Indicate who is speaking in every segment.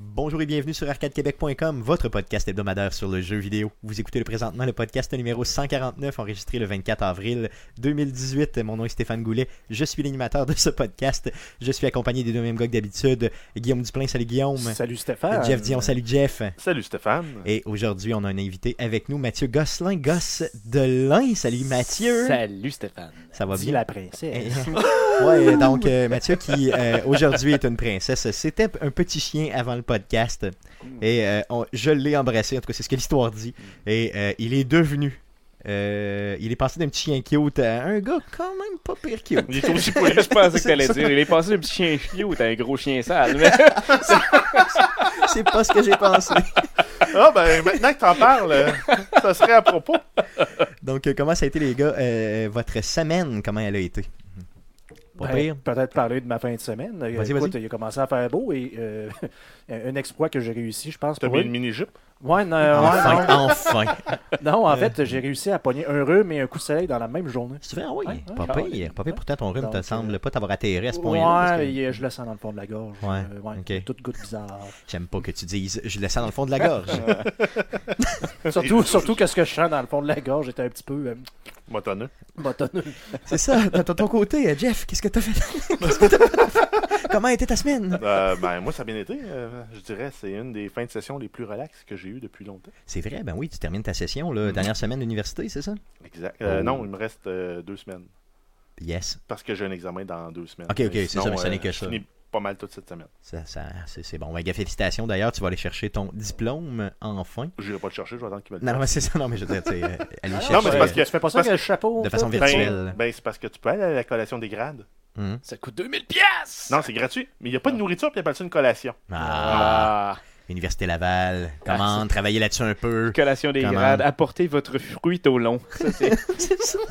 Speaker 1: bonjour et bienvenue sur arcadequebec.com, votre podcast hebdomadaire sur le jeu vidéo. Vous écoutez le présentement le podcast numéro 149, enregistré le 24 avril 2018. Mon nom est Stéphane Goulet, je suis l'animateur de ce podcast. Je suis accompagné des deux mêmes gars que d'habitude, Guillaume Duplain, salut Guillaume.
Speaker 2: Salut Stéphane.
Speaker 1: Jeff Dion, salut Jeff.
Speaker 3: Salut Stéphane.
Speaker 1: Et aujourd'hui, on a un invité avec nous, Mathieu Gosselin, Gosse de Lin. Salut Mathieu.
Speaker 2: Salut Stéphane.
Speaker 1: Ça va
Speaker 2: Dis
Speaker 1: bien? Eh.
Speaker 2: la princesse.
Speaker 1: ouais, donc euh, Mathieu qui euh, aujourd'hui est une princesse, c'était un petit chien avant le podcast
Speaker 3: Hmm.
Speaker 1: et euh, on- je l'ai embrassé, en tout cas c'est ce que l'histoire dit et euh, il est devenu euh, il est passé d'un petit chien cute à un gars quand même pas pire cute.
Speaker 3: Il est aussi poli, je pensais que t'allais dire. Il est passé d'un petit chien chiot à un gros chien sale. Mais...
Speaker 1: C'est pas ce que j'ai pensé.
Speaker 4: Ah, ben, maintenant que t'en parles, euh, ça serait à propos.
Speaker 1: Donc euh, comment ça a été les gars Euh, votre semaine comment elle a été Pas
Speaker 2: Ben,
Speaker 1: pire.
Speaker 2: Peut-être parler de ma fin de semaine. Euh,
Speaker 1: Vas-y,
Speaker 2: Écoute,
Speaker 1: vas-y.
Speaker 2: il a commencé à faire beau et euh, un exploit que j'ai réussi, je pense.
Speaker 3: T'as
Speaker 2: Pour
Speaker 3: mis une
Speaker 2: eux.
Speaker 3: mini-jupe.
Speaker 2: Ouais, non, euh, ouais,
Speaker 1: Enfin, enfin.
Speaker 2: non.
Speaker 1: Euh.
Speaker 2: Non, en fait, j'ai réussi à pogner un rhume et un coup de soleil dans la même journée.
Speaker 1: C'est vrai, oui,
Speaker 2: Ouais, ouais,
Speaker 1: pas
Speaker 2: ah ouais.
Speaker 1: pire, pas pire. Pourtant, ton rhume
Speaker 2: Donc,
Speaker 1: te
Speaker 2: euh,
Speaker 1: semble pas t'avoir atterri à ce
Speaker 2: Ouais,
Speaker 1: point-là. parce que-
Speaker 2: il- euh, je le sens dans le fond de la gorge.
Speaker 1: Ouais,
Speaker 2: Euh, ouais,
Speaker 1: ok.
Speaker 2: Toute goutte bizarre.
Speaker 1: J'aime pas que tu dises je le sens dans le fond de la gorge.
Speaker 2: surtout, surtout que ce que je sens dans le fond de la gorge était un petit peu euh,
Speaker 4: Motonneux.
Speaker 2: botonneux.
Speaker 1: C'est ça, de ton côté, euh, Jeff, qu'est-ce que t'as fait? Qu'est-ce que t'as fait? Comment était ta semaine?
Speaker 4: Euh, ben, moi, ça a bien été. euh, je dirais, c'est une des fins de session les plus relaxes que j'ai eues depuis longtemps.
Speaker 1: C'est vrai, ben oui, tu termines ta session,
Speaker 4: Mm-hmm.
Speaker 1: là, dernière semaine d'université, c'est ça?
Speaker 4: Exact. Euh,
Speaker 1: Oh.
Speaker 4: Non, il me reste euh, deux semaines.
Speaker 1: Yes,
Speaker 4: Parce que j'ai un examen dans deux semaines.
Speaker 1: Ok, ok,
Speaker 4: Mais
Speaker 1: c'est ça, mais ça
Speaker 4: euh,
Speaker 1: n'est que ça.
Speaker 4: Je finis pas mal toute cette semaine.
Speaker 1: ça, ça, c'est c'est bon. Ben, gars, félicitations d'ailleurs, tu vas aller chercher ton diplôme, enfin.
Speaker 4: J'irai pas le chercher, je vais attendre qu'il me le
Speaker 1: Non,
Speaker 4: fasse.
Speaker 1: non, mais c'est ça, non, mais je veux dire, tu sais, euh, aller
Speaker 2: Ah,
Speaker 1: chercher.
Speaker 4: Non, mais c'est parce que-
Speaker 2: Tu fais pas ça
Speaker 4: parce
Speaker 2: avec le chapeau.
Speaker 1: de
Speaker 2: ça?
Speaker 1: façon
Speaker 4: Ben,
Speaker 1: virtuelle.
Speaker 4: ben, c'est parce que tu peux aller à la collation des grades.
Speaker 1: Hum.
Speaker 2: Ça coûte 2000 pièces.
Speaker 4: Non, c'est gratuit. Mais il n'y a pas de nourriture, puis ils appellent ça une collation.
Speaker 1: Ah, Université Laval,
Speaker 4: Ah,
Speaker 1: comment travailler là-dessus un peu?
Speaker 3: Collation des
Speaker 1: Comment?
Speaker 3: grades. Apportez votre fruit au long. Ça, c'est-
Speaker 1: C'est ça.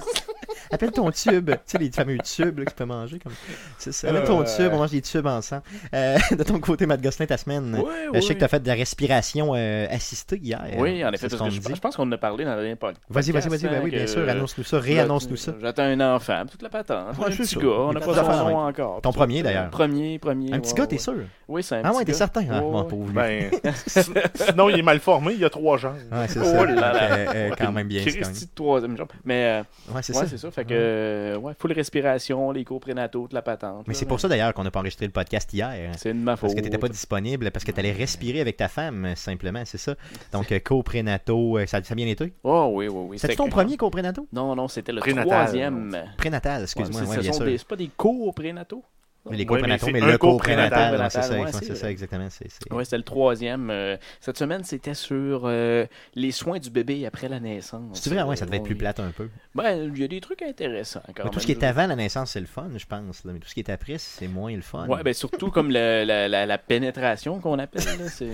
Speaker 1: Appelle ton tube. Tu sais, les fameux tubes là, que tu peux manger. Comme... C'est ça. Appelle ton
Speaker 3: Euh.
Speaker 1: tube, on mange des tubes ensemble. Euh, de ton côté, Matt Gosselin, ta semaine.
Speaker 3: Ouais,
Speaker 1: euh,
Speaker 3: ouais.
Speaker 1: Je sais que tu as fait de la respiration euh, assistée hier.
Speaker 3: Oui, en
Speaker 1: C'est ce
Speaker 3: effet, parce que
Speaker 1: qu'on
Speaker 3: je,
Speaker 1: me dit.
Speaker 3: je pense qu'on en a parlé dans la dernière podcast. hein,
Speaker 1: Vas-y, vas-y, vas-y. Ben oui, bien
Speaker 3: que-
Speaker 1: sûr. Annonce-nous ça. Réannonce-nous ça.
Speaker 3: J'attends un enfant, toute la patente.
Speaker 1: Ouais,
Speaker 3: un
Speaker 1: c'est
Speaker 3: petit
Speaker 1: ça.
Speaker 3: gars, on
Speaker 1: Des
Speaker 3: n'a pas
Speaker 1: affaires,
Speaker 3: son nom
Speaker 1: ouais.
Speaker 3: encore.
Speaker 1: Ton
Speaker 3: Tout
Speaker 1: premier,
Speaker 3: ça.
Speaker 1: d'ailleurs.
Speaker 3: Premier, premier.
Speaker 1: Un petit
Speaker 3: ouais,
Speaker 1: gars, t'es
Speaker 3: ouais.
Speaker 1: sûr?
Speaker 3: Oui, c'est un petit
Speaker 1: Ah ouais, t'es
Speaker 3: gars.
Speaker 1: certain. Ah,
Speaker 3: Ouais,
Speaker 1: bon,
Speaker 3: ouais.
Speaker 1: pauvre lui.
Speaker 4: Ben, sin- sinon, il est mal formé, il y a trois genres.
Speaker 1: Ouais, c'est
Speaker 3: Oh
Speaker 1: ça.
Speaker 3: là là.
Speaker 1: Donc, euh, euh, quand même bien. c'est quand
Speaker 3: Christy de troisième jambe. Mais
Speaker 1: même- Ouais,
Speaker 3: euh,
Speaker 1: c'est
Speaker 3: ouais,
Speaker 1: ça.
Speaker 3: c'est ça. Fait que, euh, ouais, full respiration, les cours prénataux, toute la patente.
Speaker 1: Mais
Speaker 3: là,
Speaker 1: c'est pour ça d'ailleurs qu'on n'a pas enregistré le podcast hier. hein,
Speaker 3: C'est de ma faute.
Speaker 1: Parce que tu n'étais pas disponible, parce que tu allais respirer avec ta femme, euh, simplement, c'est ça. Donc, euh, coprénato, euh, ça, ça a bien été?
Speaker 3: Oh oui, oui, oui.
Speaker 1: C'était
Speaker 3: C'était-
Speaker 1: ton premier coprénato?
Speaker 3: Non, non, c'était le
Speaker 4: Prénatal.
Speaker 3: troisième.
Speaker 1: Prénatal,
Speaker 3: Ouais,
Speaker 1: excuse-moi,
Speaker 3: c'est-
Speaker 1: ouais,
Speaker 3: ce
Speaker 1: bien
Speaker 3: sont
Speaker 1: sûr.
Speaker 3: des- c'est pas des cours prénataux?
Speaker 1: Mais les
Speaker 4: Ouais,
Speaker 1: cours
Speaker 4: mais
Speaker 1: prénataux,
Speaker 4: c'est
Speaker 1: mais,
Speaker 4: un
Speaker 1: le
Speaker 4: cours
Speaker 1: cours prénatal,
Speaker 4: prénatal,
Speaker 1: ouais, c'est ça,
Speaker 3: ouais,
Speaker 1: exactement,
Speaker 3: c'est
Speaker 1: c'est ça,
Speaker 3: vrai.
Speaker 1: exactement. c'est- c'est-
Speaker 3: Oui, c'était le troisième. euh, cette semaine, c'était sur euh, les soins du bébé après la naissance.
Speaker 1: C'est vrai, ouais, ça devait être
Speaker 3: Oui.
Speaker 1: plus plate un peu.
Speaker 3: Ben, il y a des trucs intéressants quand
Speaker 1: Mais
Speaker 3: même.
Speaker 1: tout ce qui est avant la naissance, c'est le fun, je pense. là, Mais tout ce qui est après, c'est moins le fun.
Speaker 3: Ouais, ben surtout comme le- la, la- la pénétration qu'on appelle. Là, c'est...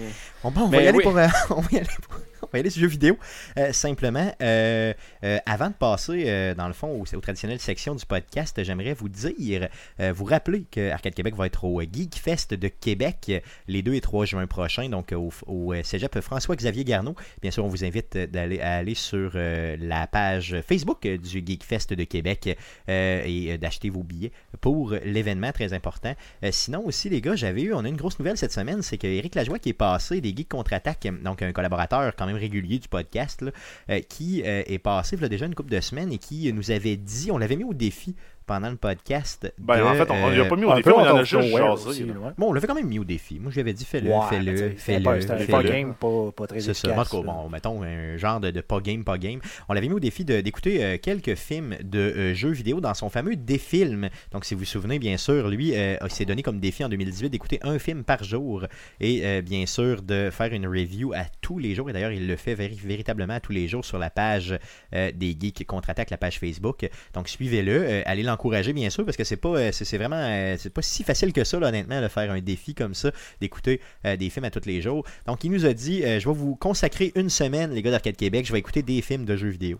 Speaker 1: Bon, bon, on, va
Speaker 3: ben
Speaker 1: y aller
Speaker 3: oui.
Speaker 1: pour, euh, on va y aller pour- on va y aller sur le jeu vidéo. Euh, simplement, euh, euh, avant de passer, euh, dans le fond, aux, aux traditionnelles sections du podcast, j'aimerais vous dire, euh, vous rappeler que Arcade Québec va être au euh, Geek Fest de Québec euh, les 2 et 3 juin prochains, donc euh, au, au, euh, cégep François-Xavier Garneau. Bien sûr, on vous invite euh, d'aller, à aller sur euh, la page Facebook euh, du Geek Fest de Québec euh, et euh, d'acheter vos billets pour l'événement très important. Euh, sinon aussi, les gars, j'avais eu, on a une grosse nouvelle cette semaine, c'est que Eric Lajoie qui est passé des Geeks Contre-Attaque, euh, donc un collaborateur quand même régulier du podcast, là, euh, qui euh, est passé il y a déjà une couple de semaines et qui nous avait dit, on l'avait mis au défi pendant le podcast.
Speaker 4: Ben,
Speaker 1: de,
Speaker 4: en fait, on, il a
Speaker 1: euh,
Speaker 4: pas mis au
Speaker 2: Un
Speaker 4: défi,
Speaker 2: peu
Speaker 4: on en
Speaker 2: out
Speaker 4: a
Speaker 2: of
Speaker 4: juste
Speaker 2: nowhere
Speaker 4: jasé.
Speaker 2: aussi,
Speaker 4: là.
Speaker 2: ouais.
Speaker 1: Bon, on l'avait quand même mis au défi. Moi, j'avais dit fais-le,
Speaker 2: Ouais, mais
Speaker 1: fais-le,
Speaker 2: tu sais,
Speaker 1: fais-le.
Speaker 2: C'était un
Speaker 1: fais-le.
Speaker 2: pas game, pas, pas très
Speaker 1: C'est
Speaker 2: efficace.
Speaker 1: ça, Marco,
Speaker 2: là.
Speaker 1: bon, mettons un genre de, de pas game, pas game. On l'avait mis au défi de- d'écouter euh, quelques films de euh, jeux vidéo dans son fameux défilm. Donc, si vous vous souvenez, bien sûr, lui euh, il s'est donné comme défi en 2018 d'écouter un film par jour et euh, bien sûr de faire une review à tous les jours. Et d'ailleurs, il le fait véri- véritablement à tous les jours sur la page euh, des Geeks Contre-Attaque, la page Facebook. Donc, suivez-le, euh, allez l'encourager, bien sûr, parce que c'est pas, euh, c'est c'est vraiment, euh, c'est pas si facile que ça, là, honnêtement, de faire un défi comme ça, d'écouter euh, des films à tous les jours. Donc, il nous a dit euh, Je vais vous consacrer une semaine, les gars d'Arcade Québec, je vais écouter des films de jeux vidéo.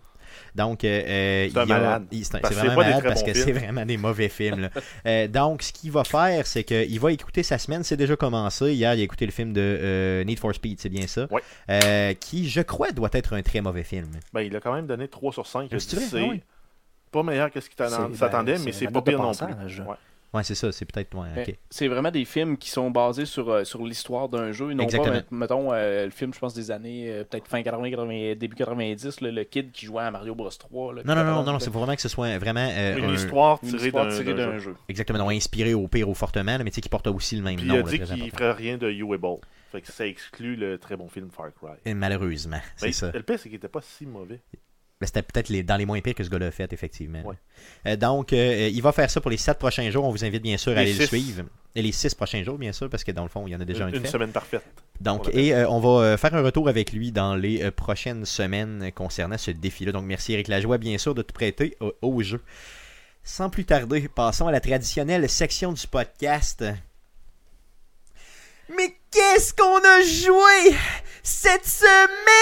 Speaker 1: Donc, euh, euh,
Speaker 4: C'est un
Speaker 1: il y a-
Speaker 4: malade.
Speaker 1: il- C'est un-
Speaker 4: Parce
Speaker 1: c'est
Speaker 4: que c'est
Speaker 1: vraiment
Speaker 4: pas des
Speaker 1: malade
Speaker 4: très
Speaker 1: parce
Speaker 4: bons
Speaker 1: que c'est
Speaker 4: films.
Speaker 1: vraiment des mauvais films. là. Euh, donc, ce qu'il va faire, c'est qu'il va écouter sa semaine. C'est déjà commencé. Hier, il a écouté le film de euh, Need for Speed, c'est bien ça.
Speaker 4: Ouais.
Speaker 1: Euh, qui, je crois, doit être un très mauvais film.
Speaker 4: Ben, il a quand même donné 3 sur 5.
Speaker 1: Ah, c'est vrai? Ah oui.
Speaker 4: Pas meilleur que ce qu'il
Speaker 2: C'est-
Speaker 4: t'en-
Speaker 2: ben,
Speaker 4: s'attendait,
Speaker 2: c'est
Speaker 4: mais c'est
Speaker 2: ma
Speaker 4: pas
Speaker 2: note de
Speaker 4: pire non plus.
Speaker 2: passage.
Speaker 4: Ouais.
Speaker 1: Ouais, c'est ça, c'est peut-être. Ouais,
Speaker 3: Ben,
Speaker 1: ok.
Speaker 3: C'est vraiment des films qui sont basés sur, euh, sur l'histoire d'un jeu et non
Speaker 1: Exactement.
Speaker 3: pas, met- mettons, euh, le film, je pense, des années, euh, peut-être fin 80, 80, début 90, là, le kid qui jouait à Mario Bros 3.
Speaker 1: Non,
Speaker 3: là, qui
Speaker 1: non, non,
Speaker 3: commence,
Speaker 1: non, non,
Speaker 3: là,
Speaker 1: c'est vraiment que ce soit vraiment. euh,
Speaker 4: Une
Speaker 1: un-
Speaker 4: histoire
Speaker 3: une
Speaker 4: tirée
Speaker 3: histoire
Speaker 4: d'un
Speaker 3: tirée
Speaker 4: d'un
Speaker 3: d'un
Speaker 4: jeu.
Speaker 3: jeu.
Speaker 1: Exactement, donc inspiré au pire ou fortement, là, mais tu sais, qui porte aussi le même
Speaker 4: Puis
Speaker 1: nom.
Speaker 4: il a
Speaker 1: là,
Speaker 4: dit
Speaker 1: très
Speaker 4: qu'il
Speaker 1: important.
Speaker 4: ferait rien de You Ball. Fait que ça exclut le très bon film Far Cry.
Speaker 1: Et malheureusement, c'est
Speaker 4: Ben,
Speaker 1: ça.
Speaker 4: Le pire, c'est qu'il était pas si mauvais.
Speaker 1: Ben, C'était peut-être les- dans les moins pires que ce gars-là a fait, effectivement.
Speaker 4: Ouais.
Speaker 1: Euh, donc, euh, il va faire ça pour les 7 prochains jours. On vous invite bien sûr à
Speaker 4: Les
Speaker 1: aller le
Speaker 4: six.
Speaker 1: suivre. Et les 6 prochains jours, bien sûr, parce que dans le fond, il y en a déjà
Speaker 4: une
Speaker 1: une,
Speaker 4: une
Speaker 1: fait.
Speaker 4: semaine parfaite.
Speaker 1: Donc,
Speaker 4: On
Speaker 1: et euh, on va euh, faire un retour avec lui dans les euh, prochaines semaines concernant ce défi-là. Donc, merci Eric Lajoie, bien sûr, de te prêter au, au jeu. Sans plus tarder, passons à la traditionnelle section du podcast. Mais qu'est-ce qu'on a joué cette semaine?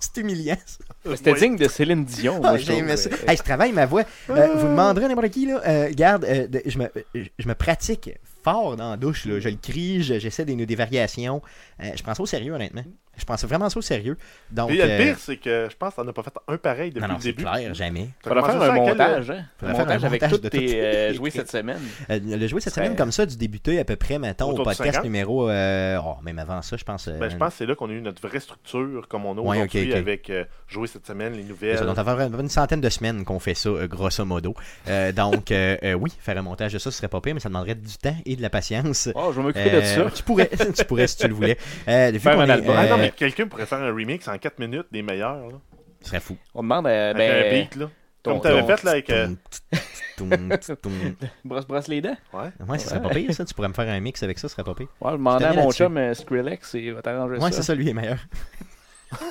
Speaker 1: C'est humiliant, ça.
Speaker 3: Mais C'était digne de Céline Dion.
Speaker 1: Ah,
Speaker 3: moi, je
Speaker 1: j'ai aimé
Speaker 3: trouve.
Speaker 1: ça.
Speaker 3: Euh,
Speaker 1: Hey, je travaille ma voix. Euh, vous demanderez à n'importe qui, là. euh, regarde, euh, de- je, me, je- je me pratique fort dans la douche, là. Je le crie, je- j'essaie des, des variations. Euh, je prends ça au sérieux, honnêtement. Je pense vraiment ça au sérieux. Donc,
Speaker 4: Et le
Speaker 1: euh,
Speaker 4: pire, c'est que je pense qu'on n'a pas fait un pareil depuis
Speaker 1: non, non,
Speaker 4: le
Speaker 1: c'est
Speaker 4: début.
Speaker 1: clair, jamais.
Speaker 4: T'as
Speaker 3: Faudra
Speaker 4: commencé
Speaker 3: faire un
Speaker 4: ça à quel,
Speaker 3: montage, hein? Un
Speaker 1: Faudra faire
Speaker 3: montage
Speaker 1: un
Speaker 3: avec
Speaker 1: montage
Speaker 3: tous
Speaker 1: de
Speaker 3: tes
Speaker 1: tout.
Speaker 3: euh, joués cette semaine.
Speaker 1: Euh, le jouer cette
Speaker 3: Ça-
Speaker 1: semaine comme ça, du débuté à peu près, mettons, au
Speaker 4: Autour de
Speaker 1: podcast
Speaker 4: 50?
Speaker 1: numéro. euh, oh, même avant ça, je pense. euh,
Speaker 4: Ben, je pense que c'est là qu'on a eu notre vraie structure comme on a
Speaker 1: Ouais,
Speaker 4: aujourd'hui
Speaker 1: ok, ok.
Speaker 4: avec euh, jouer cette semaine, les
Speaker 1: C'est
Speaker 4: nouvelles. Ah,
Speaker 1: ça, donc, ça fait vraiment une centaine de semaines qu'on fait ça, euh, grosso modo. Euh, donc, euh, euh, oui, faire un montage de ça, ce serait pas pire, mais ça demanderait du temps et de la patience.
Speaker 3: Oh, je vais m'occuper de
Speaker 1: Euh,
Speaker 3: ça.
Speaker 1: Tu pourrais, tu pourrais si tu le voulais. Euh, vu
Speaker 3: Faire
Speaker 1: qu'on
Speaker 3: un
Speaker 1: est,
Speaker 3: album.
Speaker 1: euh,
Speaker 4: Ah non, mais quelqu'un pourrait faire un remix en 4 minutes des meilleurs. Là,
Speaker 1: Ce serait fou.
Speaker 3: On demande à.
Speaker 4: avec un
Speaker 3: Ben,
Speaker 4: beat, là.
Speaker 3: ton-
Speaker 4: Comme t'avais
Speaker 3: ton-
Speaker 4: fait, là, avec. euh,
Speaker 1: Toum, toum, toum, toum.
Speaker 3: brosse, brosse les dents.
Speaker 4: ouais.
Speaker 1: Ouais, ce serait pas pire, ça. Tu pourrais me faire un mix avec ça, ce serait pas pire.
Speaker 3: Ouais, je demandais
Speaker 1: Je
Speaker 3: à
Speaker 1: te mets
Speaker 3: mon
Speaker 1: là-dessus.
Speaker 3: chum euh, Skrillex et il va t'arranger
Speaker 1: Ouais, c'est
Speaker 3: ça.
Speaker 1: ça, lui est meilleur.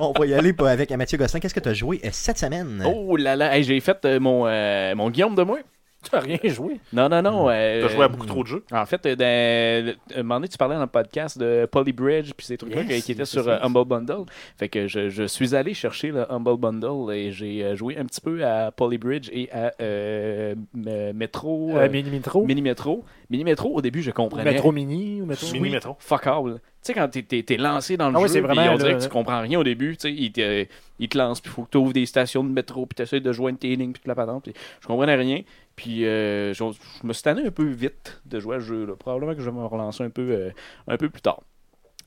Speaker 1: On va y aller pas, avec Mathieu Gosselin. Qu'est-ce que tu as joué euh, cette semaine
Speaker 3: Oh là là, hey, j'ai fait euh, mon, euh, mon Guillaume de moi.
Speaker 2: Tu n'as rien joué.
Speaker 3: Non, non, non. euh,
Speaker 4: T'as joué à beaucoup trop de jeux.
Speaker 3: En fait, euh, dans, un moment donné, tu parlais dans le podcast de Polybridge puis ces trucs-là
Speaker 1: Yes,
Speaker 3: qui étaient
Speaker 1: yes,
Speaker 3: sur
Speaker 1: yes,
Speaker 3: euh, Humble Bundle. Fait que je, je suis allé chercher le Humble Bundle et j'ai euh, joué un petit peu à Polybridge et à euh, m- Metro.
Speaker 2: Euh, mini métro.
Speaker 3: Mini Metro. Mini Metro, au début, je
Speaker 2: Ou
Speaker 3: comprenais.
Speaker 2: métro mini ou métro.
Speaker 4: Mini métro.
Speaker 3: Fuck all. Tu sais, quand t'es- t'es t'es lancé dans le
Speaker 2: Ah oui,
Speaker 3: jeu,
Speaker 2: c'est
Speaker 3: puis
Speaker 2: vraiment
Speaker 3: on dirait
Speaker 2: le-
Speaker 3: que tu comprends rien au début. Tu sais, ils te, ils te lancent, puis faut que tu ouvres des stations de métro, puis tu essaies de joindre tes lignes, puis toute la patente. Puis je comprenais rien. Puis euh, je, je me suis tanné un peu vite de jouer à ce jeu. là. Probablement que je vais me relancer un peu, euh, un peu plus tard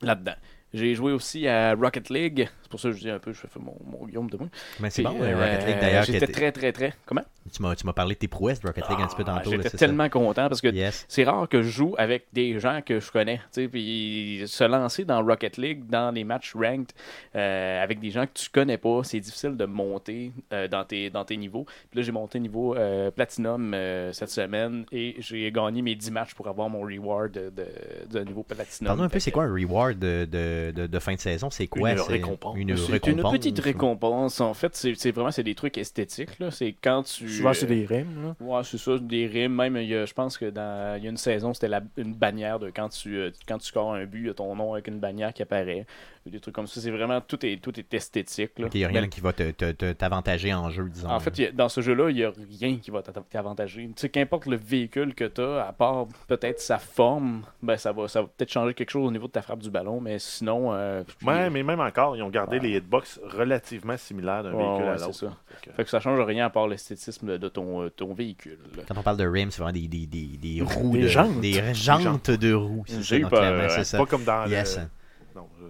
Speaker 3: là-dedans. J'ai joué aussi à Rocket League. C'est pour ça que je dis un peu, je fais mon, mon Guillaume de moi.
Speaker 1: Ben, C'est bon,
Speaker 3: Puis,
Speaker 1: euh, Rocket League
Speaker 3: euh,
Speaker 1: d'ailleurs. que
Speaker 3: J'étais
Speaker 1: t'es-
Speaker 3: très, très, très. Comment
Speaker 1: Tu m'as tu m'as parlé de tes prouesses de Rocket League un petit peu
Speaker 3: Ah,
Speaker 1: tantôt. là,
Speaker 3: J'étais
Speaker 1: c'est ça.
Speaker 3: tellement content parce que
Speaker 1: Yes.
Speaker 3: c'est rare que je joue avec des gens que je connais. tu sais, Puis se lancer dans Rocket League, dans les matchs ranked, euh, avec des gens que tu connais pas, c'est difficile de monter euh, dans, tes, dans tes niveaux. Puis là, j'ai monté niveau euh, Platinum euh, cette semaine et j'ai gagné mes 10 matchs pour avoir mon reward de, de- de niveau Platinum.
Speaker 1: Parle-nous un peu,
Speaker 3: Fait
Speaker 1: c'est
Speaker 3: que-
Speaker 1: quoi un reward de, de, de, de fin de saison C'est quoi
Speaker 4: Une
Speaker 1: c'est-
Speaker 4: récompense.
Speaker 1: Une
Speaker 3: C'est une
Speaker 1: récompense.
Speaker 3: petite récompense. En fait, c'est c'est vraiment c'est des trucs esthétiques. là. C'est quand tu.
Speaker 2: Souvent, c'est
Speaker 3: euh,
Speaker 2: des rimes. là.
Speaker 3: Ouais, c'est ça, des rimes. Même, il y a- je pense que dans il y a une saison, c'était la- une bannière de quand tu, euh, quand tu scores un but, il y a ton nom avec une bannière qui apparaît. Des trucs comme ça. C'est vraiment, tout est, tout est esthétique. là.
Speaker 1: Il n'y a
Speaker 3: Mais-
Speaker 1: rien qui va te- te- te- t'avantager en jeu, disons.
Speaker 3: Ben, en fait, il y a- dans ce jeu-là, il n'y a rien qui va t'av- t'avantager. Tu sais, qu'importe le véhicule que tu as, à part peut-être sa forme, ben ça va, ça va peut-être changer quelque chose au niveau de ta frappe du ballon, mais sinon. euh,
Speaker 4: Ouais, mais même encore, ils ont gardé
Speaker 3: Ouais.
Speaker 4: les hitbox relativement similaires d'un
Speaker 3: Ouais,
Speaker 4: véhicule
Speaker 3: ouais,
Speaker 4: à
Speaker 3: c'est
Speaker 4: l'autre.
Speaker 3: ça.
Speaker 4: Fait que-
Speaker 3: Fait que ça change rien à part l'esthétisme de ton, euh, ton véhicule. là.
Speaker 1: Quand on parle de rims, c'est vraiment des, des, des, des roues.
Speaker 2: Des
Speaker 1: de,
Speaker 2: jantes.
Speaker 1: Des jantes de roues. c'est ça,
Speaker 3: J'ai eu
Speaker 1: donc,
Speaker 3: peur,
Speaker 1: clairement,
Speaker 3: ouais.
Speaker 1: c'est ça.
Speaker 4: Pas comme dans le-
Speaker 1: Yes.
Speaker 4: Non, je-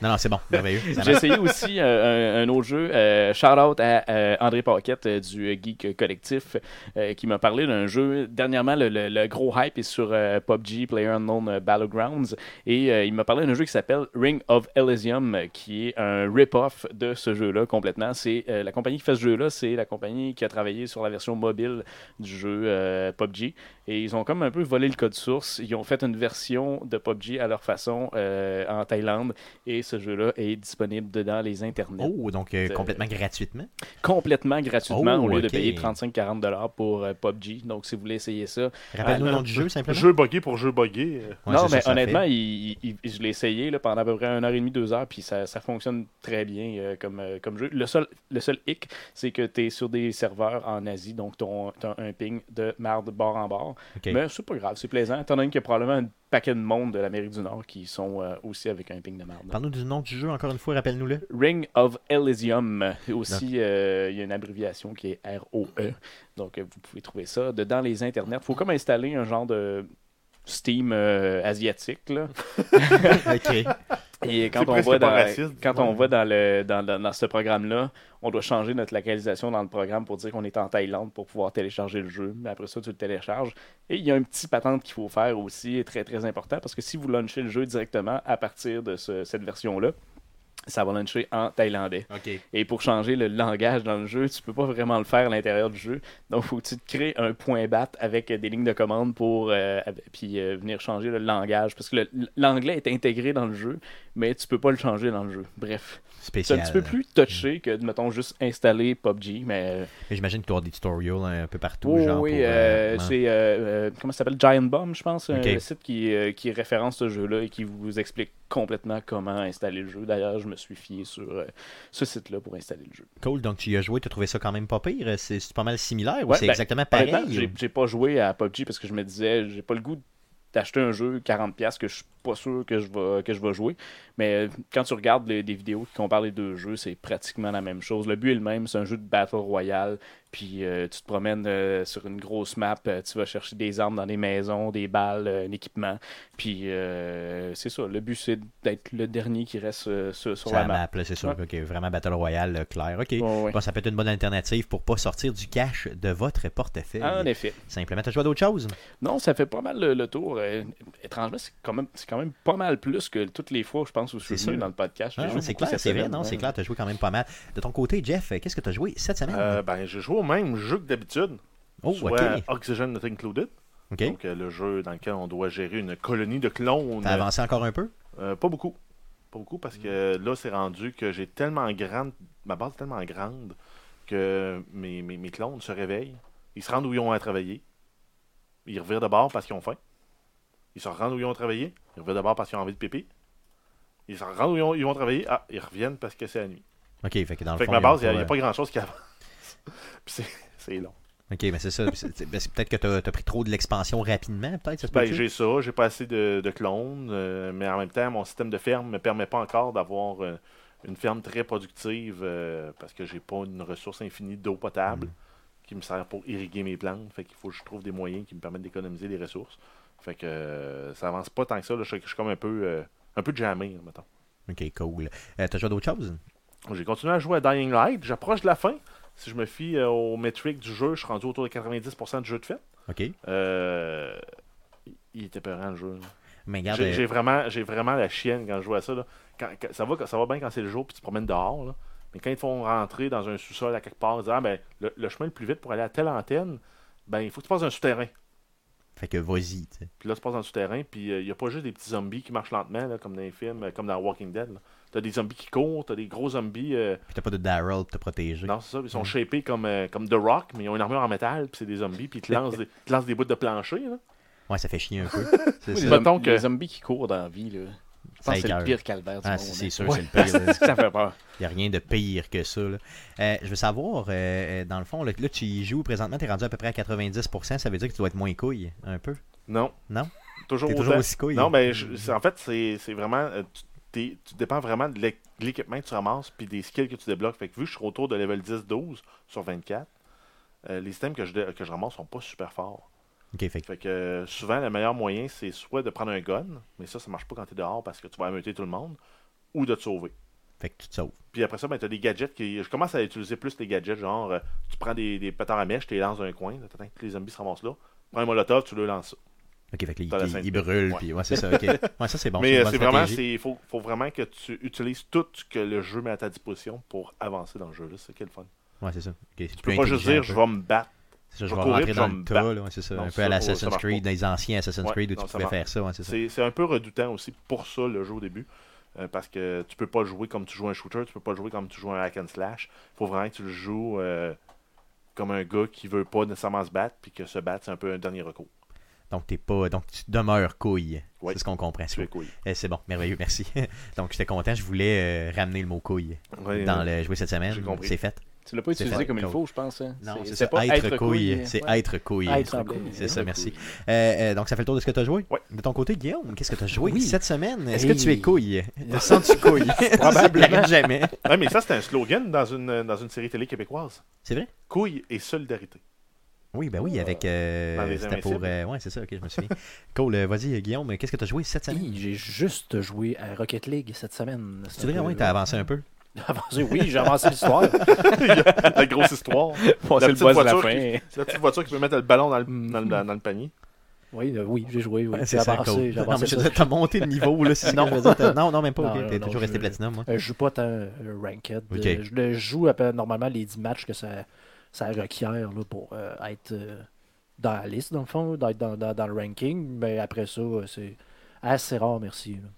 Speaker 1: Non, non, c'est bon. Merveilleux. Ça
Speaker 3: J'ai
Speaker 1: marche.
Speaker 3: essayé aussi euh, un, un autre jeu. euh, shout out à euh, André Paquette euh, du euh, Geek Collectif euh, qui m'a parlé d'un jeu. Dernièrement, le, le- le gros hype est sur euh, PUBG, PlayerUnknown euh, Battlegrounds. Et euh, il m'a parlé d'un jeu qui s'appelle Ring of Elysium euh, qui est un rip-off de ce jeu-là complètement. C'est euh, La compagnie qui fait ce jeu-là, c'est la compagnie qui a travaillé sur la version mobile du jeu euh, PUBG. Et ils ont comme un peu volé le code source. Ils ont fait une version de PUBG à leur façon euh, en Thaïlande. Et ce jeu-là est disponible dedans les internets.
Speaker 1: Oh, donc euh,
Speaker 3: Euh,
Speaker 1: complètement gratuitement.
Speaker 3: Complètement gratuitement
Speaker 1: Oh,
Speaker 3: au lieu
Speaker 1: ok.
Speaker 3: de payer 35-40$ pour euh, PUBG. Donc si vous voulez essayer ça.
Speaker 1: Rappelle-nous
Speaker 4: Ah,
Speaker 1: le nom
Speaker 4: non.
Speaker 1: du jeu, simplement.
Speaker 4: Jeu buggé pour jeu buggé. euh,
Speaker 1: Ouais, c'est
Speaker 3: non,
Speaker 1: ça,
Speaker 3: mais
Speaker 1: ça
Speaker 3: honnêtement,
Speaker 1: fait.
Speaker 3: il- il- il- je l'ai essayé là, pendant à peu près une heure et demie, deux heures, puis ça, ça fonctionne très bien euh, comme, euh, comme jeu. Le seul, le seul hic, c'est que tu es sur des serveurs en Asie, donc tu as un ping de marde bord en bord.
Speaker 1: Ok.
Speaker 3: Mais c'est pas grave, c'est plaisant. Étant donné qu'il y a probablement un paquet de monde de l'Amérique du Nord qui sont euh, aussi avec un ping de marde.
Speaker 1: Parle-nous du nom du jeu, encore une fois, rappelle-nous-le.
Speaker 3: Ring of Elysium. Et Aussi, euh, il y a une abréviation qui est ROE. Donc, euh, vous pouvez trouver ça de- dans les internets. Il faut comme installer un genre de Steam euh, asiatique. là.
Speaker 1: Ok.
Speaker 3: Et quand, on
Speaker 4: presque pas
Speaker 3: va, dans,
Speaker 4: raciste,
Speaker 3: quand
Speaker 4: ouais.
Speaker 3: on va dans, le, dans, dans- dans ce programme-là, on doit changer notre localisation dans le programme pour dire qu'on est en Thaïlande pour pouvoir télécharger le jeu. Mais après ça, tu le télécharges. Et il y a un petit patente qu'il faut faire aussi, très très important, parce que si vous launchez le jeu directement à partir de ce- cette version-là, ça va launcher en thaïlandais.
Speaker 1: Ok.
Speaker 3: Et pour changer le langage dans le jeu, tu peux pas vraiment le faire à l'intérieur du jeu. Donc, faut que tu te crées un point bat avec euh, des lignes de commande pour euh, av- puis euh, venir changer le langage. Parce que le- l'anglais est intégré dans le jeu, mais tu peux pas le changer dans le jeu. Bref, c'est
Speaker 1: Spécial.
Speaker 3: un petit peu plus touché que, mettons, juste installer PUBG. Mais euh,
Speaker 1: Mais J'imagine que tu as des tutorials hein, un peu partout.
Speaker 3: oui,
Speaker 1: genre
Speaker 3: oui,
Speaker 1: pour,
Speaker 3: euh,
Speaker 1: comment-
Speaker 3: c'est euh, euh, comment ça s'appelle Giant Bomb, je pense,
Speaker 1: Ok.
Speaker 3: euh, le site qui euh, qui référence ce jeu-là et qui vous explique complètement comment installer le jeu. D'ailleurs, je me suis fié sur euh, ce site-là pour installer le jeu.
Speaker 1: Cool, donc tu y as joué, tu as trouvé ça quand même pas pire. C'est c'est pas mal similaire ou
Speaker 3: Ouais,
Speaker 1: c'est
Speaker 3: ben,
Speaker 1: exactement pareil?
Speaker 3: Honnêtement, j'ai- j'ai pas joué à PUBG parce que je me disais, j'ai pas le goût d'acheter un jeu 40$ que je suis pas sûr que je vais, que je vais jouer. Mais euh, quand tu regardes les- des vidéos qui comparent les deux jeux, c'est pratiquement la même chose. Le but est le même, c'est un jeu de Battle Royale. Puis euh, tu te promènes euh, sur une grosse map, euh, tu vas chercher des armes dans des maisons, des balles, euh, un équipement. Puis euh, c'est ça, le but c'est d'être le dernier qui reste euh, sur, sur
Speaker 1: Sur
Speaker 3: la
Speaker 1: la
Speaker 3: map.
Speaker 1: map, là, c'est sûr. ok, vraiment Battle Royale, là, clair. Ok.
Speaker 3: Ouais, ouais.
Speaker 1: Bon, ça peut être une bonne alternative pour pas sortir du cash de votre portefeuille.
Speaker 4: Ah,
Speaker 3: En effet.
Speaker 1: Simplement, tu as joué à d'autres choses?
Speaker 3: Non, ça fait pas mal le, le tour. Euh, étrangement, c'est quand, même- c'est quand même pas mal plus que toutes les fois, je pense, où je suis
Speaker 1: C'est
Speaker 3: venu
Speaker 1: sûr.
Speaker 3: dans le podcast. J'ai
Speaker 1: Ah,
Speaker 3: joué
Speaker 1: c'est
Speaker 3: beaucoup
Speaker 1: clair,
Speaker 3: cette
Speaker 1: c'est vrai,
Speaker 3: semaine,
Speaker 1: non?
Speaker 3: ouais.
Speaker 1: C'est clair, tu as joué quand même pas mal. De ton côté, Jeff, qu'est-ce que tu as joué cette semaine?
Speaker 4: Euh, ben, je joue au même jeu que d'habitude.
Speaker 1: Ah. oh, ok.
Speaker 4: soit Oxygen Not Included.
Speaker 1: Ok.
Speaker 4: Donc, euh, le jeu dans lequel on doit gérer une colonie de clones.
Speaker 1: T'as avancé encore un peu?
Speaker 4: Euh, pas beaucoup. Pas beaucoup parce que
Speaker 1: Hmm.
Speaker 4: là, c'est rendu que j'ai tellement grande. Ma base est tellement grande que mes, mes, mes clones se réveillent. Ils se rendent où ils ont à travailler. Ils revirent de bord parce qu'ils ont faim. Ils se rendent où ils ont travaillé. Ils revirent de bord parce qu'ils ont envie de pipi. Ils se rendent où ils, ont, ils vont travailler. Ah, ils reviennent parce que c'est la nuit.
Speaker 1: Ok, fait que dans le
Speaker 4: Fait
Speaker 1: fond.
Speaker 4: que ma
Speaker 1: ils ont
Speaker 4: base, il n'y a,
Speaker 1: euh,
Speaker 4: pas grand chose qui avance. Puis c'est- c'est long.
Speaker 1: Ok, mais c'est ça. c'est- c'est- ben, c'est Peut-être que tu as, pris trop de l'expansion rapidement, peut-être. ça se
Speaker 4: Ben,
Speaker 1: peut-tu?
Speaker 4: j'ai ça, j'ai pas assez de, de clones, euh, mais en même temps, mon système de ferme me permet pas encore d'avoir euh, une ferme très productive euh, parce que j'ai pas une ressource infinie d'eau potable qui me sert pour irriguer mes plantes. Fait qu'il faut que je trouve des moyens qui me permettent d'économiser les ressources. Fait que euh, ça avance pas tant que ça. là. Je, je suis comme un peu, euh, un peu jammé, là, mettons.
Speaker 1: Ok, cool. Euh, T'as joué à d'autres choses?
Speaker 4: J'ai continué à jouer à Dying Light. J'approche de la fin. Si je me fie euh, aux métriques du jeu, je suis rendu autour de 90% du jeu de fait.
Speaker 1: Ok.
Speaker 4: Euh, il- il était peurant le jeu. là.
Speaker 1: Mais regarde.
Speaker 4: J'ai
Speaker 1: euh,
Speaker 4: j'ai vraiment, j'ai vraiment la chienne quand je joue à ça. là. Quand- quand- ça, va, quand- ça va bien quand c'est le jour puis tu te promènes dehors. là. Mais quand ils te font rentrer dans un sous-sol à quelque part, en disant, Ah, ben, le, le chemin le plus vite pour aller à telle antenne, ben, il faut que tu passes dans un souterrain.
Speaker 1: Fait que vas-y. tu sais.
Speaker 4: Puis là, tu passes dans le souterrain, puis euh, il n'y a pas juste des petits zombies qui marchent lentement, là, comme dans les films, euh, comme dans Walking Dead. là. T'as des zombies qui courent, t'as des gros zombies. euh,
Speaker 1: Puis t'as pas de Daryl pour te protéger.
Speaker 4: non, c'est ça,
Speaker 3: Mm.
Speaker 4: ils sont shapés comme, euh, comme The Rock, mais ils ont une armure en métal, puis c'est des zombies, puis ils te lancent des, ils te lancent des bouts de plancher. là.
Speaker 1: Ouais, ça fait chier un peu. C'est
Speaker 3: Les,
Speaker 1: ça.
Speaker 4: Mettons
Speaker 3: zombies-
Speaker 4: que-
Speaker 3: les zombies qui courent dans la vie, là. je pense
Speaker 1: Ça
Speaker 3: que c'est
Speaker 1: écoeure.
Speaker 3: le pire calvaire du
Speaker 1: Ah,
Speaker 3: monde.
Speaker 1: c'est
Speaker 3: hein.
Speaker 1: c'est sûr,
Speaker 3: Ouais.
Speaker 1: c'est le pire. là.
Speaker 3: ça fait peur.
Speaker 1: Il n'y a rien de pire que ça. là. Euh, je veux savoir, euh, euh, dans le fond, là, là, tu y joues présentement, tu es rendu à peu près à 90%, ça veut dire que tu dois être moins couille, un peu.
Speaker 4: Non.
Speaker 1: Non?
Speaker 4: Toujours
Speaker 1: T'es toujours
Speaker 4: autant.
Speaker 1: aussi couille.
Speaker 4: Non, mais je- c'est- en fait, c'est c'est vraiment. euh, tu, t'es- tu dépends vraiment de l'é- de l'équipement que tu ramasses puis des skills que tu débloques. Fait que vu que je suis autour de level 10-12 sur 24, euh, les items que je, dé- que je ramasse sont pas super forts.
Speaker 1: Ok, fait que-
Speaker 4: Fait que euh, souvent, le meilleur moyen, c'est soit de prendre un gun, mais ça, ça marche pas quand t'es dehors parce que tu vas ameuter tout le monde, ou de te sauver.
Speaker 1: fait que tu te sauves.
Speaker 4: Puis après ça, ben, tu des gadgets qui. Je commence à utiliser plus les gadgets, genre, euh, tu prends des, des pétards à mèche, tu les lances dans un coin, t'attends que les zombies se ramassent là, prends un molotov, tu le lances ça.
Speaker 1: Ok, fait que
Speaker 4: T'as la
Speaker 1: il,
Speaker 4: scène.
Speaker 1: il brûle,
Speaker 4: Ouais.
Speaker 1: puis ouais, c'est ça, ok. Ouais, ça c'est bon.
Speaker 4: Mais
Speaker 1: une
Speaker 4: euh,
Speaker 1: bonne
Speaker 4: c'est vraiment,
Speaker 1: stratégie.
Speaker 4: il faut, faut vraiment que tu utilises tout ce que le jeu met à ta disposition pour avancer dans le jeu. là. C'est quel fun.
Speaker 1: Ouais, c'est ça. Ok, c'est
Speaker 4: Tu peux pas juste dire je vais me battre.
Speaker 1: C'est ça, je
Speaker 4: je
Speaker 1: vais
Speaker 4: vais courir,
Speaker 1: rentrer
Speaker 4: puis
Speaker 1: dans
Speaker 4: je vais
Speaker 1: le
Speaker 4: me
Speaker 1: tas,
Speaker 4: battre.
Speaker 1: là, ouais, c'est ça.
Speaker 4: Non,
Speaker 1: un peu
Speaker 4: ça,
Speaker 1: à
Speaker 4: oh, ça
Speaker 1: l'Assassin's
Speaker 4: marche
Speaker 1: Creed, dans les anciens Assassin's
Speaker 4: Ouais,
Speaker 1: Creed où
Speaker 4: non,
Speaker 1: tu
Speaker 4: ça
Speaker 1: pouvais
Speaker 4: marche
Speaker 1: faire ça, ouais, c'est ça.
Speaker 4: C'est c'est un peu redoutant aussi pour ça le jeu au début. euh, parce que tu peux pas jouer comme tu joues un shooter, tu peux pas jouer comme tu joues un hack and slash. Faut vraiment que tu le joues euh, comme un gars qui veut pas nécessairement se battre, puis que se battre, c'est un peu un dernier recours.
Speaker 1: Donc, t'es pas... Donc tu demeures couille.
Speaker 4: Ouais.
Speaker 1: C'est ce qu'on comprend.
Speaker 4: Tu es
Speaker 1: c'est-
Speaker 4: couille.
Speaker 1: Eh, C'est bon, merveilleux, merci. Donc j'étais content, je voulais euh, ramener le mot couille
Speaker 4: Ouais, euh,
Speaker 1: dans le jouer cette semaine.
Speaker 4: j'ai compris.
Speaker 1: C'est fait.
Speaker 3: Tu l'as pas
Speaker 1: C'est
Speaker 3: utilisé
Speaker 1: fait.
Speaker 3: comme il
Speaker 1: Cool.
Speaker 3: faut, je pense. hein.
Speaker 1: Non, c'est
Speaker 3: c'est
Speaker 1: ça.
Speaker 3: pas
Speaker 1: être, couille.
Speaker 3: hein.
Speaker 1: C'est
Speaker 3: Ouais.
Speaker 1: être couille.
Speaker 2: Être couille.
Speaker 1: C'est ça,
Speaker 3: Être
Speaker 1: merci.
Speaker 3: couille.
Speaker 1: Euh, euh, donc, ça fait le tour de ce que tu as joué.
Speaker 4: Ouais.
Speaker 1: De ton côté, Guillaume, qu'est-ce que tu as joué
Speaker 2: Oui.
Speaker 1: cette semaine Est-ce
Speaker 2: Hey.
Speaker 1: que tu es couille Te sens-tu couille Probablement. jamais.
Speaker 4: Ouais, mais ça, c'est un slogan dans une, dans une série télé québécoise.
Speaker 1: C'est vrai
Speaker 4: Couille et solidarité.
Speaker 1: Oui, ben oui, avec. euh,
Speaker 4: Dans les
Speaker 1: C'était pour.
Speaker 4: Invincibles.
Speaker 1: euh, ouais, c'est ça, ok, je me souviens. cool. euh, Vas-y, Guillaume, qu'est-ce que tu as joué cette semaine
Speaker 2: Hi, J'ai juste joué à Rocket League cette semaine.
Speaker 1: Tu dirais, ouais,
Speaker 2: euh,
Speaker 1: t'as avancé un peu.
Speaker 2: avancé. Oui, j'ai avancé l'histoire.
Speaker 4: la grosse histoire.
Speaker 3: Passer
Speaker 4: La
Speaker 3: le
Speaker 4: petite
Speaker 3: boss à la
Speaker 4: voiture
Speaker 3: fin.
Speaker 4: qui- C'est la petite voiture qui peut mettre le ballon dans le,
Speaker 2: Mm.
Speaker 4: dans le, dans le panier.
Speaker 2: Oui, euh, oui, j'ai joué. Oui.
Speaker 1: Ouais,
Speaker 2: j'ai
Speaker 1: c'est ça,
Speaker 2: avancé.
Speaker 1: cool.
Speaker 2: J'ai
Speaker 1: Non, mais
Speaker 2: avancé
Speaker 1: je
Speaker 2: ça.
Speaker 1: veux dire, t'as monté de niveau, là, c'est non. je veux dire. T'as- Non, non, même pas.
Speaker 2: Non,
Speaker 1: ok,
Speaker 2: non,
Speaker 1: T'es
Speaker 2: non,
Speaker 1: toujours resté
Speaker 2: je-
Speaker 1: platinum, moi.
Speaker 2: Euh, je joue pas tant euh, Ranked.
Speaker 1: Ok.
Speaker 2: Euh, je le joue à peu- normalement les 10 matchs que ça, ça requiert là, pour euh, être euh, dans la liste, dans le fond, d'être dans, dans- dans le ranking. Mais après ça, euh, c'est assez rare, merci. là.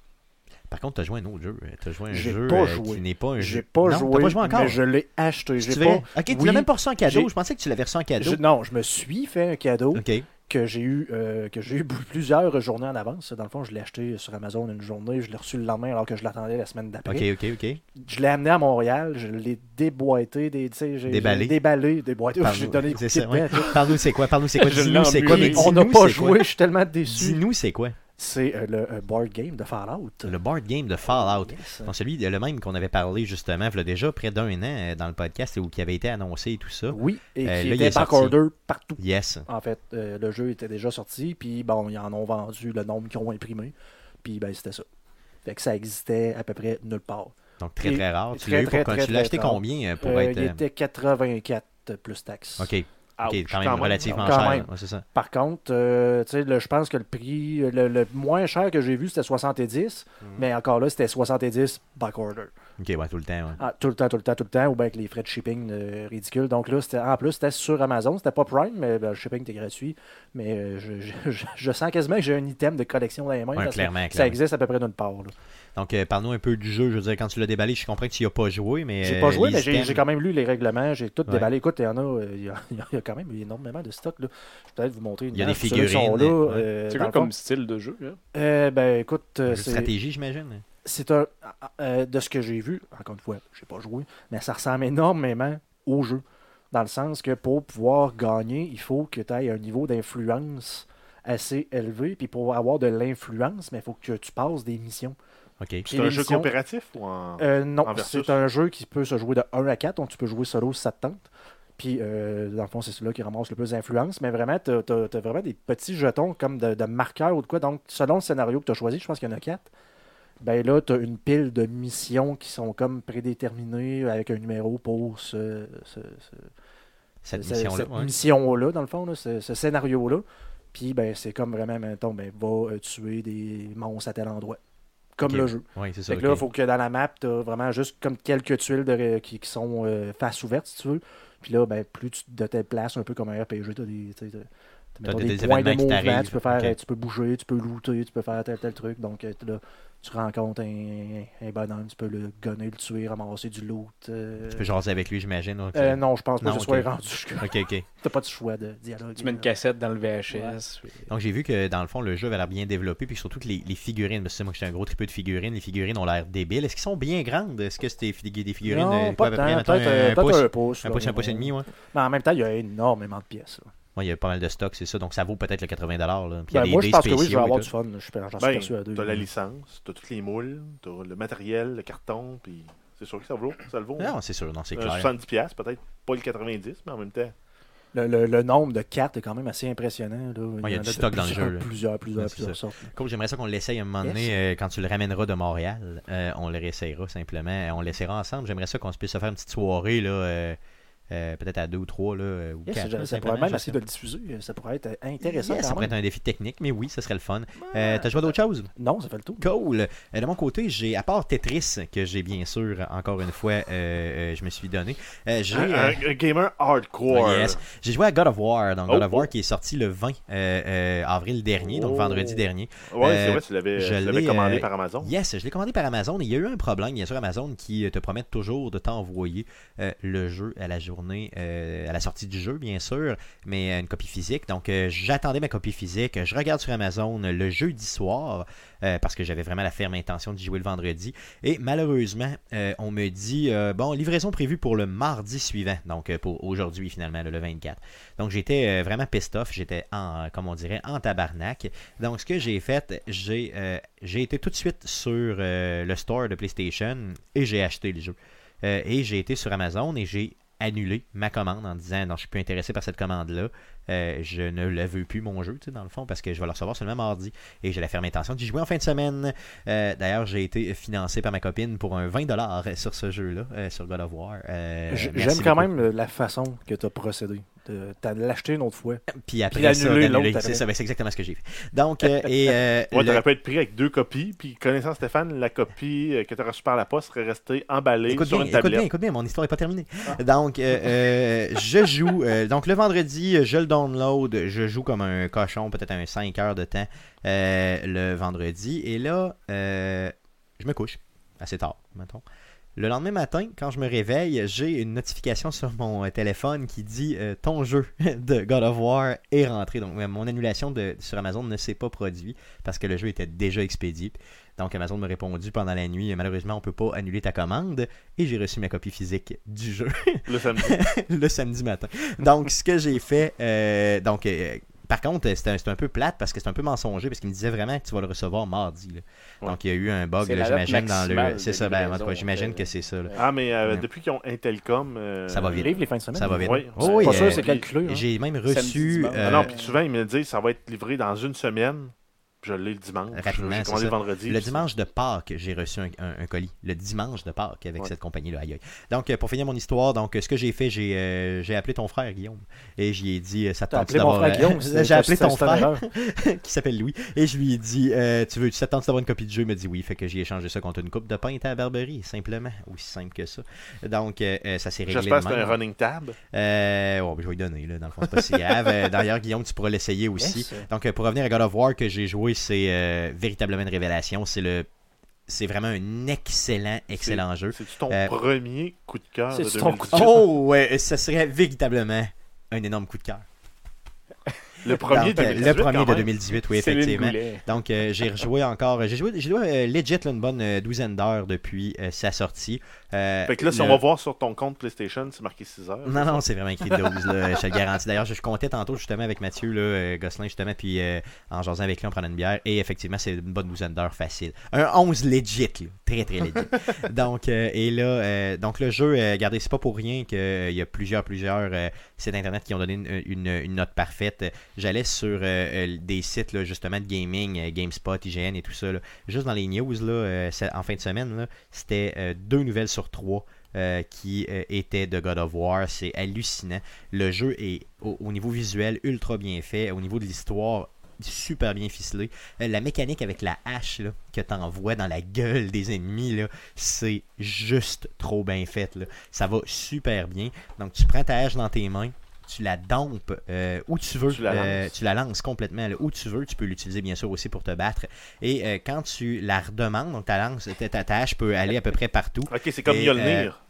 Speaker 1: Par contre, t'as joué un autre jeu. T'as joué un
Speaker 2: J'ai
Speaker 1: jeu
Speaker 2: pas
Speaker 1: euh,
Speaker 2: joué.
Speaker 1: qui n'est pas un jeu.
Speaker 2: J'ai pas
Speaker 1: non,
Speaker 2: joué,
Speaker 1: T'as pas joué encore.
Speaker 2: mais je l'ai acheté.
Speaker 1: C'est
Speaker 2: J'ai
Speaker 1: vrai?
Speaker 2: pas,
Speaker 1: Ok, tu
Speaker 2: Oui,
Speaker 1: l'as même pas reçu en cadeau.
Speaker 2: j'ai-
Speaker 1: Je pensais que tu l'avais reçu en cadeau.
Speaker 2: je- non, je me suis fait un cadeau
Speaker 1: Ok.
Speaker 2: que j'ai eu euh, que j'ai eu plusieurs journées en avance. Dans le fond, je l'ai acheté sur Amazon une journée, je l'ai reçu le lendemain alors que je l'attendais la semaine d'après.
Speaker 1: Ok, ok, ok.
Speaker 2: Je l'ai amené à Montréal, je l'ai déboîté, des, tu sais, j'ai- j'ai
Speaker 1: Déballé.
Speaker 2: déballé, déboîté,
Speaker 1: Parle-nous-
Speaker 2: j'ai donné des
Speaker 1: c'est
Speaker 2: coups de
Speaker 1: ça,
Speaker 2: pied
Speaker 1: ouais.
Speaker 2: dedans, tout.
Speaker 1: Parle-nous c'est quoi, parle-nous c'est quoi,
Speaker 3: Je
Speaker 1: dis-nous
Speaker 3: l'ai
Speaker 1: c'est quoi,
Speaker 3: ennuyé.
Speaker 1: mais
Speaker 3: Et
Speaker 2: On n'a
Speaker 1: dis-nous
Speaker 2: pas
Speaker 1: c'est quoi.
Speaker 2: joué, je suis tellement déçu.
Speaker 1: Dis-nous c'est quoi.
Speaker 2: C'est euh, le euh, board game de Fallout.
Speaker 1: Le board game de Fallout.
Speaker 2: Yes.
Speaker 1: Donc celui, le même qu'on avait parlé justement, il y a déjà près d'un an euh, dans le podcast ou qui avait été annoncé et tout ça.
Speaker 2: Oui, et
Speaker 1: Euh,
Speaker 2: qui
Speaker 1: là, il est
Speaker 2: était back
Speaker 1: sorti.
Speaker 2: order partout.
Speaker 1: Yes.
Speaker 2: En fait, euh, le jeu était déjà sorti, puis bon, ils en ont vendu le nombre qu'ils ont imprimé, puis ben c'était ça. Fait que ça existait à peu près nulle part.
Speaker 1: Donc très
Speaker 2: Et-
Speaker 1: très rare. Tu
Speaker 2: très,
Speaker 1: l'as eu
Speaker 2: très,
Speaker 1: pour quand
Speaker 2: très,
Speaker 1: tu l'as
Speaker 2: très
Speaker 1: acheté
Speaker 2: rare.
Speaker 1: combien euh, pour
Speaker 2: Euh,
Speaker 1: être.
Speaker 2: Il
Speaker 1: euh,
Speaker 2: était 84 plus taxes.
Speaker 1: Ok. Ok,
Speaker 4: Ouch,
Speaker 1: quand même relativement
Speaker 2: Quand
Speaker 1: cher.
Speaker 2: même.
Speaker 1: ouais, c'est ça.
Speaker 2: Par contre, euh, tu sais, le- je pense que le prix euh, le, le moins cher que j'ai vu, c'était 70,
Speaker 1: Hmm.
Speaker 2: mais encore là, c'était 70 backorder.
Speaker 1: Ok, ouais, tout le temps. ouais.
Speaker 2: Ah, tout le temps, tout le temps, tout le temps, ou bien avec les frais de shipping euh, ridicules. Donc là, c'était en plus, c'était sur Amazon, c'était pas Prime, mais ben, le shipping était gratuit. Mais euh, je, je- je- je sens quasiment que j'ai un item de collection dans les mains.
Speaker 1: Ouais,
Speaker 2: parce que
Speaker 1: clairement,
Speaker 2: Ça
Speaker 1: clairement.
Speaker 2: existe à peu près d'une part. là.
Speaker 1: Donc euh, parle-nous un peu du jeu. Je veux dire, quand tu l'as déballé, je comprends que tu n'y as pas joué, mais.
Speaker 2: J'ai
Speaker 1: euh,
Speaker 2: pas joué,
Speaker 1: les
Speaker 2: mais j'ai
Speaker 1: items-
Speaker 2: j'ai quand même lu les règlements, j'ai tout
Speaker 1: Ouais.
Speaker 2: déballé. Écoute, il y en a, euh, il y, a- il y a- il y a quand même énormément de stocks. Là. Je peux peut-être vous montrer une
Speaker 1: Il y a des
Speaker 2: image pour ceux qui sont
Speaker 1: figurines,
Speaker 2: là,
Speaker 1: ouais.
Speaker 2: euh,
Speaker 3: C'est
Speaker 2: dans
Speaker 3: quoi
Speaker 2: le fond.
Speaker 3: comme style de jeu? hein?
Speaker 2: Euh, ben écoute, euh,
Speaker 1: Jeu de
Speaker 2: c'est
Speaker 1: stratégie, j'imagine.
Speaker 2: c'est un. euh, de ce que j'ai vu, encore une fois, j'ai pas joué, mais ça ressemble énormément au jeu. Dans le sens que pour pouvoir gagner, il faut que tu aies un niveau d'influence assez élevé. Puis pour avoir de l'influence, mais il faut que tu passes des missions.
Speaker 1: Ok.
Speaker 2: Puis
Speaker 4: C'est un
Speaker 2: les
Speaker 4: jeu
Speaker 2: missions-
Speaker 4: coopératif ou en.
Speaker 2: euh, non,
Speaker 4: En versus.
Speaker 2: c'est un jeu qui peut se jouer de 1 à 4, donc tu peux jouer solo si ça te tente. Puis, euh, dans le fond, c'est celui-là qui ramasse le plus d'influence. Mais vraiment, tu as, vraiment des petits jetons comme de, de marqueurs ou de quoi. Donc, selon le scénario que tu as choisi, je pense qu'il y en a 4. Ben là, tu as une pile de missions qui sont comme prédéterminées avec un numéro pour ce- ce- ce,
Speaker 1: Cette
Speaker 2: ce-
Speaker 1: mission-là. ouais.
Speaker 2: mission-là, dans le fond, là, ce, ce scénario-là. Puis ben, c'est comme vraiment, mettons, ben, va euh, tuer des monstres à tel endroit. Comme
Speaker 1: Ok.
Speaker 2: le jeu.
Speaker 1: Ouais, c'est ça.
Speaker 2: Fait que là, il
Speaker 1: ok.
Speaker 2: faut que dans la map, tu as vraiment juste comme quelques tuiles de, ré- qui, qui sont euh, face ouverte, si tu veux. Puis là, ben, plus tu de tes places, un peu comme un RPG, tu as des, tu sais, t'as- t'as, mettons,
Speaker 1: des
Speaker 2: des,
Speaker 1: événements
Speaker 2: points de
Speaker 1: qui
Speaker 2: mouvement,
Speaker 1: t'arrivent.
Speaker 2: tu peux, faire,
Speaker 1: Ok.
Speaker 2: euh, tu peux bouger, tu peux looter, tu peux faire tel, tel truc. Donc euh, là, tu rencontres un, un bonhomme, tu peux le gunner, le tuer, ramasser du loot. euh,
Speaker 1: Tu peux jaser avec lui, j'imagine. ok.
Speaker 2: euh, non, je pense pas
Speaker 1: Non,
Speaker 2: que ce soit
Speaker 1: ok.
Speaker 2: rendu jusque
Speaker 1: Ok, ok.
Speaker 2: T'as pas de choix de dialogue. Euh,
Speaker 3: Tu mets une cassette dans le VHS. puis-
Speaker 1: Donc j'ai vu que dans le fond le jeu avait l'air bien développé, puis surtout que les, les figurines, parce que moi j'étais un gros tripeux de figurines, les figurines ont l'air débiles. Est-ce qu'ils sont bien grandes Est-ce que c'était fi- des figurines
Speaker 2: Non,
Speaker 1: euh,
Speaker 2: pas
Speaker 1: à peu
Speaker 2: tant,
Speaker 1: près, mettons,
Speaker 2: peut-être, euh,
Speaker 1: un,
Speaker 2: peut-être
Speaker 1: pouce,
Speaker 2: un pouce,
Speaker 1: un
Speaker 2: là,
Speaker 1: pouce, un pouce et
Speaker 2: ouais.
Speaker 1: demi, ouais.
Speaker 2: Mais en même temps, il y a énormément de pièces. là.
Speaker 1: Ouais, il y a pas mal de stock, c'est ça. Donc ça vaut peut-être le 80 là. Puis il y a
Speaker 2: Ben,
Speaker 1: des
Speaker 2: moi, je
Speaker 1: dés
Speaker 2: pense que oui, je
Speaker 1: spéciaux
Speaker 2: vais
Speaker 1: et
Speaker 2: avoir
Speaker 1: tout.
Speaker 2: du fun. là. Je suis- J'en suis
Speaker 4: Ben,
Speaker 2: persuadé.
Speaker 4: t'as la licence, t'as toutes les moules, t'as le matériel, le carton, puis c'est sûr que ça vaut. Ça le vaut. hein.
Speaker 1: Non, c'est sûr, non, Ah, c'est
Speaker 4: Euh,
Speaker 1: clair.
Speaker 4: 70$, piastres, peut-être pas le 90$, mais en même temps.
Speaker 2: le, le- le nombre de cartes est quand même assez impressionnant. Là.
Speaker 1: il y a
Speaker 2: en
Speaker 1: du
Speaker 2: de
Speaker 1: stock dans le
Speaker 2: plusieurs-
Speaker 1: jeu, là.
Speaker 2: Plusieurs, plusieurs,
Speaker 1: Ouais, c'est
Speaker 2: plusieurs sortes.
Speaker 1: Cool, j'aimerais ça qu'on l'essaye un moment donné euh, quand tu le ramèneras de Montréal. Euh, on le réessayera simplement. Euh, On l'essayera ensemble. J'aimerais ça qu'on se puisse se faire une petite soirée là. euh, euh, peut-être à deux ou trois là, euh, ou
Speaker 2: Yes,
Speaker 1: quatre.
Speaker 2: je-
Speaker 1: là,
Speaker 2: ça
Speaker 1: simplement,
Speaker 2: pourrait même
Speaker 1: je sais
Speaker 2: essayer de le diffuser. Ça pourrait être intéressant.
Speaker 1: Yes, ça
Speaker 2: quand
Speaker 1: pourrait
Speaker 2: même.
Speaker 1: être un défi technique, mais oui, ça serait le fun. Euh, T'as joué à d'autres choses?
Speaker 2: Non, ça fait le tour.
Speaker 1: Cool. Euh, de mon côté, j'ai, à part Tetris, que j'ai bien sûr, encore une fois, euh, euh, je me suis donné, euh, j'ai,
Speaker 4: Un,
Speaker 1: euh, oh, Ah,
Speaker 4: un- un gamer hardcore.
Speaker 1: yes, j'ai joué à God of War. Donc, God
Speaker 4: Oh,
Speaker 1: of War qui est sorti le 20 euh, euh, avril dernier, donc
Speaker 4: Oh.
Speaker 1: vendredi dernier.
Speaker 4: Ouais,
Speaker 1: Euh,
Speaker 4: c'est vrai, tu l'avais
Speaker 1: je
Speaker 4: tu l'avais
Speaker 1: l'ai,
Speaker 4: commandé
Speaker 1: euh,
Speaker 4: par Amazon.
Speaker 1: Yes, je l'ai commandé par Amazon et il y a eu un problème, bien sûr, Amazon qui te promet toujours de t'envoyer euh, le jeu à la journée journée euh, à la sortie du jeu, bien sûr, mais euh, une copie physique. Donc, euh, j'attendais ma copie physique. Je regarde sur Amazon le jeudi soir euh, parce que j'avais vraiment la ferme intention d'y jouer le vendredi. Et malheureusement, euh, on me dit euh, bon, livraison prévue pour le mardi suivant, donc euh, pour aujourd'hui finalement, le- le 24. Donc j'étais euh, vraiment pissed-off, j'étais en, euh, comme on dirait, en tabarnak. Donc ce que j'ai fait, j'ai euh, j'ai été tout de suite sur euh, le store de PlayStation et j'ai acheté le jeu. Euh, et j'ai été sur Amazon et j'ai annulé ma commande en disant non, je suis plus intéressé par cette commande-là. Euh, je ne le veux plus mon jeu, tu sais, dans le fond, parce que je vais le recevoir seulement mardi. Et j'ai la ferme intention d'y jouer en fin de semaine. Euh, D'ailleurs, j'ai été financé par ma copine pour un 20$ sur ce jeu-là, euh, sur God of War. Euh,
Speaker 2: J-
Speaker 1: merci
Speaker 2: J'aime quand
Speaker 1: beaucoup.
Speaker 2: même euh, la façon que tu as procédé. De- T'as l'acheté une autre fois.
Speaker 1: Puis après
Speaker 2: Puis
Speaker 1: ça,
Speaker 2: d'annuler
Speaker 1: d'annuler.
Speaker 2: l'autre
Speaker 1: C'est ça,
Speaker 2: après.
Speaker 1: ben, c'est exactement ce que j'ai fait. Donc, euh, et. euh,
Speaker 4: Ouais,
Speaker 1: le-
Speaker 4: t'aurais pu être pris avec deux copies, puis connaissant Stéphane, la copie euh, que t'aurais reçue par la poste serait restée emballée
Speaker 1: Écoute
Speaker 4: sur
Speaker 1: bien,
Speaker 4: une
Speaker 1: écoute bien,
Speaker 4: tablette. Ah.
Speaker 1: écoute bien, mon histoire n'est pas terminée. Donc, euh, euh, je joue. euh, donc, le vendredi, euh, je le download. Je joue comme un cochon, peut-être un 5 heures de temps euh, le vendredi. Et là, euh, je me couche assez tard, mettons. Le lendemain matin, quand je me réveille, j'ai une notification sur mon euh, téléphone qui dit euh, ton jeu de God of War est rentré. Donc, euh, mon annulation de, sur Amazon ne s'est pas produite parce que le jeu était déjà expédié. Donc, Amazon m'a répondu pendant la nuit malheureusement, on ne peut pas annuler ta commande. Et j'ai reçu ma copie physique du jeu
Speaker 4: Le samedi.
Speaker 1: le samedi matin. Donc, ce que j'ai fait, euh, donc, euh, par contre, euh, c'était un, c'était un peu plate parce que c'est un peu mensonger parce qu'il me disait vraiment que tu vas le recevoir mardi. là.
Speaker 4: Ouais.
Speaker 1: Donc, il y a eu un bug,
Speaker 3: C'est
Speaker 1: là,
Speaker 3: la date
Speaker 1: j'imagine, dans
Speaker 3: maximale
Speaker 1: le. C'est
Speaker 3: de
Speaker 1: ça, ben, en tout
Speaker 3: livraison,
Speaker 1: cas, j'imagine
Speaker 3: euh,
Speaker 1: que c'est ça. là.
Speaker 4: Ah, mais euh,
Speaker 1: Ouais.
Speaker 4: depuis qu'ils ont Intelcom. euh,
Speaker 1: Ça va
Speaker 2: Ils
Speaker 1: vite.
Speaker 2: livrent les fins de semaine.
Speaker 1: Ça va vite.
Speaker 4: Oui,
Speaker 1: Oh,
Speaker 4: c'est
Speaker 1: oui,
Speaker 2: Pas sûr,
Speaker 1: euh,
Speaker 2: c'est calculé. hein.
Speaker 1: J'ai même
Speaker 3: Samedi,
Speaker 1: reçu.
Speaker 3: dimanche.
Speaker 1: euh,
Speaker 4: Ah non, puis souvent, ils me disent ça va être livré dans une semaine. Je l'ai le dimanche.
Speaker 1: Rapidement,
Speaker 4: J'ai
Speaker 1: c'est
Speaker 4: commandé
Speaker 1: ça.
Speaker 4: le vendredi.
Speaker 1: Le
Speaker 4: puis-
Speaker 1: dimanche de Pâques, j'ai reçu un, un- un colis. Le dimanche de Pâques avec
Speaker 4: Ouais.
Speaker 1: cette compagnie-là. Aïe, aïe. Donc, euh, pour finir mon histoire, donc euh, ce que j'ai fait, j'ai euh, j'ai appelé ton frère Guillaume. Et j'y ai dit, euh, ça te
Speaker 2: T'as
Speaker 1: tente
Speaker 2: appelé mon frère Guillaume. c'est-
Speaker 1: J'ai appelé
Speaker 2: c'est-
Speaker 1: ton
Speaker 2: c'est une
Speaker 1: frère.
Speaker 2: erreur.
Speaker 1: qui s'appelle Louis. Et je lui ai dit euh, Tu veux, tu t'attends d'avoir une copie de jeu Il m'a dit oui. Fait que j'ai échangé ça contre une coupe de pain à la barberie, simplement. Aussi simple que ça. Donc, euh, euh, ça s'est réglé.
Speaker 4: J'espère
Speaker 1: de
Speaker 4: que c'est un
Speaker 1: même.
Speaker 4: running tab.
Speaker 1: Euh, ouais, ben, je vais lui donner, là, dans le fond, c'est pas si grave. Euh, D'ailleurs, Guillaume, tu pourras l'essayer aussi.
Speaker 2: Yes.
Speaker 1: Donc, euh, pour revenir à God of War que j'ai joué, c'est euh, véritablement une révélation. C'est le. C'est vraiment un excellent, excellent jeu.
Speaker 4: C'est ton
Speaker 1: Euh,
Speaker 4: premier coup de cœur.
Speaker 2: c'est-tu
Speaker 4: de
Speaker 2: ton coup de
Speaker 4: 2018?
Speaker 1: Oh, ouais, ça serait véritablement un énorme coup de cœur.
Speaker 4: Le premier
Speaker 1: Donc,
Speaker 4: de
Speaker 1: euh,
Speaker 4: 2018.
Speaker 1: le premier
Speaker 4: quand
Speaker 1: de
Speaker 4: même.
Speaker 1: 2018, oui,
Speaker 3: Céline
Speaker 1: effectivement.
Speaker 3: Goulet.
Speaker 1: Donc, euh, j'ai rejoué encore. J'ai joué, j'ai joué euh, legit là, une bonne euh, douzaine d'heures depuis euh, sa sortie. Euh,
Speaker 4: Fait que là, si
Speaker 1: le-
Speaker 4: on va voir sur ton compte PlayStation, Hein, c'est marqué 6 heures.
Speaker 1: Non, non, c'est vraiment écrit 12, là, je te le garantis. D'ailleurs, je, je comptais tantôt justement avec Mathieu là, euh, Gosselin, justement, puis euh, en jasant avec lui, on prenait une bière. Et effectivement, c'est une bonne douzaine d'heures facile. Un 11 legit, là. très très legit. donc, euh, et là, euh, donc le jeu, euh, regardez, c'est pas pour rien qu'il y a plusieurs, plusieurs euh, sites internet qui ont donné une, une- une note parfaite. J'allais sur euh, euh, des sites là, justement de gaming, euh, GameSpot, IGN et tout ça. là. Juste dans les news, là, euh, c'est- en fin de semaine, là, c'était euh, deux nouvelles sur trois euh, qui euh, étaient de God of War. C'est hallucinant. Le jeu est au, au niveau visuel ultra bien fait, au niveau de l'histoire super bien ficelé. Euh, la mécanique avec la hache là, que t'envoies dans la gueule des ennemis, là, c'est juste trop bien fait. là. Ça va super bien. Donc tu prends ta hache dans tes mains. Tu la dompes euh, où tu veux,
Speaker 4: Tu la lances.
Speaker 1: tu la lances complètement là, où tu veux. Tu peux l'utiliser bien sûr aussi pour te battre. Et euh, quand tu la redemandes, donc ta lance, ta, ta ta hache peut aller à peu près partout.
Speaker 4: Ok, c'est comme
Speaker 1: Et, euh,
Speaker 4: Yolnir.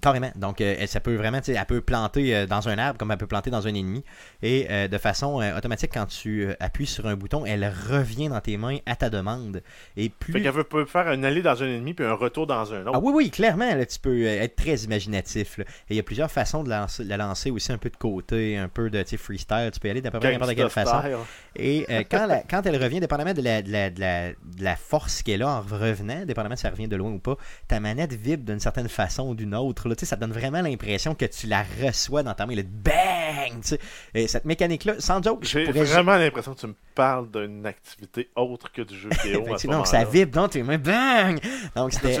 Speaker 1: Carrément. Donc, euh, elle- ça peut vraiment, tu sais, elle peut planter euh, dans un arbre comme elle peut planter dans un ennemi. Et euh, de façon euh, automatique, quand tu euh, appuies sur un bouton, elle revient dans tes mains à ta demande. Et
Speaker 4: Fait
Speaker 1: plus.
Speaker 4: qu'elle veut peut faire un aller dans un ennemi puis un retour dans un autre.
Speaker 1: Ah oui, oui, clairement, là, tu peux euh, être très imaginatif. là. Et il y a plusieurs façons de la lancer, de la lancer aussi, un peu de côté, un peu de tu sais, freestyle. Tu peux y aller d'à peu près n'importe quelle
Speaker 4: Gangsta
Speaker 1: façon.
Speaker 4: style.
Speaker 1: Et euh, quand, la- quand elle revient, dépendamment de la, de la- de la- de la force qu'elle a en revenant, dépendamment si elle revient de loin ou pas, ta manette vibre d'une certaine façon ou d'une autre. là. Tu sais, ça te donne vraiment l'impression que tu la reçois dans ta main. Le bang! tu sais. Et cette mécanique-là, sans joke, je
Speaker 4: J'ai
Speaker 1: pourrais
Speaker 4: vraiment l'impression que tu me parles d'une activité autre que du jeu vidéo. à ce
Speaker 1: Effectivement, donc ça
Speaker 4: moment-là.
Speaker 1: vibre dans tes mains, bang! Donc c'était.
Speaker 4: Tu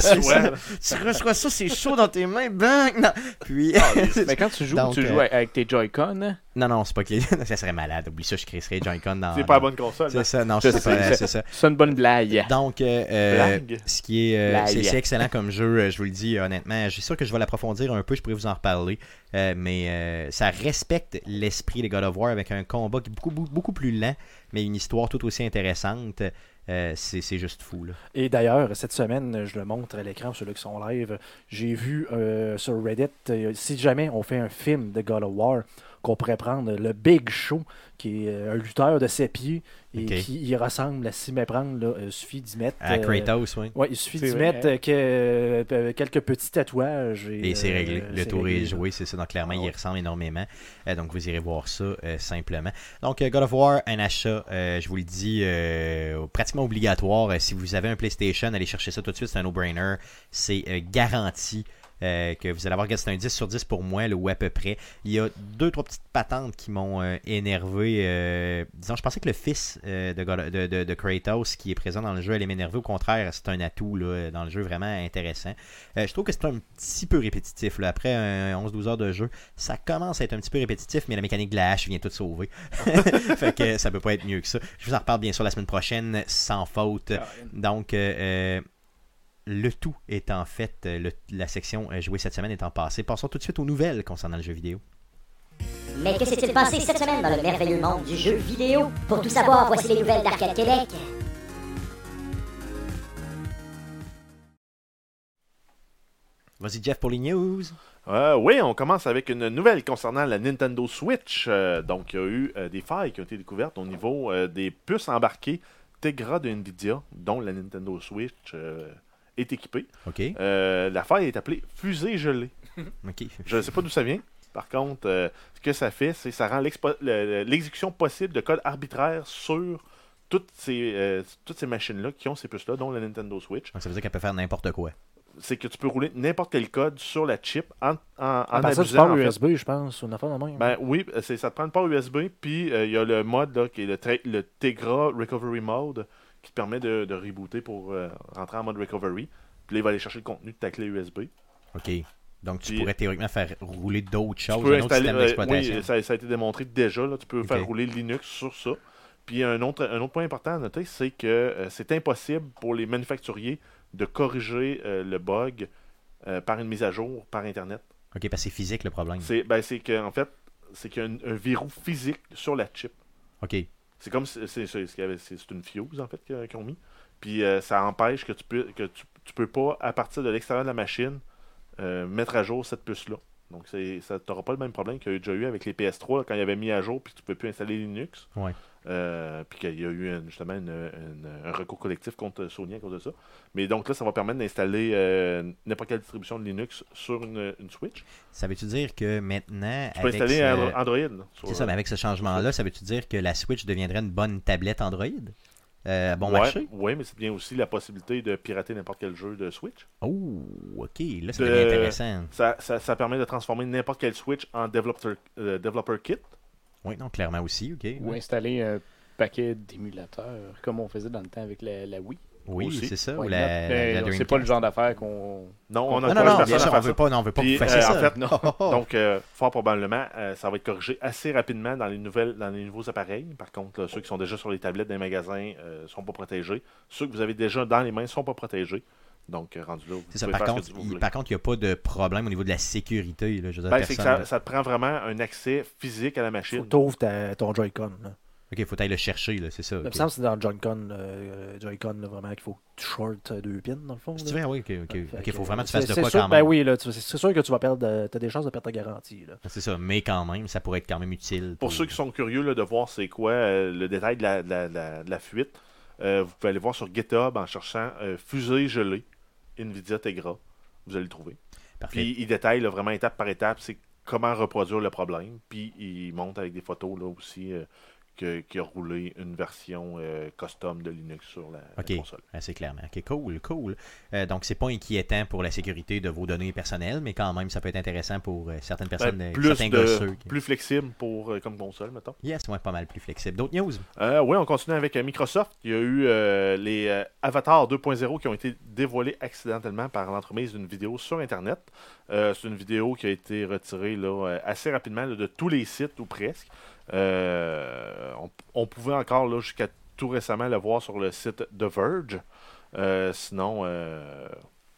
Speaker 1: c'est ça.
Speaker 4: reçois.
Speaker 1: tu reçois ça, c'est chaud dans tes mains, bang! Non, puis.
Speaker 4: Ah,
Speaker 3: Mais quand tu joues,
Speaker 1: Donc,
Speaker 3: tu
Speaker 1: euh,
Speaker 3: joues avec- avec tes Joy-Con.
Speaker 1: non, non, c'est pas que. ça serait malade, oublie ça, je crisserais Joy-Con dans.
Speaker 4: C'est pas la
Speaker 1: dans-
Speaker 4: bonne console.
Speaker 1: C'est
Speaker 4: hein.
Speaker 1: ça, non,
Speaker 3: Je
Speaker 1: c'est
Speaker 3: sais,
Speaker 1: pas-
Speaker 3: je-
Speaker 1: c'est ça.
Speaker 3: C'est une bonne blague.
Speaker 1: Donc, euh, euh,
Speaker 4: Blague.
Speaker 1: ce qui est, euh,
Speaker 3: Blague.
Speaker 1: c'est, c'est excellent comme jeu, euh, je vous le dis euh, honnêtement. Je suis sûr que je vais l'approfondir un peu, je pourrais vous en reparler. Euh, mais euh, ça respecte l'esprit de God of War avec un combat qui est beaucoup, beaucoup, beaucoup plus lent, mais une histoire tout aussi intéressante. Euh, c'est c'est juste fou. Là.
Speaker 2: Et d'ailleurs, cette semaine, je le montre à l'écran, pour ceux qui sont live, j'ai vu euh, sur Reddit, euh, si jamais on fait un film de God of War, qu'on pourrait prendre le Big Show, qui est euh, un lutteur de ses pieds, et
Speaker 1: Ok.
Speaker 2: qui y ressemble à s'y méprendre, là, euh, suffit d'y mettre...
Speaker 1: À
Speaker 2: euh,
Speaker 1: Kratos, oui.
Speaker 2: ouais, il suffit
Speaker 3: C'est
Speaker 2: d'y
Speaker 3: vrai.
Speaker 2: mettre euh, que- euh, quelques petits tatouages. Et,
Speaker 1: Et c'est
Speaker 2: euh,
Speaker 1: réglé. Le
Speaker 2: c'est
Speaker 1: tour
Speaker 2: réglé,
Speaker 1: est
Speaker 2: là.
Speaker 1: joué, c'est ça. Donc, clairement,
Speaker 2: Ah
Speaker 1: il
Speaker 2: ouais.
Speaker 1: ressemble énormément. Euh, donc, vous irez voir ça euh, simplement. Donc, euh, God of War, un achat, euh, je vous le dis, euh, pratiquement obligatoire. Euh, si vous avez un PlayStation, allez chercher ça tout de suite. C'est un no-brainer. C'est euh, garanti. euh, que vous allez avoir, regarde, c'est un 10 sur 10 pour moi, le ou à peu près. Il y a deux, trois petites patentes qui m'ont euh, énervé. euh, disons, je pensais que le fils euh, de, God- de- de- de Kratos qui est présent dans le jeu allait m'énerver. Au contraire, c'est un atout là, dans le jeu vraiment intéressant. Euh, je trouve que c'est un petit peu répétitif. là. Après un 11-12 heures de jeu, ça commence à être un petit peu répétitif, mais la mécanique de la hache vient tout sauver. fait que ça peut pas être mieux que ça. Je vous en reparle bien sûr la semaine prochaine, sans faute. Donc, euh, euh, le tout est en fait, euh, le- la section euh, jouée cette semaine étant passée. Passons tout de suite aux nouvelles concernant le jeu vidéo.
Speaker 5: Mais que s'est-il passé cette semaine dans le merveilleux monde du jeu vidéo Pour tout savoir, voici les nouvelles d'Arcade Québec.
Speaker 1: Vas-y Jeff pour les news.
Speaker 4: Euh, oui, on commence avec une nouvelle concernant la Nintendo Switch. Euh, donc, il y a eu euh, des failles qui ont été découvertes au niveau euh, des puces embarquées Tegra de Nvidia, dont la Nintendo Switch euh, est équipée.
Speaker 1: OK.
Speaker 4: Euh, la faille est appelée fusée gelée.
Speaker 1: OK.
Speaker 4: Je ne sais pas d'où ça vient. Par contre, euh, ce que ça fait, c'est que ça rend l'expo- le- le- l'exécution possible de codes arbitraires sur toutes ces, euh, toutes ces machines-là qui ont ces puces-là, dont la Nintendo Switch.
Speaker 1: Donc, ça veut dire qu'elle peut faire n'importe quoi.
Speaker 4: C'est que tu peux rouler n'importe quel code sur la chip en, en,
Speaker 2: À
Speaker 4: en
Speaker 2: part Ah, ben ça, du
Speaker 4: abusant,
Speaker 2: port
Speaker 4: Ah, en fait,
Speaker 2: USB, je pense, ou une affaire de même.
Speaker 4: Ben oui, c'est- ça te prend le port USB, puis euh, il y a le mode là, qui est le, tra- le Tegra Recovery Mode qui te permet de, de rebooter pour euh, rentrer en mode recovery. Puis là, il va aller chercher le contenu de ta clé USB.
Speaker 1: OK. Donc, tu
Speaker 4: Puis-
Speaker 1: pourrais théoriquement faire rouler d'autres
Speaker 4: Tu
Speaker 1: choses,
Speaker 4: peux
Speaker 1: un autre
Speaker 4: installer-
Speaker 1: système
Speaker 4: euh,
Speaker 1: d'exploitation.
Speaker 4: oui, ça, ça a été démontré déjà. Là, tu peux
Speaker 1: Ok.
Speaker 4: faire rouler Linux sur ça. Puis un autre, un autre point important à noter, c'est que euh, c'est impossible pour les manufacturiers de corriger euh, le bug euh, par une mise à jour par Internet.
Speaker 1: OK, parce que c'est physique le problème.
Speaker 4: C'est ben, c'est que, en fait, c'est qu'il y a un- un verrou physique sur la chip.
Speaker 1: OK.
Speaker 4: C'est comme si- c'est c'est- ce qu'il y avait- c'est- c'est une fuse en fait que- qu'ils ont mis. Puis euh, ça empêche que tu peux que tu, tu peux pas à partir de l'extérieur de la machine euh, mettre à jour cette puce là. Donc c'est ça t'auras pas le même problème qu'il y a déjà eu avec les PS3 là, quand il y avait mis à jour puis que tu peux plus installer Linux.
Speaker 1: Ouais.
Speaker 4: Euh, puis qu'il y a eu une- justement une- une- un recours collectif contre Sony à cause de ça. Mais donc là ça va permettre d'installer euh, n'importe quelle distribution de Linux sur une, une Switch.
Speaker 1: Ça veut-tu dire que maintenant.
Speaker 4: Tu peux
Speaker 1: avec
Speaker 4: installer
Speaker 1: ce-
Speaker 4: Andro- Android. là, sur-
Speaker 1: C'est ça, ben, mais avec ce changement-là, ça veut-tu dire que la Switch deviendrait une bonne tablette Android Euh, à Bon
Speaker 4: Ouais,
Speaker 1: marché
Speaker 4: ouais, mais c'est bien aussi la possibilité de pirater n'importe quel jeu de Switch.
Speaker 1: Oh, ok, là, ça
Speaker 4: De-
Speaker 1: devient intéressant.
Speaker 4: Ça, ça- ça permet de transformer n'importe quel Switch en developer, euh, developer kit.
Speaker 1: Oui, non, clairement aussi, ok.
Speaker 3: Ou installer un paquet d'émulateurs, comme on faisait dans le temps avec la, la Wii.
Speaker 1: Oui,
Speaker 4: aussi.
Speaker 1: c'est ça. ou
Speaker 3: Why
Speaker 1: la,
Speaker 3: not? Ben,
Speaker 1: la- la
Speaker 3: c'est pas le
Speaker 1: Dreamcast.
Speaker 3: genre d'affaires qu'on.
Speaker 4: Non, on
Speaker 3: Non,
Speaker 1: Non, non,
Speaker 4: a
Speaker 1: non, bien
Speaker 4: personne
Speaker 1: sûr,
Speaker 4: à
Speaker 1: on
Speaker 4: faire
Speaker 1: veut
Speaker 4: ça.
Speaker 1: pas, non, on veut pas
Speaker 4: Puis,
Speaker 1: que vous fassiez
Speaker 4: euh, en
Speaker 1: ça.
Speaker 4: fait,
Speaker 1: non.
Speaker 4: Donc, euh, fort probablement, euh, ça va être corrigé assez rapidement dans les, nouvelles, dans les nouveaux appareils. Par contre, là, ceux qui sont déjà sur les tablettes des magasins ne sont pas protégés. Ceux que vous avez déjà dans les mains sont pas protégés. Donc, euh, rendu là, vous
Speaker 1: c'est ça.
Speaker 4: pouvez
Speaker 1: Par
Speaker 4: faire
Speaker 1: contre,
Speaker 4: ce que vous
Speaker 1: il,
Speaker 4: voulez.
Speaker 1: par contre, il n'y a pas de problème au niveau de la sécurité. Là, je veux dire,
Speaker 4: Ben, c'est que
Speaker 1: personne.
Speaker 4: ça, ça te prend vraiment un accès physique à la
Speaker 2: Faut
Speaker 4: machine.
Speaker 2: que t'ouvres ta- ton Joy-Con. là.
Speaker 1: Ok, faut aller le chercher, là, c'est ça.
Speaker 2: Il me
Speaker 1: ok.
Speaker 2: semble que c'est dans le Joy-Con, euh, Joy-Con, là, vraiment, qu'il faut que tu short euh, deux pins, dans le fond.
Speaker 1: Si
Speaker 2: là.
Speaker 1: tu veux, ah oui, ok, ok.
Speaker 2: Fait
Speaker 1: Ok,
Speaker 2: que,
Speaker 1: faut vraiment que tu
Speaker 2: c'est-
Speaker 1: fasses de
Speaker 2: c'est
Speaker 1: quoi
Speaker 2: sûr-
Speaker 1: quand
Speaker 2: Ben
Speaker 1: même.
Speaker 2: oui, là, tu- c'est c'est sûr que tu vas perdre, euh, t'as des chances de perdre ta garantie. Là.
Speaker 1: C'est ça, mais quand même, ça pourrait être quand même utile.
Speaker 4: Pour ceux qui sont curieux là, de voir c'est quoi euh, le détail de la, de la- de la- de la fuite, euh, vous pouvez aller voir sur GitHub en cherchant euh, fusée gelée NVIDIA Tegra. Vous allez le trouver.
Speaker 1: Parfait.
Speaker 4: Puis il détaille là, vraiment étape par étape c'est comment reproduire le problème. Puis il monte avec des photos là aussi euh, que- qui a roulé une version euh, custom de Linux sur la, la
Speaker 1: Ok.
Speaker 4: console.
Speaker 1: Assez clairement. Ok, cool, cool. Euh, donc, c'est pas inquiétant pour la sécurité de vos données personnelles, mais quand même, ça peut être intéressant pour euh, certaines personnes,
Speaker 4: Ben,
Speaker 1: euh,
Speaker 4: plus,
Speaker 1: certains
Speaker 4: de-
Speaker 1: gosseux.
Speaker 4: plus flexible pour euh, comme console, mettons.
Speaker 1: Yes, ouais, pas mal plus flexible. D'autres news
Speaker 4: Euh, oui, on continue avec euh, Microsoft. Il y a eu euh, les euh, avatars 2.0 qui ont été dévoilés accidentellement par l'entremise d'une vidéo sur Internet. Euh, c'est une vidéo qui a été retirée là, euh, assez rapidement là, de tous les sites ou presque. Euh, on, on pouvait encore là, jusqu'à tout récemment le voir sur le site The Verge. Euh, sinon, euh,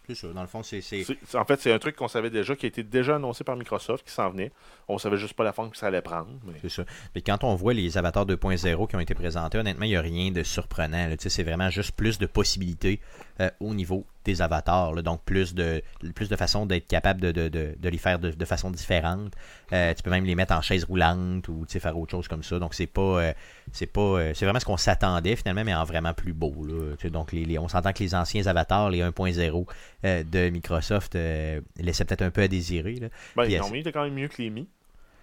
Speaker 1: C'est ça. Dans le fond, c'est. c'est-
Speaker 4: C'est- c'est- En fait, c'est un truc qu'on savait déjà, qui a été déjà annoncé par Microsoft, qui s'en venait. On savait juste pas la forme que ça allait prendre. mais-
Speaker 1: C'est ça. Mais quand on voit les avatars 2.0 qui ont été présentés, honnêtement, il n'y a rien de surprenant. là. Tu sais, C'est vraiment juste plus de possibilités euh, au niveau des avatars. là. Donc, plus de, plus de façons d'être capable de, de- de- de les faire de, de façon différente. Euh, tu peux même les mettre en chaise roulante ou tu sais, faire autre chose comme ça. Donc, c'est pas. euh, c'est pas euh, c'est vraiment ce qu'on s'attendait finalement, mais en vraiment plus beau. là. Tu sais, Donc, les, les- on s'entend que les anciens avatars, les 1.0 euh, de Microsoft, euh, laissaient peut-être un peu à désirer. là.
Speaker 4: Ben,
Speaker 1: Puis,
Speaker 4: ils l'ont
Speaker 1: euh,
Speaker 4: mis, il est quand même mieux que les Mi.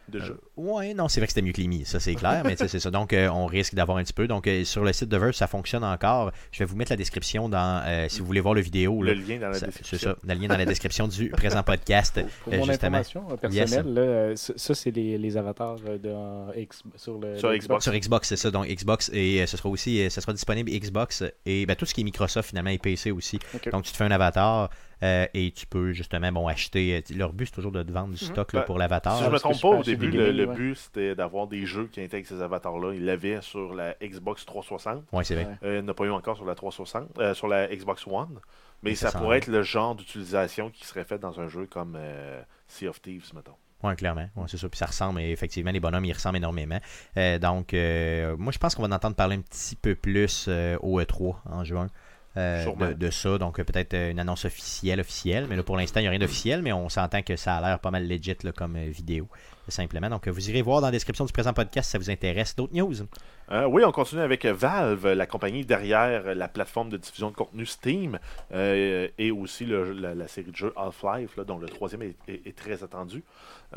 Speaker 4: Déjà.
Speaker 1: Ouais, non, c'est vrai que c'était mieux que les Mi, ça c'est clair, mais tu sais, c'est ça. Donc, euh, on risque d'avoir un petit peu. Donc, euh, sur le site de Verve, ça fonctionne encore. Je vais vous mettre la description dans, euh, si vous voulez voir le vidéo.
Speaker 4: le
Speaker 1: là.
Speaker 4: lien dans la
Speaker 1: Ça-
Speaker 4: description.
Speaker 1: C'est ça, le lien dans la description du présent podcast.
Speaker 3: Pour, pour
Speaker 1: euh,
Speaker 3: mon
Speaker 1: justement.
Speaker 3: information euh,
Speaker 1: Yes.
Speaker 3: personnelle, là, euh, ça, ça, c'est les, les avatars euh, de, en X- sur
Speaker 1: Euh,
Speaker 3: le
Speaker 4: Sur
Speaker 3: Euh, le
Speaker 4: Xbox.
Speaker 1: Sur Xbox, c'est ça. Donc, Xbox, et euh, ce sera aussi, euh, ce sera disponible Xbox et ben, tout ce qui est Microsoft finalement et PC aussi.
Speaker 3: Ok.
Speaker 1: Donc, tu te fais un avatar euh, et tu peux justement bon, acheter. euh, Leur but, c'est toujours de te vendre du stock là,
Speaker 4: Ben,
Speaker 1: pour l'avatar.
Speaker 4: Si je me
Speaker 3: Ah, parce que
Speaker 4: trompe
Speaker 3: je
Speaker 4: pas,
Speaker 3: peux
Speaker 4: au
Speaker 3: acheter
Speaker 4: début,
Speaker 3: des
Speaker 4: le,
Speaker 3: gaming,
Speaker 4: le
Speaker 3: ouais.
Speaker 4: but c'était d'avoir des jeux qui intègrent ces avatars-là. Il l'avait sur la Xbox 360.
Speaker 1: Ouais, c'est vrai.
Speaker 4: Euh, il n'a pas eu encore sur la 360, euh, sur la Xbox One. Mais,
Speaker 1: Mais ça
Speaker 4: ça,
Speaker 1: s'en va.
Speaker 4: pourrait être le genre d'utilisation qui serait faite dans un jeu comme euh, Sea of Thieves, mettons.
Speaker 1: Oui, clairement. Ouais, c'est ça. Puis ça ressemble, et effectivement, les bonhommes, ils ressemblent énormément. Euh, donc, euh, moi, je pense qu'on va en entendre parler un petit peu plus euh, au E3 en juin. euh,
Speaker 4: Sûrement.
Speaker 1: de, de ça, donc euh, peut-être euh, une annonce officielle, officielle, mais là pour l'instant il n'y a rien d'officiel, mais on s'entend que ça a l'air pas mal legit là, comme euh, vidéo, simplement. Donc euh, vous irez voir dans la description du présent podcast si ça vous intéresse. D'autres news
Speaker 4: Euh, oui, on continue avec Valve, la compagnie derrière la plateforme de diffusion de contenu Steam euh, et aussi le- la, la série de jeux Half-Life, là, dont le troisième est, est- est très attendu.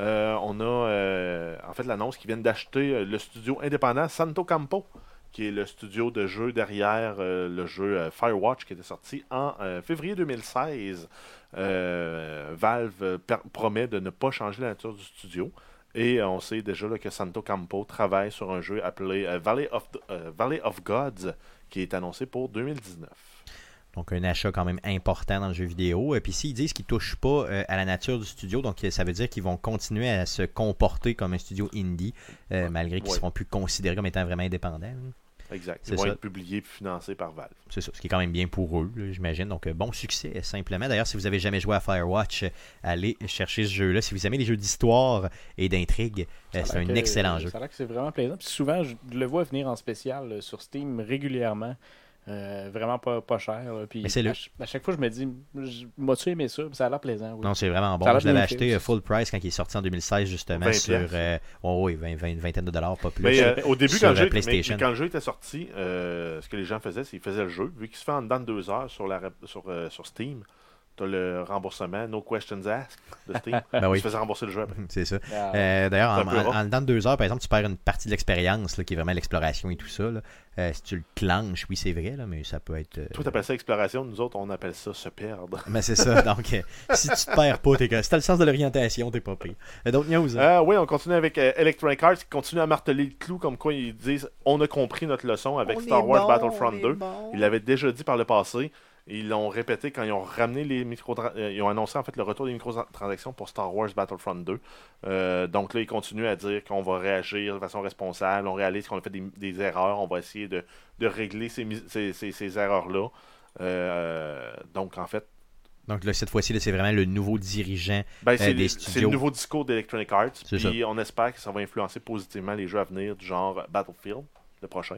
Speaker 4: Euh, on a euh, en fait l'annonce qu'ils viennent d'acheter euh, le studio indépendant Santo Campo, qui est le studio de jeux derrière euh, le jeu euh, Firewatch qui était sorti en euh, février 2016. Euh, Valve per- promet de ne pas changer la nature du studio. Et euh, on sait déjà là, que Santo Campo travaille sur un jeu appelé euh, Valley, of, euh, Valley of Gods, qui est annoncé pour 2019.
Speaker 1: Donc un achat quand même important dans le jeu vidéo. Et puis s'ils disent qu'ils touchent pas euh, à la nature du studio, donc euh, ça veut dire qu'ils vont continuer à se comporter comme un studio indie, euh, malgré qu'ils
Speaker 4: Ouais.
Speaker 1: seront plus considérés comme étant vraiment indépendants. là.
Speaker 4: Exact.
Speaker 1: C'est
Speaker 4: Ils vont
Speaker 1: ça.
Speaker 4: être publiés et financés par Valve.
Speaker 1: C'est ça, ce qui est quand même bien pour eux, là, j'imagine. Donc, euh, bon succès, euh, simplement. D'ailleurs, si vous avez jamais joué à Firewatch, euh, allez chercher ce jeu-là. Si vous aimez les jeux d'histoire et d'intrigue, euh, c'est
Speaker 3: Ça a l'air
Speaker 1: un
Speaker 3: que-
Speaker 1: excellent jeu.
Speaker 3: Ça a l'air que c'est vraiment plaisant. Puis souvent, je le vois venir en spécial euh, sur Steam régulièrement. Euh, vraiment pas, pas cher. là. Puis
Speaker 1: Mais c'est le-
Speaker 3: à, ch- à chaque fois, je me dis, je- m'as-tu aimé ça? Puis ça a l'air plaisant. oui.
Speaker 1: Non, c'est vraiment
Speaker 3: Ça a
Speaker 1: bon.
Speaker 3: l'air
Speaker 1: Je l'avais
Speaker 3: bien fait
Speaker 1: acheté
Speaker 3: aussi.
Speaker 1: euh, full price quand il est sorti en 2016, justement,
Speaker 4: 20
Speaker 1: sur
Speaker 4: piastres.
Speaker 1: euh, ouais, ouais, 20, 20, une vingtaine de dollars, pas plus.
Speaker 4: Mais euh, au début,
Speaker 1: sur
Speaker 4: quand,
Speaker 1: la
Speaker 4: le jeu- mais-
Speaker 1: PlayStation.
Speaker 4: mais quand le jeu était sorti, euh, ce que les gens faisaient, c'est qu'ils faisaient le jeu. Vu qu'il se fait en dedans de deux heures sur, la, rep- sur, euh, sur Steam, tu as le remboursement No Questions Asked de Steam.
Speaker 1: Ben oui.
Speaker 4: Ils se faisaient rembourser le jeu après.
Speaker 1: c'est ça.
Speaker 3: Ah,
Speaker 1: Euh, D'ailleurs,
Speaker 4: C'est un
Speaker 1: en,
Speaker 4: peu
Speaker 1: en-
Speaker 4: rough.
Speaker 1: en dedans de deux heures, par exemple, tu perds une partie de l'expérience, là, qui est vraiment l'exploration et tout ça. là. Euh, si tu le clenches, oui, c'est vrai, là, mais ça peut être. euh,
Speaker 4: Toi, t'appelles ça exploration, nous autres, on appelle ça se perdre.
Speaker 1: Mais c'est ça. Donc, euh, si tu te perds pas, t'es que- si t'as le sens de l'orientation, t'es pas pire. Euh, D'autres news?
Speaker 4: Euh, oui, on continue avec euh, Electronic Arts qui continue à marteler le clou comme quoi ils disent on a compris notre leçon avec Star Wars Battlefront 2. Ils l'avaient déjà dit par le passé. Ils l'ont répété quand ils ont ramené les micro ils ont annoncé en fait le retour des microtransactions pour Star Wars Battlefront 2. Euh, donc là, ils continuent à dire qu'on va réagir de façon responsable, on réalise qu'on a fait des, des erreurs, on va essayer de, de régler ces, mis- ces- ces- ces erreurs-là. Euh, donc en fait,
Speaker 1: Donc là, cette fois-ci, là, c'est vraiment le nouveau dirigeant.
Speaker 4: Ben, c'est
Speaker 1: Eh, des
Speaker 4: les-
Speaker 1: studios.
Speaker 4: c'est le nouveau discours d'Electronic Arts.
Speaker 1: C'est ça.
Speaker 4: Puis on espère que ça va influencer positivement les jeux à venir du genre Battlefield, le prochain,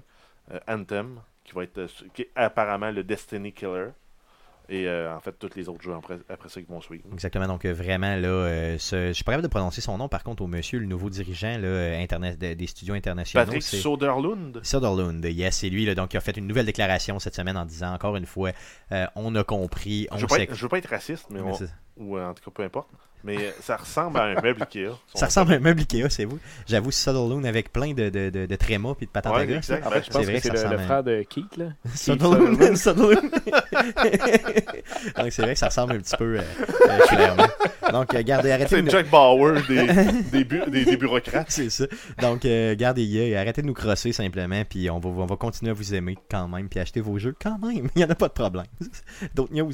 Speaker 4: euh, Anthem, qui va être euh, qui est apparemment le Destiny Killer, et euh, en fait tous les autres jeux après, après ça qui vont suivre.
Speaker 1: Exactement. Donc euh, vraiment, là, euh, ce- je suis pas capable de prononcer son nom, par contre, au monsieur, le nouveau dirigeant là, euh, interna- de- des studios internationaux.
Speaker 4: Patrick
Speaker 1: c'est-
Speaker 4: Soderlund.
Speaker 1: Sutherland, yes, c'est lui là, donc, qui a fait une nouvelle déclaration cette semaine en disant encore une fois euh, on a compris, on
Speaker 4: Je veux, pas
Speaker 1: sait.
Speaker 4: être, je veux pas être raciste, mais,
Speaker 1: Mais
Speaker 4: on-
Speaker 1: c'est-
Speaker 4: ou euh, en tout cas peu importe. Mais euh, ça ressemble à un meuble Ikea.
Speaker 1: Ça ressemble à un meuble Ikea, c'est vous. J'avoue, Sutherland avec plein de, de, de, de trémas puis de patentes
Speaker 4: Ouais,
Speaker 1: à gosse,
Speaker 4: exact.
Speaker 1: là.
Speaker 4: Ben,
Speaker 3: en fait, je
Speaker 1: c'est
Speaker 3: pense
Speaker 1: vrai
Speaker 3: que
Speaker 1: que ça Ah
Speaker 3: c'est le- le,
Speaker 1: ressemble à-
Speaker 3: frère de Keith. Là.
Speaker 1: Sutherland, Sutherland. Donc c'est vrai que ça ressemble un petit peu euh, euh, clairement. Donc euh, gardez, arrêtez de
Speaker 4: C'est
Speaker 1: nous-
Speaker 4: Jack Bauer des, des, bu- des, des bureaucrates.
Speaker 1: C'est ça. Donc, euh, gardez y arrêtez de nous crosser simplement, puis on va, on va continuer à vous aimer quand même, puis acheter vos jeux quand même. Il n'y en a pas de problème. D'autres news.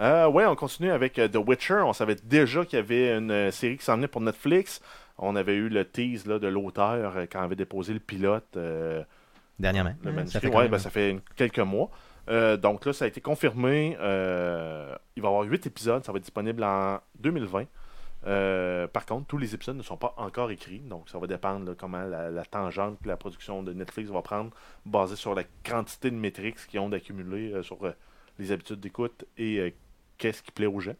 Speaker 4: Euh, ouais, on continue avec euh, The Witcher. On savait déjà qu'il y avait une euh, série qui s'en venait pour Netflix. On avait eu le tease là, de l'auteur euh, quand on avait déposé le pilote, euh,
Speaker 1: Dernièrement.
Speaker 4: le
Speaker 1: Hein,
Speaker 4: manuscrit.
Speaker 1: quand
Speaker 4: Ouais,
Speaker 1: même-
Speaker 4: ben, ça fait une- quelques mois. Euh, donc là, ça a été confirmé. Euh, il va y avoir 8 épisodes. Ça va être disponible en 2020. Euh, par contre, tous les épisodes ne sont pas encore écrits. Donc, ça va dépendre de comment la, la tangente que la production de Netflix va prendre, basée sur la quantité de métriques qu'ils ont d'accumuler euh, sur euh, les habitudes d'écoute et euh, qu'est-ce qui plaît aux gens.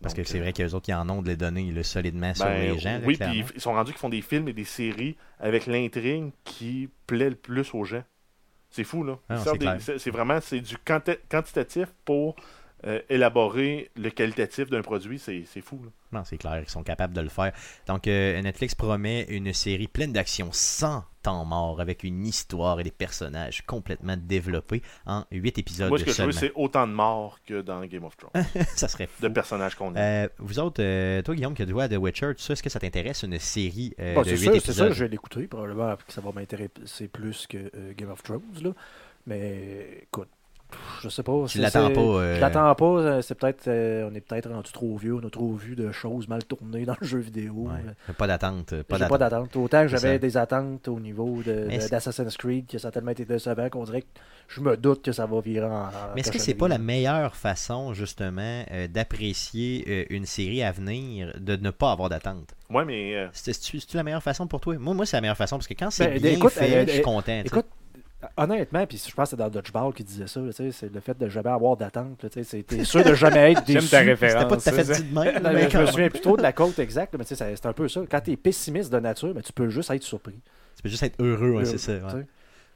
Speaker 1: Parce
Speaker 4: Donc,
Speaker 1: que c'est
Speaker 4: euh,
Speaker 1: vrai qu'eux autres, qui en ont de les données là, solidement sur
Speaker 4: ben,
Speaker 1: les gens. là,
Speaker 4: oui,
Speaker 1: clairement.
Speaker 4: puis ils sont rendus qu'ils font des films et des séries avec l'intrigue qui plaît le plus aux gens. C'est fou, là.
Speaker 1: Ah non,
Speaker 4: Ils sortent
Speaker 1: c'est
Speaker 4: des-
Speaker 1: clair.
Speaker 4: c'est c'est vraiment c'est du quanti- quantitatif pour euh, élaborer le qualitatif d'un produit. C'est c'est fou, là.
Speaker 1: Non, c'est clair, ils sont capables de le faire. Donc, euh, Netflix promet une série pleine d'action sans temps mort, avec une histoire et des personnages complètement développés en 8 épisodes
Speaker 4: Moi, ce que je veux,
Speaker 1: seulement.
Speaker 4: c'est autant de morts que dans Game of Thrones,
Speaker 1: Ça serait Ah, fou.
Speaker 4: de personnages qu'on aime.
Speaker 1: Euh, vous autres, euh, toi Guillaume, qui as droit à The Witcher, tout ça, est-ce que ça t'intéresse une série euh,
Speaker 2: Bon,
Speaker 1: de
Speaker 2: Ah, c'est
Speaker 1: 8
Speaker 2: sûr, c'est sûr,
Speaker 1: épisodes
Speaker 2: je vais l'écouter, probablement que ça va m'intéresser plus que euh, Game of Thrones, là. Mais écoute, pff, je sais pas.
Speaker 1: Tu
Speaker 2: c'est-
Speaker 1: l'attends
Speaker 2: c'est-
Speaker 1: pas. euh,
Speaker 2: Je l'attends pas, euh, c'est peut-être euh, on est peut-être rendu trop vieux, on a trop vu de choses mal tournées dans le jeu vidéo.
Speaker 1: ouais.
Speaker 2: Euh,
Speaker 1: Pas d'attente. Pas
Speaker 2: J'ai
Speaker 1: d'attente.
Speaker 2: pas d'attente. Autant que
Speaker 1: C'est ça.
Speaker 2: j'avais des attentes au niveau de-
Speaker 1: Mais
Speaker 2: de-
Speaker 1: c'est-
Speaker 2: d'Assassin's Creed, que ça a tellement été décevant qu'on dirait que je me doute que ça va virer en. en
Speaker 1: Mais est-ce que c'est
Speaker 2: cochonnerie.
Speaker 1: pas la meilleure façon, justement, euh, d'apprécier euh, une série à venir, de ne pas avoir d'attente
Speaker 4: Ouais, mais euh,
Speaker 1: C'est- C'est-tu c'est-tu la meilleure façon pour toi Moi, moi c'est la meilleure façon, parce que quand c'est
Speaker 2: Ben,
Speaker 1: bien
Speaker 2: écoute,
Speaker 1: fait,
Speaker 2: euh,
Speaker 1: je suis
Speaker 2: euh,
Speaker 1: content. tu sais.
Speaker 2: Écoute, honnêtement, puis je pense que c'est dans Dodgeball qui disait ça, là, tu sais, c'est le fait de jamais avoir d'attente. là, tu sais, c'est- T'es sûr de jamais être déçu.
Speaker 3: J'aime ta référence.
Speaker 1: C'était pas tout à fait
Speaker 3: ça.
Speaker 1: dit de même,
Speaker 2: Non,
Speaker 1: mais
Speaker 2: mais je
Speaker 1: quand
Speaker 2: me
Speaker 1: même.
Speaker 2: souviens plus trop de la côte exacte, là, mais tu sais, ça- c'est un peu ça. Quand t'es pessimiste de nature, mais tu peux juste être surpris.
Speaker 1: Tu peux juste être heureux, hein,
Speaker 2: Heureux,
Speaker 1: c'est ça.
Speaker 2: tu
Speaker 1: Ouais,
Speaker 2: sais.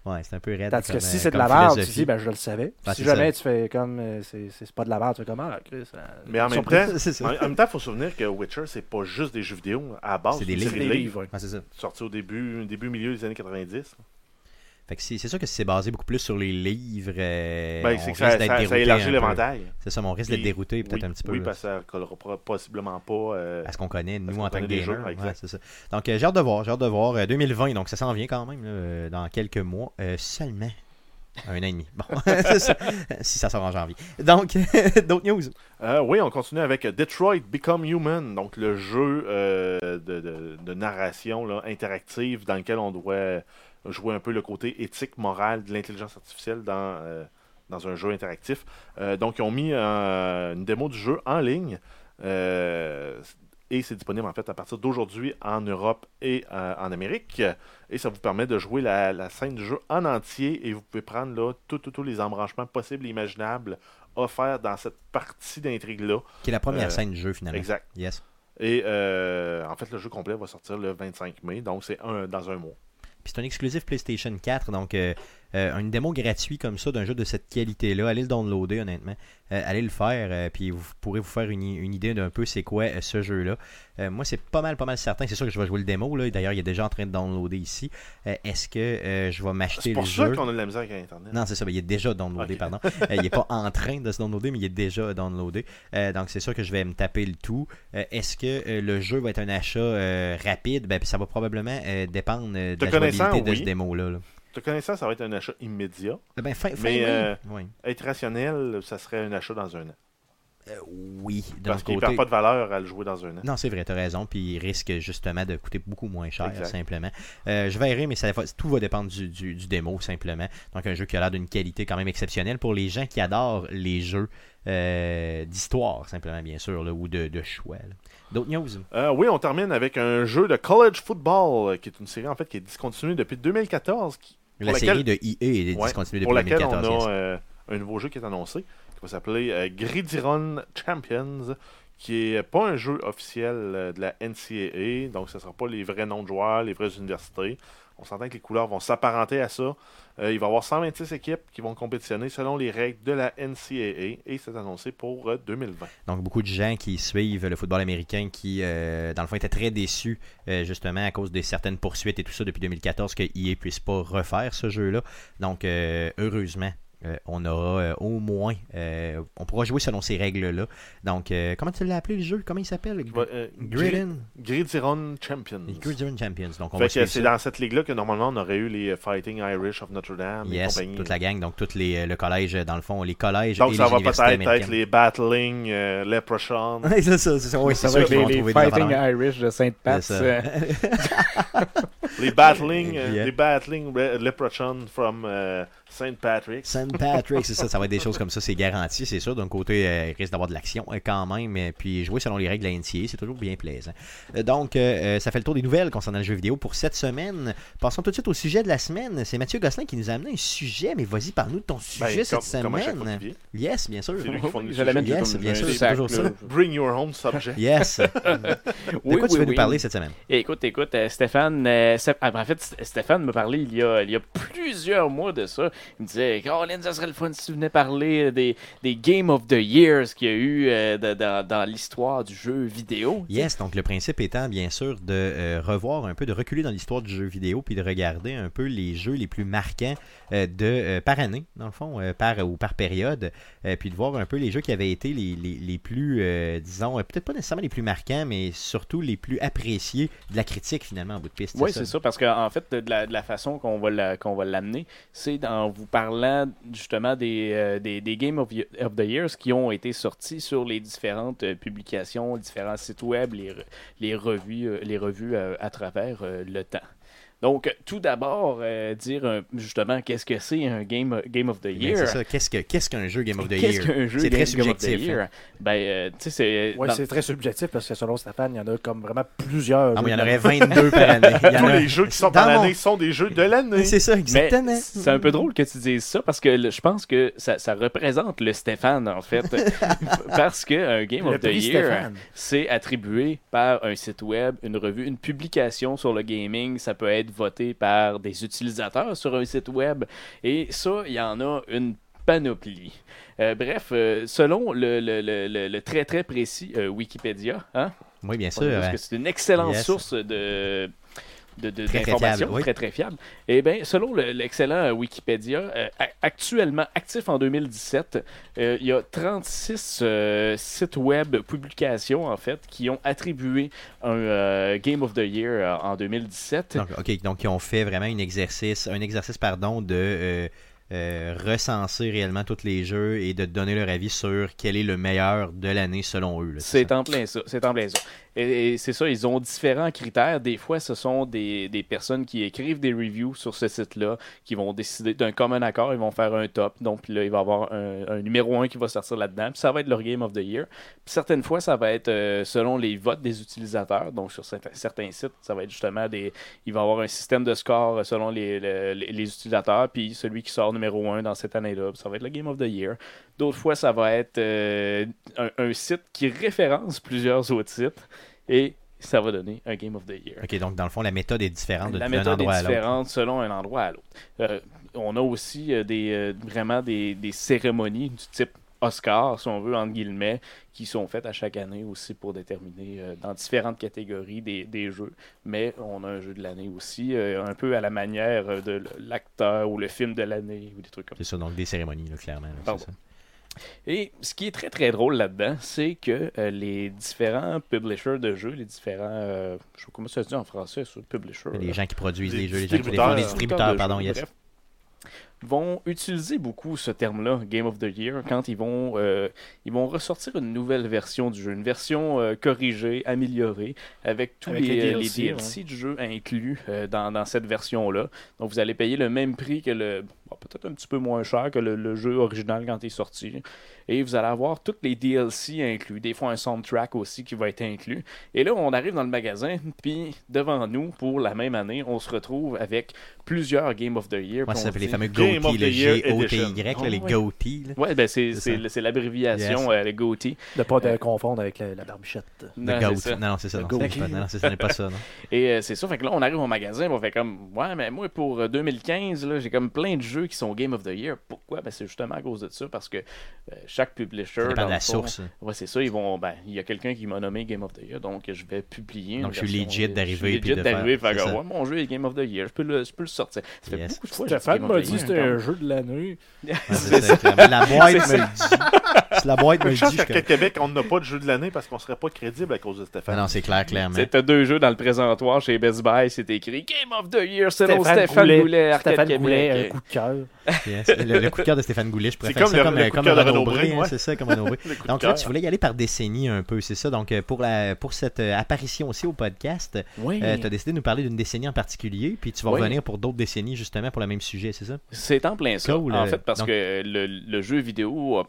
Speaker 1: Ouais, c'est un peu raide.
Speaker 2: Tandis que
Speaker 1: comme,
Speaker 2: si
Speaker 1: euh,
Speaker 2: c'est de
Speaker 1: comme
Speaker 2: la merde, tu
Speaker 1: philosophie.
Speaker 2: dis, ben je le savais.
Speaker 1: Ben,
Speaker 2: si
Speaker 1: c'est ça.
Speaker 2: jamais tu fais comme, euh, c'est c'est pas de la merde, tu fais comment, là, Chris? euh,
Speaker 4: Mais en
Speaker 2: ils
Speaker 4: même
Speaker 2: sont
Speaker 4: temps,
Speaker 2: pris-
Speaker 1: C'est ça.
Speaker 4: En, en même temps, il faut se souvenir que Witcher, c'est pas juste des jeux vidéo. À la base,
Speaker 1: C'est des
Speaker 4: une
Speaker 1: livres.
Speaker 4: série de
Speaker 2: des livres. ouais.
Speaker 1: Ouais, c'est ça.
Speaker 4: sortis au début, début, milieu des années 90.
Speaker 1: Fait que c'est c'est sûr que si c'est basé beaucoup plus sur les livres, euh,
Speaker 4: Ben,
Speaker 1: on
Speaker 4: c'est que
Speaker 1: risque
Speaker 4: ça,
Speaker 1: d'être
Speaker 4: ça- ça
Speaker 1: dérouté. un
Speaker 4: élargit
Speaker 1: peu.
Speaker 4: l'éventail.
Speaker 1: C'est ça, mais on risque d'être
Speaker 4: Puis-
Speaker 1: dérouté peut-être
Speaker 4: oui,
Speaker 1: un petit peu.
Speaker 4: Oui,
Speaker 1: là.
Speaker 4: parce que ça collera pro- possiblement pas. euh,
Speaker 1: à ce qu'on connaît, nous,
Speaker 4: qu'on
Speaker 1: en tant que
Speaker 4: connaît les
Speaker 1: gamers.
Speaker 4: jeux, exact.
Speaker 1: Ouais, c'est ça. Donc, euh, j'ai hâte de voir, j'ai hâte de voir. Euh, 2020, donc ça s'en vient quand même, là, euh, dans quelques mois euh, seulement. Un an et demi. Bon, c'est ça. si ça sort en janvier. Donc, d'autres news.
Speaker 4: euh, oui, on continue avec Detroit Become Human, donc le jeu euh, de, de- de narration là, interactive dans lequel on doit jouer un peu le côté éthique, moral de l'intelligence artificielle dans, euh, dans un jeu interactif. Euh, donc, ils ont mis euh, une démo du jeu en ligne. euh, et c'est disponible en fait à partir d'aujourd'hui en Europe et euh, en Amérique. Et ça vous permet de jouer la, la scène du jeu en entier et vous pouvez prendre là tous tous- tous les embranchements possibles et imaginables offerts dans cette partie d'intrigue-là.
Speaker 1: Qui est la première
Speaker 4: Euh,
Speaker 1: scène du jeu, finalement.
Speaker 4: Exact.
Speaker 1: Yes.
Speaker 4: Et euh, en fait, le jeu complet va sortir le 25 mai, donc c'est un, dans un mois.
Speaker 1: Puis c'est un exclusif PlayStation 4, donc euh, euh, une démo gratuite comme ça d'un jeu de cette qualité-là. Allez le downloader, honnêtement. Euh, allez le faire, euh, puis vous pourrez vous faire une, i- une idée d'un peu c'est quoi euh, ce jeu-là. Euh, moi, c'est pas mal, pas mal certain. C'est sûr que je vais jouer le démo, là. D'ailleurs, il est déjà en train de downloader ici. Euh, Est-ce que euh, je vais m'acheter
Speaker 4: C'est
Speaker 1: le
Speaker 4: pour ça
Speaker 1: jeu
Speaker 4: qu'on a de la misère avec Internet.
Speaker 1: Non, c'est ça. ben, il est déjà downloadé,
Speaker 4: Ok.
Speaker 1: pardon. Euh, il n'est pas en train de se downloader, mais il est déjà downloadé. Euh, donc, c'est sûr que je vais me taper le tout. Euh, Est-ce que euh, le jeu va être un achat euh, rapide Ben, Ça va probablement euh, dépendre euh, de
Speaker 4: Te
Speaker 1: la
Speaker 4: connaissant,
Speaker 1: jouabilité de
Speaker 4: oui.
Speaker 1: ce démo-là. là.
Speaker 4: Te connaissant, ça va être un achat immédiat.
Speaker 1: Eh Ben, fin, fin
Speaker 4: Mais,
Speaker 1: mai.
Speaker 4: euh,
Speaker 1: oui.
Speaker 4: Être rationnel, ça serait un achat dans un an.
Speaker 1: Euh, oui, de
Speaker 4: Parce
Speaker 1: ce
Speaker 4: qu'il
Speaker 1: côté.
Speaker 4: perd pas de valeur à le jouer dans un an.
Speaker 1: Non, c'est vrai, t'as raison. Puis il risque justement de coûter beaucoup moins cher,
Speaker 4: Exact.
Speaker 1: simplement. Euh, je verrai, mais ça va- tout va dépendre du, du- du démo, simplement. Donc, un jeu qui a l'air d'une qualité quand même exceptionnelle pour les gens qui adorent les jeux euh, d'histoire, simplement, bien sûr, là, ou de, de choix. là. D'autres news
Speaker 4: Euh, oui, on termine avec un jeu de college football, euh, qui est une série en fait qui est discontinuée depuis 2014, qui-
Speaker 1: La
Speaker 4: laquelle-
Speaker 1: série de EA est
Speaker 4: ouais,
Speaker 1: discontinuée
Speaker 4: pour
Speaker 1: depuis
Speaker 4: laquelle
Speaker 1: 2014.
Speaker 4: on a
Speaker 1: yes.
Speaker 4: euh, un nouveau jeu qui est annoncé, qui va s'appeler euh, Gridiron Champions, qui est pas un jeu officiel euh, de la NCAA, donc ce ne sera pas les vrais noms de joueurs, les vraies universités. On s'entend que les couleurs vont s'apparenter à ça. Euh, il va y avoir 126 équipes qui vont compétitionner selon les règles de la NCAA et c'est annoncé pour euh, 2020.
Speaker 1: Donc, beaucoup de gens qui suivent le football américain qui, euh, dans le fond, étaient très déçus, euh, justement, à cause des certaines poursuites et tout ça depuis 2014, que EA puisse pas refaire ce jeu-là. Donc, euh, heureusement. euh, on aura euh, au moins, euh, on pourra jouer selon ces règles-là. Donc, euh, comment tu l'as appelé le jeu Comment il s'appelle
Speaker 4: Il va, euh, Grid-
Speaker 1: Gridiron.
Speaker 4: Gridiron Champions.
Speaker 1: Gridiron Champions. Donc, on
Speaker 4: Fait
Speaker 1: va
Speaker 4: que
Speaker 1: suivre
Speaker 4: c'est
Speaker 1: ça.
Speaker 4: dans cette ligue-là que normalement on aurait eu les euh, Fighting Irish of Notre Dame
Speaker 1: Yes,
Speaker 4: et compagnie.
Speaker 1: toute la gang, donc tout les, euh, le collège, dans le fond, les collèges
Speaker 4: Donc
Speaker 1: et
Speaker 4: ça
Speaker 1: les
Speaker 4: va
Speaker 1: universités
Speaker 4: peut-être être
Speaker 1: américaines.
Speaker 4: les Battling, euh, Leprechaun.
Speaker 1: Ouais, c'est ça, c'est ça. Oui, c'est
Speaker 3: Ça
Speaker 1: sûr
Speaker 3: va être
Speaker 1: qu'ils
Speaker 3: les,
Speaker 1: vont trouver
Speaker 3: les
Speaker 1: de la
Speaker 3: Fighting
Speaker 1: valeur.
Speaker 3: Irish de Sainte-Pat.
Speaker 1: C'est ça.
Speaker 3: euh,
Speaker 4: les Battling, euh,
Speaker 1: Yeah.
Speaker 4: les Battling Re- Leprechaun from euh, Saint Patrick.
Speaker 1: Saint Patrick, c'est ça, ça va être des choses comme ça, c'est garanti, c'est sûr. D'un côté, euh, il risque d'avoir de l'action euh, quand même, euh, puis jouer selon les règles de la NCA, c'est toujours bien plaisant. Euh, Donc, euh, euh, ça fait le tour des nouvelles concernant le jeu vidéo pour cette semaine. Passons tout de suite au sujet de la semaine. C'est Mathieu Gosselin qui nous a amené un sujet, mais vas-y, parle-nous de ton
Speaker 4: Ben,
Speaker 1: sujet
Speaker 4: comme-
Speaker 1: cette
Speaker 4: comme à chaque fois,
Speaker 1: semaine.
Speaker 4: Olivier.
Speaker 1: Yes, bien sûr.
Speaker 4: C'est lui qui font
Speaker 3: Je la
Speaker 4: le
Speaker 3: mets
Speaker 4: sujet.
Speaker 1: Yes,
Speaker 3: comme
Speaker 1: bien
Speaker 3: un
Speaker 1: sûr, c'est
Speaker 3: sac,
Speaker 1: toujours
Speaker 3: là.
Speaker 1: ça.
Speaker 4: Bring your own subject.
Speaker 1: Yes. De
Speaker 3: Oui,
Speaker 1: quoi tu veux
Speaker 3: oui, oui.
Speaker 1: nous parler cette semaine?
Speaker 3: Écoute, écoute, euh, Stéphane, euh, Stéph- ah, ben, en fait, St- Stéphane me parlait il y, a, il y a plusieurs mois de ça. Il me disait, Colin, ça serait le fun si tu venais parler euh, des, des Game of the Years qu'il y a eu euh, de- dans, dans l'histoire du jeu vidéo.
Speaker 1: Yes, donc le principe étant bien sûr de euh, revoir un peu, de reculer dans l'histoire du jeu vidéo, puis de regarder un peu les jeux les plus marquants euh, de, euh, par année, dans le fond, euh, par, ou par période, euh, puis de voir un peu les jeux qui avaient été les, les- les plus, euh, disons, euh, peut-être pas nécessairement les plus marquants, mais surtout les plus appréciés de la critique finalement en bout de piste.
Speaker 3: Oui, c'est ça, parce qu'en en fait, de la, de la façon qu'on va la- qu'on va l'amener, c'est en vous parlant justement des, euh, des, des Game of, Ye- of the Years qui ont été sortis sur les différentes euh, publications, différents sites web, les, re- les revues, euh, les revues euh, à travers euh, le temps. Donc, euh, tout d'abord, euh, dire euh, justement qu'est-ce que c'est un game, Game of the
Speaker 1: Ben, c'est
Speaker 3: Year.
Speaker 1: ça. Qu'est-ce que- qu'est-ce qu'un jeu Game of the
Speaker 3: Qu'est-ce
Speaker 1: Year?
Speaker 3: qu'un jeu
Speaker 1: C'est très
Speaker 3: Game- Game of the
Speaker 1: subjectif, hein.
Speaker 3: Year? Ben, euh, tu sais, c'est.
Speaker 2: Oui,
Speaker 3: dans-
Speaker 2: c'est très subjectif parce que selon Stéphane, il y en a comme vraiment plusieurs.
Speaker 1: Ah,
Speaker 2: jeux
Speaker 1: mais il y en
Speaker 2: de-
Speaker 1: aurait 22 par année. Il y en
Speaker 4: Tous
Speaker 1: a-
Speaker 4: les jeux qui sortent dans
Speaker 1: Dans mon-
Speaker 4: l'année sont des jeux de l'année.
Speaker 1: C'est ça,
Speaker 3: Mais
Speaker 1: exactement.
Speaker 3: c'est un peu drôle que tu dises ça parce que le- je pense que ça, ça représente le Stéphane en fait. parce que un Game
Speaker 2: Le
Speaker 3: of the
Speaker 2: prix
Speaker 3: Year,
Speaker 2: Stéphane.
Speaker 3: c'est attribué par un site web, une revue, une publication sur le gaming. Ça peut être voté par des utilisateurs sur un site web. Et ça, il y en a une panoplie. Euh, bref, euh, selon le, le- le- le- le très très précis euh, Wikipédia, hein,
Speaker 1: Oui, bien
Speaker 3: on
Speaker 1: sûr.
Speaker 3: dit Parce
Speaker 1: hein.
Speaker 3: que c'est une excellente
Speaker 1: Yes.
Speaker 3: source de de- de-
Speaker 1: Très, très
Speaker 3: d'informations,
Speaker 1: fiable, oui.
Speaker 3: très, très fiable. Et bien, selon le- l'excellent euh, Wikipédia, euh, a- actuellement actif en 2017, euh, il y a 36 euh, sites web, publications en fait, qui ont attribué un euh, Game of the Year euh, en 2017.
Speaker 1: Donc, OK, donc ils ont fait vraiment un exercice, un exercice pardon, de euh, euh, recenser réellement tous les jeux et de donner leur avis sur quel est le meilleur de l'année selon eux. là,
Speaker 3: C'est
Speaker 1: ça?
Speaker 3: en plein ça. C'est en plein ça. Et, et c'est ça, ils ont différents critères. Des fois, ce sont des, des personnes qui écrivent des reviews sur ce site-là, qui vont décider d'un commun accord, ils vont faire un top. Donc, puis là, il va y avoir un, un numéro 1 qui va sortir là-dedans. Puis ça va être leur Game of the Year. Puis certaines fois, ça va être euh, selon les votes des utilisateurs. Donc, sur certains, certains sites, ça va être justement des. Il va y avoir un système de score selon les, le- les- les utilisateurs. Puis celui qui sort numéro 1 dans cette année-là, ça va être le Game of the Year. D'autres fois, ça va être euh, un, un site qui référence plusieurs autres sites et ça va donner un Game of the Year.
Speaker 1: OK, donc dans le fond, la méthode est différente Ah, de-
Speaker 3: La
Speaker 1: d'un
Speaker 3: méthode
Speaker 1: endroit
Speaker 3: est
Speaker 1: à l'autre.
Speaker 3: différente selon un endroit à l'autre. Euh, on a aussi euh, des, euh, vraiment des, des cérémonies du type Oscar, si on veut, entre guillemets, qui sont faites à chaque année aussi pour déterminer euh, dans différentes catégories des, des jeux. Mais on a un jeu de l'année aussi, euh, un peu à la manière euh, de l'acteur ou le film de l'année ou des trucs comme ça.
Speaker 1: C'est ça, donc des cérémonies, là, clairement. là, c'est
Speaker 3: Pardon.
Speaker 1: ça.
Speaker 3: Et ce qui est très très drôle là-dedans, c'est que euh, les différents publishers de jeux, les différents. euh, je sais pas comment ça se dit en français, ça, publisher.
Speaker 1: Les gens qui produisent
Speaker 4: Des
Speaker 1: les jeux, les gens qui les
Speaker 4: distributeurs.
Speaker 1: font, les
Speaker 4: Des
Speaker 1: distributeurs,
Speaker 3: euh, de
Speaker 1: pardon,
Speaker 3: jeux,
Speaker 1: yes.
Speaker 3: bref, vont utiliser beaucoup ce terme-là, Game of the Year, quand ils vont, euh, ils vont ressortir une nouvelle version du jeu, une version euh, corrigée, améliorée, avec tous
Speaker 2: Avec
Speaker 3: les, euh,
Speaker 2: les
Speaker 3: les DLC,
Speaker 2: DLC,
Speaker 3: du jeu inclus euh, dans, dans cette version-là. Donc vous allez payer le même prix que le, bon, peut-être un petit peu moins cher que le, le jeu original quand il est sorti, et vous allez avoir toutes les DLC inclus, des fois un soundtrack aussi qui va être inclus. Et là, on arrive dans le magasin, puis devant nous, pour la même année, on se retrouve avec plusieurs Game of the Year.
Speaker 1: Moi,
Speaker 3: puis
Speaker 1: ça
Speaker 3: on
Speaker 1: s'appelle les
Speaker 3: dit-
Speaker 1: fameux
Speaker 4: Game
Speaker 1: GOTY,
Speaker 4: of the
Speaker 1: le
Speaker 4: Year
Speaker 1: G-O-T-Y, là, les
Speaker 3: Oh, ouais.
Speaker 1: GOTY. là.
Speaker 3: Ouais, ben c'est,
Speaker 1: C'est
Speaker 3: c'est,
Speaker 1: ça.
Speaker 3: le- c'est l'abréviation, euh, le GOTY.
Speaker 2: De pas te confondre avec la, la barbichette.
Speaker 1: Le
Speaker 3: Non, c'est
Speaker 1: GOAT.
Speaker 3: ça.
Speaker 1: Non, non, c'est ça.
Speaker 2: Le
Speaker 1: Non, c'est
Speaker 2: goat.
Speaker 1: pas- non, non, c'est- ce n'est pas ça. non.
Speaker 3: Et euh, c'est ça, fait que là, on arrive au magasin, puis on fait comme, ouais, mais moi, pour euh, 2015, là, j'ai comme plein de jeux qui sont Game of the Year. Pourquoi? Ben, c'est justement à cause de ça, parce que euh, chaque publisher.
Speaker 1: Ça dépend
Speaker 3: dans
Speaker 1: de
Speaker 3: le
Speaker 1: la
Speaker 3: fond-
Speaker 1: source. hein.
Speaker 3: Ouais, c'est ça, ils vont. Ben, il y a quelqu'un qui m'a nommé Game of the Year, donc je vais publier. une
Speaker 1: Donc, je suis
Speaker 3: version-
Speaker 1: legit d'arriver,
Speaker 3: Je suis
Speaker 1: puis
Speaker 3: legit
Speaker 1: de
Speaker 3: d'arriver,
Speaker 1: faire-
Speaker 3: faire
Speaker 1: c'est
Speaker 3: comme,
Speaker 1: ça.
Speaker 3: ouais, mon jeu est Game of the Year, je peux le, je peux le sortir. Ça fait
Speaker 1: Yes.
Speaker 3: beaucoup de fois que j'ai dit
Speaker 2: Stéphane
Speaker 3: Game of the
Speaker 2: m'a dit que
Speaker 3: Year,
Speaker 2: c'était un jeu de l'année.
Speaker 1: Ouais, c'est ça, clairement. La boîte me le dit. Si la boîte me le
Speaker 4: Une
Speaker 1: dit,
Speaker 4: chance
Speaker 1: je
Speaker 4: qu'à
Speaker 1: connais.
Speaker 4: Québec, on n'a pas de jeu de l'année parce qu'on serait pas crédible à cause de
Speaker 1: Ah
Speaker 4: Stéphane.
Speaker 1: Non, c'est clair,
Speaker 3: Tu
Speaker 1: clairement.
Speaker 3: sais, T'as deux jeux dans le présentoir chez Best Buy, c'est écrit Game of the Year selon Stéphane,
Speaker 2: Goulet- euh,
Speaker 3: Goulet, Arcade
Speaker 2: Stéphane
Speaker 3: Québec.
Speaker 2: Goulet, un coup de cœur.
Speaker 1: Yes. Le, le coup de cœur de Stéphane Goulet. Je préfère
Speaker 4: comme
Speaker 1: ça
Speaker 4: le-
Speaker 1: comme,
Speaker 4: le
Speaker 1: euh,
Speaker 4: coup
Speaker 1: comme
Speaker 4: de
Speaker 1: un
Speaker 4: cœur de
Speaker 1: Renaud
Speaker 4: Renaud
Speaker 1: Bré,
Speaker 4: Bré,
Speaker 1: hein,
Speaker 4: ouais.
Speaker 1: c'est ça, comme un Renaud Bré.
Speaker 4: Le coup de
Speaker 1: Donc là,
Speaker 4: cœur.
Speaker 1: tu voulais y aller par décennie un peu, c'est ça. Donc euh, pour, la, pour cette euh, apparition aussi au podcast,
Speaker 3: Oui.
Speaker 1: tu as décidé de nous parler d'une décennie en particulier, puis tu vas
Speaker 3: Oui.
Speaker 1: revenir pour d'autres décennies justement pour le même sujet, c'est ça?
Speaker 3: C'est en plein ça.
Speaker 1: Cool,
Speaker 3: en
Speaker 1: euh,
Speaker 3: fait, parce
Speaker 1: donc-
Speaker 3: que le, le jeu vidéo, euh,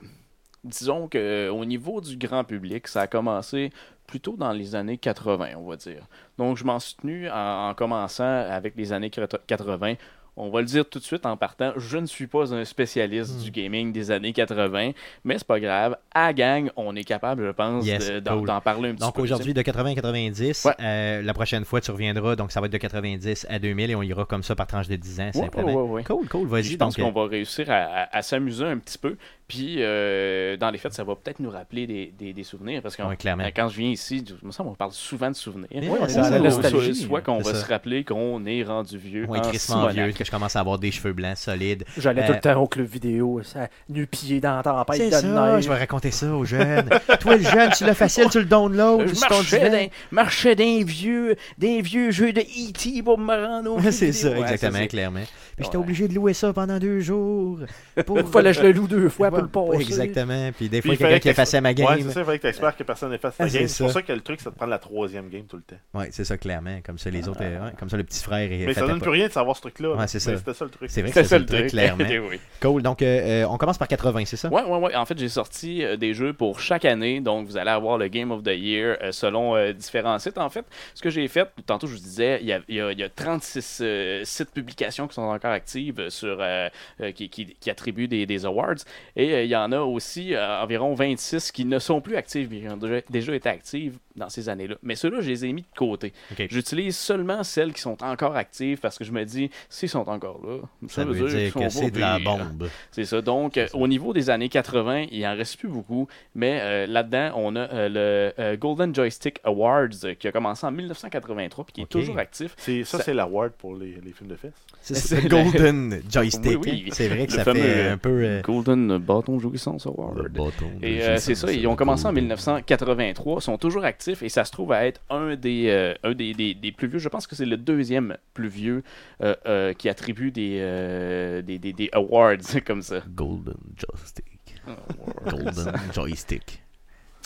Speaker 3: disons que euh, au niveau du grand public, ça a commencé plutôt dans les années 80, on va dire. Donc, je m'en suis tenu en, en commençant avec les années 80. On va le dire tout de suite en partant, je ne suis pas un
Speaker 1: Hmm.
Speaker 3: spécialiste du gaming des années 80, mais c'est pas grave. À gang, on est capable, je pense,
Speaker 1: Yes,
Speaker 3: de- d'en
Speaker 1: cool.
Speaker 3: d'en parler un petit
Speaker 1: Donc
Speaker 3: peu.
Speaker 1: aujourd'hui de 80 à 90,
Speaker 3: Ouais.
Speaker 1: euh, la prochaine fois tu reviendras, donc ça va être de 90 à 2000 et on ira comme ça par tranche de 10 ans
Speaker 3: Ouais,
Speaker 1: simplement.
Speaker 3: ouais, ouais.
Speaker 1: Cool, cool,
Speaker 3: Puis
Speaker 1: vas-y.
Speaker 3: Je pense
Speaker 1: Donc, euh,
Speaker 3: qu'on va réussir à, à- à s'amuser un petit peu. Puis, euh, dans les fêtes, ça va peut-être nous rappeler des, des- des souvenirs. Parce que euh,
Speaker 1: Ouais, clairement.
Speaker 3: quand je viens ici, je- il me semble on parle souvent de souvenirs.
Speaker 1: Mais
Speaker 2: ouais, on est
Speaker 1: c'est
Speaker 2: dans
Speaker 1: ça,
Speaker 2: la
Speaker 1: on-
Speaker 2: nostalgie.
Speaker 3: Soit- Soit qu'on
Speaker 1: C'est
Speaker 3: va
Speaker 1: ça.
Speaker 3: se rappeler qu'on est rendu vieux.
Speaker 1: Ouais,
Speaker 3: en
Speaker 1: crissement vieux,
Speaker 3: Simonac.
Speaker 1: que je commence à avoir des cheveux blancs solides.
Speaker 2: J'allais
Speaker 1: Euh,
Speaker 2: tout le temps au club vidéo, ça, nu-pied dans la tempête
Speaker 1: C'est
Speaker 2: de
Speaker 1: ça,
Speaker 2: neige.
Speaker 1: je vais raconter ça aux jeunes. Toi, le jeune, tu le facile, tu le download,
Speaker 3: Je
Speaker 1: tu ton
Speaker 3: marchais
Speaker 1: divan.
Speaker 3: d'un, marchais d'un vieux, d'un vieux jeu de E.T. pour me rendre au
Speaker 1: Ouais, c'est
Speaker 3: vidéo.
Speaker 1: ça,
Speaker 3: Ouais,
Speaker 1: exactement,
Speaker 3: c'est-
Speaker 1: clairement. Puis j'étais
Speaker 3: Ouais.
Speaker 1: obligé de louer ça pendant deux jours. Pour...
Speaker 2: Il fallait que je le loue deux fois pour le passer.
Speaker 1: Exactement. Puis des
Speaker 4: Puis
Speaker 1: fois,
Speaker 4: il fallait
Speaker 1: quelqu'un qui
Speaker 4: que-
Speaker 1: effaçait ma
Speaker 4: Ouais,
Speaker 1: game.
Speaker 4: c'est ça, il fallait que tu espères que personne n'efface
Speaker 1: Ah,
Speaker 4: ta
Speaker 1: c'est
Speaker 4: game. C'est pour
Speaker 1: ça.
Speaker 4: ça que le truc, c'est de prendre la troisième game tout le temps.
Speaker 1: Ouais, c'est ça, clairement. Comme ça, les autres, euh, ouais, comme ça, le petit frère est
Speaker 4: Mais ça donne plus rien de savoir ce truc-là.
Speaker 1: Ouais,
Speaker 4: là.
Speaker 1: c'est ça.
Speaker 4: Mais C'était ça le truc.
Speaker 1: C'est vrai que
Speaker 3: C'était
Speaker 1: c'est ça
Speaker 3: ça
Speaker 1: le truc, clairement.
Speaker 3: Eh oui.
Speaker 1: Cool. Donc, euh, euh, on commence par 80, c'est ça?
Speaker 3: Ouais, ouais, ouais. En fait, j'ai sorti euh, des jeux pour chaque année. Donc, vous allez avoir le Game of the Year euh, selon euh, différents sites. En fait, ce que j'ai fait, tantôt, je vous disais, il y a, il y a- il y a 36 euh, sites publications qui sont encore actives euh, sur, euh, euh, qui, qui- qui attribuent des, des awards. Et euh, il y en a aussi euh, environ 26 qui ne sont plus actives, mais qui ont déjà, déjà été actives dans ces années-là. Mais ceux-là, je les ai mis de côté.
Speaker 1: Ok.
Speaker 3: J'utilise seulement celles qui sont encore actives parce que je me dis, s'ils sont encore là,
Speaker 1: Ça veut dire
Speaker 3: qu'ils
Speaker 1: que
Speaker 3: sont
Speaker 1: c'est de la
Speaker 3: pas pires.
Speaker 1: bombe.
Speaker 3: C'est ça. Donc, euh, au niveau des années 80, il en reste plus beaucoup, mais euh, là-dedans, on a euh, le euh, Golden Joystick Awards euh, qui a commencé en 1983 puis qui est
Speaker 1: Ok.
Speaker 3: toujours actif.
Speaker 4: C'est- Ça,
Speaker 3: Ça-
Speaker 4: c'est la word pour les, les films de fesses.
Speaker 1: C'est
Speaker 3: C'est
Speaker 1: ça,
Speaker 3: la-
Speaker 1: Golden Joystick.
Speaker 3: Oui, oui.
Speaker 1: C'est vrai que
Speaker 3: Le
Speaker 1: ça
Speaker 3: fameux,
Speaker 1: fait un
Speaker 3: euh,
Speaker 1: peu. euh,
Speaker 3: Golden Bâton Jouissance
Speaker 1: le
Speaker 3: Award.
Speaker 1: bâton de
Speaker 3: Et euh, c'est
Speaker 1: Jésus,
Speaker 3: ça, ils ont commencé en
Speaker 1: Golden.
Speaker 3: 1983, sont toujours actifs et ça se trouve à être un des, euh, un des, des- des plus vieux. Je pense que c'est le deuxième plus vieux euh, euh, qui attribue des, euh, des, des- des awards comme ça.
Speaker 1: Golden Joystick.
Speaker 3: Oh,
Speaker 1: Golden Joystick.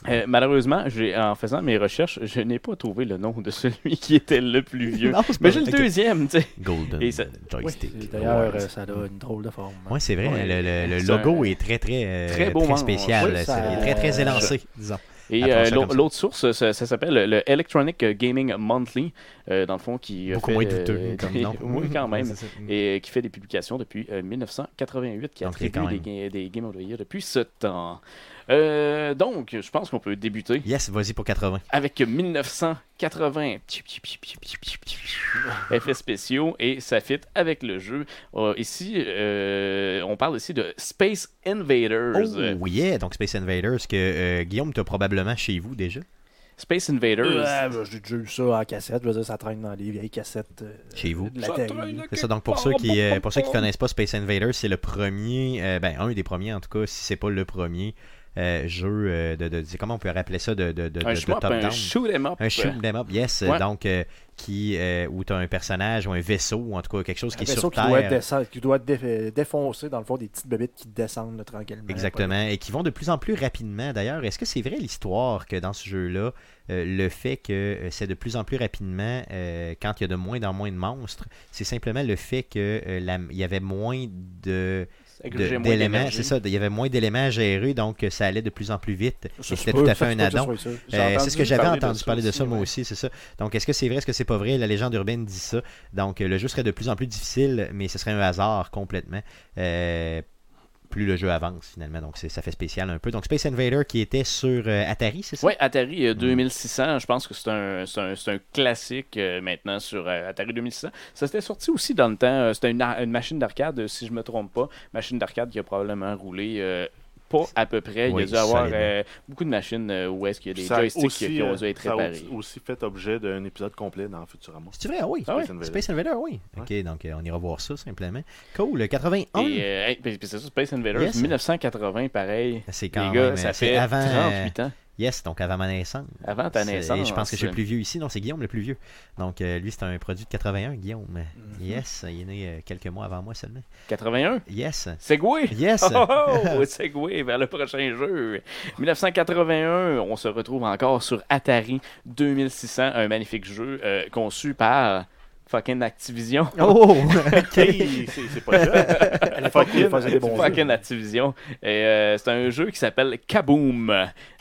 Speaker 3: Euh, malheureusement, j'ai- en faisant mes recherches, je n'ai pas trouvé le nom de celui qui était le plus vieux.
Speaker 1: Non, c'est
Speaker 3: Mais
Speaker 1: pas
Speaker 3: j'ai le
Speaker 1: vrai.
Speaker 3: deuxième, tu sais.
Speaker 1: Golden
Speaker 3: Et ça-
Speaker 2: Oui,
Speaker 1: Joystick.
Speaker 2: D'ailleurs,
Speaker 1: Awards.
Speaker 2: euh, ça a une drôle de forme.
Speaker 1: Ouais, c'est vrai.
Speaker 3: Ouais.
Speaker 1: le- le le
Speaker 3: C'est
Speaker 1: logo
Speaker 3: un-
Speaker 1: est très, très, euh,
Speaker 3: Très beau manche.
Speaker 1: spécial.
Speaker 2: Oui, ça-
Speaker 1: C'est très, très élancé, disons.
Speaker 3: Et
Speaker 1: Appelons
Speaker 3: euh,
Speaker 1: ça
Speaker 3: l'au-
Speaker 1: comme ça.
Speaker 3: l'autre source, ça, ça s'appelle le Electronic Gaming Monthly, euh, dans le fond, qui. euh,
Speaker 1: Beaucoup
Speaker 3: fait,
Speaker 1: moins
Speaker 3: euh,
Speaker 1: douteux comme nom.
Speaker 3: oui, quand même.
Speaker 1: Ouais, c'est ça.
Speaker 3: Et euh, qui fait des publications depuis euh, 1988,
Speaker 1: Donc, il
Speaker 3: qui
Speaker 1: y a
Speaker 3: attribue des,
Speaker 1: quand
Speaker 3: ga- des Game of the Year depuis ce temps. Euh, donc, je pense qu'on peut débuter
Speaker 1: Yes, vas-y pour 80.
Speaker 3: avec 1980. Effets spéciaux et ça fit avec le jeu. Euh, ici, euh, on parle ici de Space Invaders. Euh,
Speaker 1: Oh yeah, donc Space Invaders que euh, Guillaume t'as probablement chez vous déjà.
Speaker 3: Space Invaders.
Speaker 1: Euh,
Speaker 2: Ouais, ben, J'ai déjà eu ça en cassette. Je veux dire, ça traîne dans les vieilles cassettes. euh,
Speaker 1: Chez vous.
Speaker 2: de la télé.
Speaker 1: C'est ça, donc pour ceux qui euh, pour ceux qui connaissent pas Space Invaders, c'est le premier, euh, ben un des premiers en tout cas, si c'est pas le premier euh, jeu euh, de, de- c'est- comment on peut rappeler ça de, de, de,
Speaker 3: un
Speaker 1: de- de
Speaker 3: shmup,
Speaker 1: top
Speaker 3: un
Speaker 1: down.
Speaker 3: shoot 'em up.
Speaker 1: Un shoot them up, yes.
Speaker 3: Ouais.
Speaker 1: Donc, euh, qui, euh, où tu as un personnage ou un vaisseau, ou en tout cas quelque chose qui
Speaker 2: Un
Speaker 1: est sur
Speaker 2: vaisseau qui doit,
Speaker 1: Terre.
Speaker 2: descendre- qui doit dé- défoncer, dans le fond, des petites bébites qui descendent là, tranquillement.
Speaker 1: Exactement, et qui vont de plus en plus rapidement d'ailleurs. Est-ce que c'est vrai l'histoire que dans ce jeu-là, euh, le fait que euh, c'est de plus en plus rapidement, euh, quand il y a de moins en moins de monstres, c'est simplement le fait que euh, la- il y avait moins de
Speaker 3: Avec
Speaker 1: de-
Speaker 3: j'ai moins
Speaker 1: d'éléments,
Speaker 3: d'énergie.
Speaker 1: c'est ça, il y avait moins d'éléments à gérer, donc euh, ça allait de plus en plus vite. Et
Speaker 2: Ça se
Speaker 1: C'était
Speaker 2: peut,
Speaker 1: tout à
Speaker 2: ça
Speaker 1: fait
Speaker 2: se
Speaker 1: un
Speaker 2: peut que ce
Speaker 1: addon.
Speaker 2: soit ça.
Speaker 3: J'ai
Speaker 1: Euh,
Speaker 3: entendu
Speaker 1: c'est ce que j'avais
Speaker 3: parler de
Speaker 1: entendu
Speaker 3: ça
Speaker 1: parler de ça, moi
Speaker 3: ouais.
Speaker 1: aussi, c'est ça. Donc, est-ce que c'est vrai, est-ce que c'est pas vrai La légende urbaine dit ça. Donc, euh, le jeu serait de plus en plus difficile, mais ce serait un hasard complètement. Euh, plus le jeu avance, finalement. Donc, c'est- ça fait spécial un peu. Donc, Space Invader qui était sur euh, Atari, Mm. c'est ça
Speaker 3: Oui, Atari euh, 2600, je pense que c'est un, c'est un, c'est un classique euh, maintenant sur euh, Atari 2600. Ça s'était sorti aussi dans le temps, euh, c'était une, ar- une machine d'arcade, euh, si je me trompe pas, machine d'arcade qui a probablement roulé euh, pas à peu près.
Speaker 1: Oui,
Speaker 3: Il y a dû avoir
Speaker 1: solide.
Speaker 3: euh, beaucoup de machines euh, où est-ce qu'il y a des
Speaker 4: Ça a
Speaker 3: joysticks qui- qui ont
Speaker 4: euh,
Speaker 3: dû être
Speaker 4: ça a
Speaker 3: réparés.
Speaker 4: aussi fait objet d'un épisode complet dans Futurama.
Speaker 1: C'est vrai, oui.
Speaker 3: Ah ouais?
Speaker 4: Space Invaders.
Speaker 1: Space Invader, oui. Ok, donc euh, on ira voir ça simplement. Cool, 81.
Speaker 3: Et euh, hey, puis- puis c'est ça, Space Invaders,
Speaker 1: Ah Yes.
Speaker 3: 1980, pareil.
Speaker 1: C'est quand
Speaker 3: euh, Les gars,
Speaker 1: même-
Speaker 3: ça
Speaker 1: c'est
Speaker 3: fait
Speaker 1: avant, euh,
Speaker 3: 38 ans.
Speaker 1: Yes, donc avant ma naissance.
Speaker 3: Avant ta
Speaker 1: C'est-
Speaker 3: naissance.
Speaker 1: Je pense que je suis le plus vieux ici. Non, c'est Guillaume le plus vieux. Donc, euh, lui, c'est un produit de 81, Guillaume.
Speaker 3: Mhm.
Speaker 1: Yes, il est né euh, quelques mois avant moi seulement.
Speaker 3: 81.
Speaker 1: Yes.
Speaker 3: Segway.
Speaker 1: Yes.
Speaker 3: Oh, oh, segway vers le prochain jeu. 1981, on se retrouve encore sur Atari 2600, un magnifique jeu euh, conçu par fucking Activision.
Speaker 1: Oh!
Speaker 4: Hey, c'est c'est pas ça.
Speaker 2: À l'époque, il faisait des
Speaker 3: C'est
Speaker 2: bons jeux.
Speaker 3: fucking Activision. Et euh, c'est un jeu qui s'appelle Kaboom.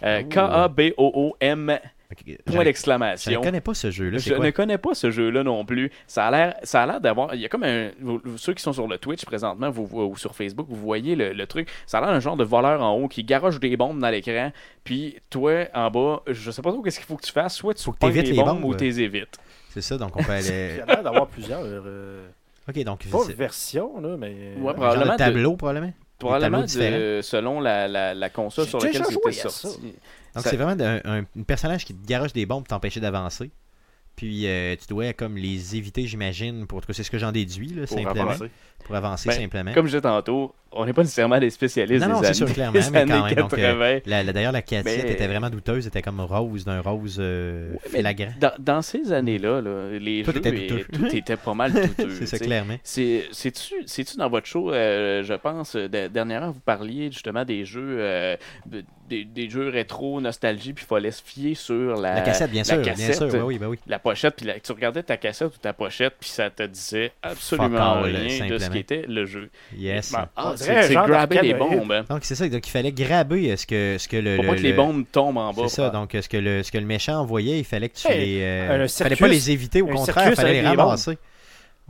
Speaker 3: Euh, K-A-B-O-O-M.
Speaker 1: Ok,
Speaker 3: Point
Speaker 1: je- Je ne
Speaker 3: d'exclamation.
Speaker 1: connais pas ce jeu-là.
Speaker 3: Je
Speaker 1: C'est
Speaker 3: ne
Speaker 1: quoi?
Speaker 3: connais pas ce jeu-là non plus. Ça a l'air, ça a l'air d'avoir. Il y a comme un. vous- Ceux qui sont sur le Twitch présentement, vous, ou sur Facebook, vous voyez le, le truc. Ça a l'air d'un genre de voleur en haut qui garoche des bombes dans l'écran. Puis toi, en bas, je sais pas trop qu'est-ce qu'il faut que tu fasses. Soit tu
Speaker 1: Faut que
Speaker 3: pognes
Speaker 1: t'évites
Speaker 3: les
Speaker 1: les
Speaker 3: bombes
Speaker 1: bombes.
Speaker 3: ou t'es évites.
Speaker 1: C'est ça, donc on peut
Speaker 2: Il y
Speaker 1: aller.
Speaker 2: a l'air d'avoir plusieurs. euh,
Speaker 1: Ok, donc.
Speaker 2: pas
Speaker 1: Eh. c'est-
Speaker 2: version, là, mais. euh,
Speaker 3: Ouais,
Speaker 1: Un genre de
Speaker 3: Probablement de-
Speaker 1: tableau, probablement.
Speaker 3: Probablement
Speaker 1: tableaux différents.
Speaker 3: de- selon la, la- la console
Speaker 2: J'ai
Speaker 3: sur laquelle
Speaker 2: déjà
Speaker 3: c'était
Speaker 2: joué à
Speaker 3: sorti.
Speaker 2: ça.
Speaker 1: Donc,
Speaker 3: Ça-
Speaker 1: c'est vraiment un, un- un personnage qui te garoche des bombes pour t'empêcher d'avancer. Puis, euh, tu dois comme les éviter, j'imagine. Pour... en tout cas, C'est ce que j'en déduis, là,
Speaker 4: Pour
Speaker 1: simplement.
Speaker 4: avancer.
Speaker 1: Pour avancer,
Speaker 3: Ben,
Speaker 1: simplement.
Speaker 3: Comme je disais tantôt, on n'est pas nécessairement des spécialistes
Speaker 1: Non, non,
Speaker 3: des
Speaker 1: c'est
Speaker 3: années,
Speaker 1: sûr, clairement,
Speaker 3: des
Speaker 1: mais quand
Speaker 3: années
Speaker 1: même, donc, euh,
Speaker 3: 80.
Speaker 1: La- la- D'ailleurs, la cassette
Speaker 3: Mais-
Speaker 1: était vraiment douteuse, était comme rose d'un rose euh,
Speaker 3: Ouais, mais
Speaker 1: flagrant.
Speaker 3: Dans, dans ces années-là, là, les
Speaker 1: Tout
Speaker 3: jeux
Speaker 1: était douteux.
Speaker 3: et- tout était pas mal douteux.
Speaker 1: C'est ça,
Speaker 3: tu sais.
Speaker 1: clairement.
Speaker 3: C'est- C'est-tu c'est-tu dans votre show, euh, je pense, euh, de- dernièrement, vous parliez justement des jeux euh, de- des, des jeux rétro, nostalgie, puis il fallait se fier sur la,
Speaker 1: La cassette, bien
Speaker 3: euh, la
Speaker 1: sûr, bien
Speaker 3: cassette. euh,
Speaker 1: sûr. Oui, oui, ben oui.
Speaker 3: la pochette, puis la- tu regardais ta cassette ou ta pochette, puis ça te disait
Speaker 1: Fuck
Speaker 3: absolument
Speaker 1: all,
Speaker 3: rien de ce
Speaker 1: simplement.
Speaker 3: qui était le jeu.
Speaker 1: Yes.
Speaker 3: Ben,
Speaker 2: On dirait
Speaker 3: c'est
Speaker 2: un
Speaker 3: c'est
Speaker 2: genre
Speaker 3: grabber les
Speaker 2: d'arcade.
Speaker 3: bombes. hein.
Speaker 1: Donc, c'est ça. Donc, il fallait graber euh, ce que, ce que le.
Speaker 3: Pour
Speaker 1: le-
Speaker 3: pas que les
Speaker 1: le-
Speaker 3: bombes tombent en bas.
Speaker 1: C'est ça. Donc, euh, ce que le, ce que le méchant envoyait, il fallait que tu
Speaker 2: Hey,
Speaker 1: les. euh,
Speaker 2: un
Speaker 1: il fallait pas
Speaker 2: circus-
Speaker 1: les éviter, au
Speaker 2: un
Speaker 1: contraire, il
Speaker 2: circus
Speaker 1: fallait
Speaker 2: avec
Speaker 1: les
Speaker 2: des bombes.
Speaker 1: ramasser.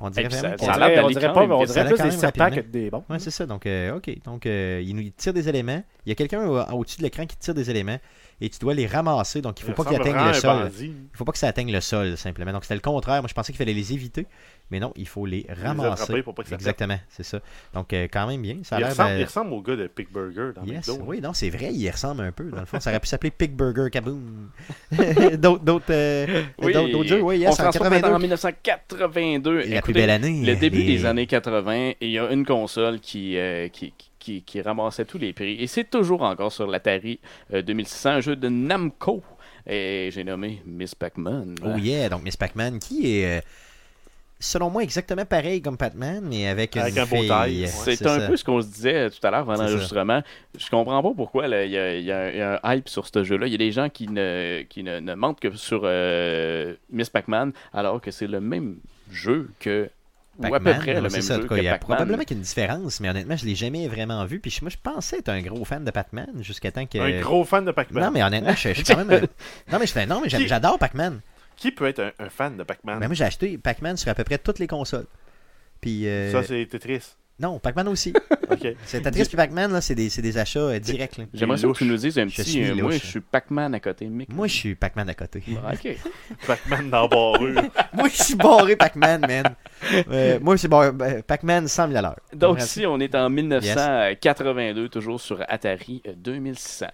Speaker 1: On dirait
Speaker 3: puis
Speaker 1: vraiment. qu'on-
Speaker 3: ça
Speaker 2: On
Speaker 3: a l'air
Speaker 2: dirait, on
Speaker 3: d'aller
Speaker 2: dirait
Speaker 3: quand
Speaker 2: pas,
Speaker 3: même
Speaker 2: mais on
Speaker 3: vite.
Speaker 1: Ça
Speaker 2: dirait
Speaker 1: allait
Speaker 2: plus
Speaker 1: quand
Speaker 2: des
Speaker 1: même
Speaker 2: serpents que
Speaker 1: rapidement.
Speaker 2: des bons.
Speaker 1: Ouais, c'est ça. Donc, euh, OK. Donc, euh, il nous tire des éléments. Il y a quelqu'un au- au-dessus de l'écran qui tire des éléments et tu dois les ramasser. Donc, il faut pas qu'ils
Speaker 4: ressemble
Speaker 1: atteignent
Speaker 4: vraiment
Speaker 1: le
Speaker 4: à un
Speaker 1: sol.
Speaker 4: bandit.
Speaker 1: Il faut pas que ça atteigne le sol, simplement. Donc, c'était le contraire. Moi, je pensais qu'il fallait les éviter. Mais non, il faut les ramasser.
Speaker 4: attraper pour pas que ça pète.
Speaker 1: Exactement, c'est ça. Donc, euh, quand même bien. Ça a
Speaker 4: Il
Speaker 1: l'air.
Speaker 4: ressemble,
Speaker 1: euh,
Speaker 4: il ressemble au gars de Pig Burger dans
Speaker 1: Yes.
Speaker 4: McDo.
Speaker 1: Oui, non, c'est vrai, il y ressemble un peu. Dans le fond, ça aurait pu s'appeler Pig Burger Kaboom. d'autres, d'autres, euh,
Speaker 3: Oui,
Speaker 1: d'autres, d'autres jeux, oui,
Speaker 3: on
Speaker 1: yes,
Speaker 3: se
Speaker 1: en
Speaker 3: transporte maintenant
Speaker 1: 82.
Speaker 3: en 1982.
Speaker 1: La plus
Speaker 3: Écoutez,
Speaker 1: belle année.
Speaker 3: Le début
Speaker 1: les-
Speaker 3: des années 80, il y a une console qui, euh, qui, qui, qui ramassait tous les prix. Et c'est toujours encore sur l'Atari euh, 2600, un jeu de Namco. Et j'ai nommé Miss Pac-Man.
Speaker 1: Oh yeah, donc Miss Pac-Man, qui est, euh, selon moi, exactement pareil comme Pac-Man, mais avec,
Speaker 4: Avec
Speaker 1: une
Speaker 4: un beau
Speaker 1: fille.
Speaker 4: taille, ouais.
Speaker 3: C'est
Speaker 1: ça.
Speaker 3: un peu ce qu'on se disait tout à l'heure pendant
Speaker 1: C'est ça.
Speaker 3: l'enregistrement. Je comprends pas pourquoi là, il y, a- il y a- il y a un hype sur ce jeu-là. Il y a des gens qui ne, qui ne, ne mentent que sur euh, Miss Pac-Man, alors que c'est le même jeu que. Ou à peu
Speaker 1: Pac-Man,
Speaker 3: près
Speaker 1: ouais,
Speaker 3: le
Speaker 1: c'est
Speaker 3: même
Speaker 1: ça, en
Speaker 3: jeu
Speaker 1: tout
Speaker 3: que
Speaker 1: cas, Il y a
Speaker 3: Pac-Man.
Speaker 1: probablement qu'il y a une différence, mais honnêtement, je l'ai jamais vraiment vu. Puis je- moi, je pensais être un gros fan de Pac-Man jusqu'à temps que.
Speaker 4: Un gros fan de Pac-Man.
Speaker 1: euh, Non, mais honnêtement, je je suis quand même. un- Non, mais, je fais- non, mais j'aime-
Speaker 4: Qui- Ah.
Speaker 1: j'adore Pac-Man.
Speaker 4: Qui peut être un, un fan de Pac-Man
Speaker 1: Ben, moi, j'ai acheté Pac-Man sur à peu près toutes les consoles. Puis, euh,
Speaker 4: Ça, c'est Tetris.
Speaker 1: non, Pac-Man aussi.
Speaker 4: Ok.
Speaker 1: c'est Tetris puis Pac-man, là, c'est des, c'est des achats euh, directs. là.
Speaker 3: J'aimerais ça que tu nous dises un
Speaker 1: Je
Speaker 3: petit.
Speaker 1: suis
Speaker 3: euh, moi,
Speaker 1: louche.
Speaker 3: je suis Pac-Man à côté. Mick.
Speaker 1: Moi, je suis Pac-Man à côté.
Speaker 3: Ah, ok.
Speaker 4: Pac-Man dans Barreux.
Speaker 1: moi, je suis barré Pac-Man, man. Euh, moi, je suis barré ben, Pac-Man 100 000 à l'heure.
Speaker 3: Donc
Speaker 1: Bref.
Speaker 3: ici, on est en 1982, toujours sur Atari euh, 2600.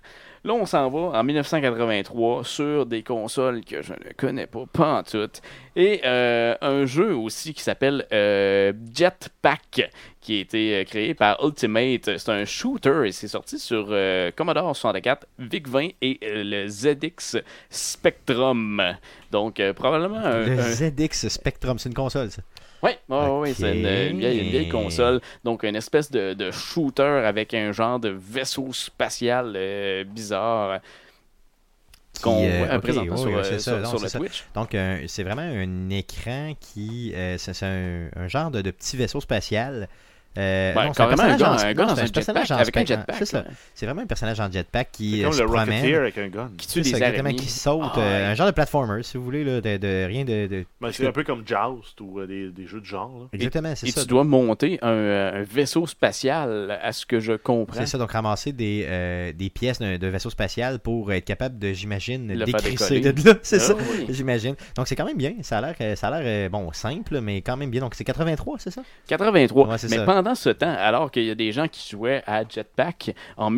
Speaker 3: Là, on s'en va en 1983 sur des consoles que je ne connais pas, pas en tout. Et euh, un jeu aussi qui s'appelle euh, Jetpack, qui a été euh, créé par Ultimate. C'est un shooter et c'est sorti sur euh, Commodore 64, VIC-20 et euh, le ZX Spectrum. Donc, euh, probablement un-
Speaker 1: Le
Speaker 3: un
Speaker 1: ZX Spectrum, c'est une console, ça.
Speaker 3: oui, oui, oui,
Speaker 1: Ok.
Speaker 3: c'est une, une vieille, une vieille console. Donc, une espèce de, de shooter avec un genre de vaisseau spatial euh, bizarre
Speaker 1: Qui,
Speaker 3: qu'on
Speaker 1: euh,
Speaker 3: voit
Speaker 1: ok,
Speaker 3: présentement
Speaker 1: oui,
Speaker 3: sur,
Speaker 1: oui,
Speaker 3: euh,
Speaker 1: c'est ça,
Speaker 3: sur-
Speaker 1: non,
Speaker 3: sur le
Speaker 1: c'est ça. Euh,
Speaker 3: Twitch.
Speaker 1: Donc, un- c'est vraiment un écran qui. euh, c'est c'est un, un genre de, de petit vaisseau spatial. Euh,
Speaker 3: Ouais,
Speaker 1: non, c'est
Speaker 3: Ben, carrément,
Speaker 1: personnage
Speaker 3: un gars,
Speaker 1: en-
Speaker 3: un gars
Speaker 1: non,
Speaker 3: dans
Speaker 1: c'est
Speaker 3: un
Speaker 1: personnage
Speaker 3: jetpack,
Speaker 1: en
Speaker 3: avec un
Speaker 1: spectre,
Speaker 3: jetpack,
Speaker 1: C'est ça.
Speaker 3: là,
Speaker 1: C'est vraiment un personnage en jetpack qui
Speaker 4: C'est
Speaker 1: euh,
Speaker 4: comme
Speaker 1: se
Speaker 4: le
Speaker 1: promène.
Speaker 4: Rocketeer avec un gun.
Speaker 3: qui tue
Speaker 1: C'est ça,
Speaker 3: des
Speaker 1: exactement,
Speaker 3: araignées.
Speaker 1: qui saute.
Speaker 3: Ah,
Speaker 1: euh,
Speaker 3: ouais.
Speaker 1: un genre de platformer, si vous voulez, là, de, de rien de. de-
Speaker 4: Ben, c'est un peu comme Joust ou euh, des, des jeux de genre. là.
Speaker 1: Exactement, c'est
Speaker 3: Et
Speaker 1: ça.
Speaker 3: tu dois monter un, euh, un vaisseau spatial, à ce que je comprends.
Speaker 1: C'est ça, donc ramasser des, euh, des pièces d'un d'un vaisseau spatial pour être capable de, j'imagine,
Speaker 3: Le faire
Speaker 1: décrisser
Speaker 3: décoller.
Speaker 1: de là. C'est
Speaker 3: Ah,
Speaker 1: ça,
Speaker 3: oui.
Speaker 1: j'imagine. Donc c'est quand même bien. Ça a l'air, euh, ça a l'air euh, bon, simple, mais quand même bien. Donc c'est 83, c'est ça
Speaker 3: 83.
Speaker 1: Ouais, c'est
Speaker 3: Mais
Speaker 1: ça.
Speaker 3: pendant ce temps, alors qu'il y a des gens qui jouaient à Jetpack, en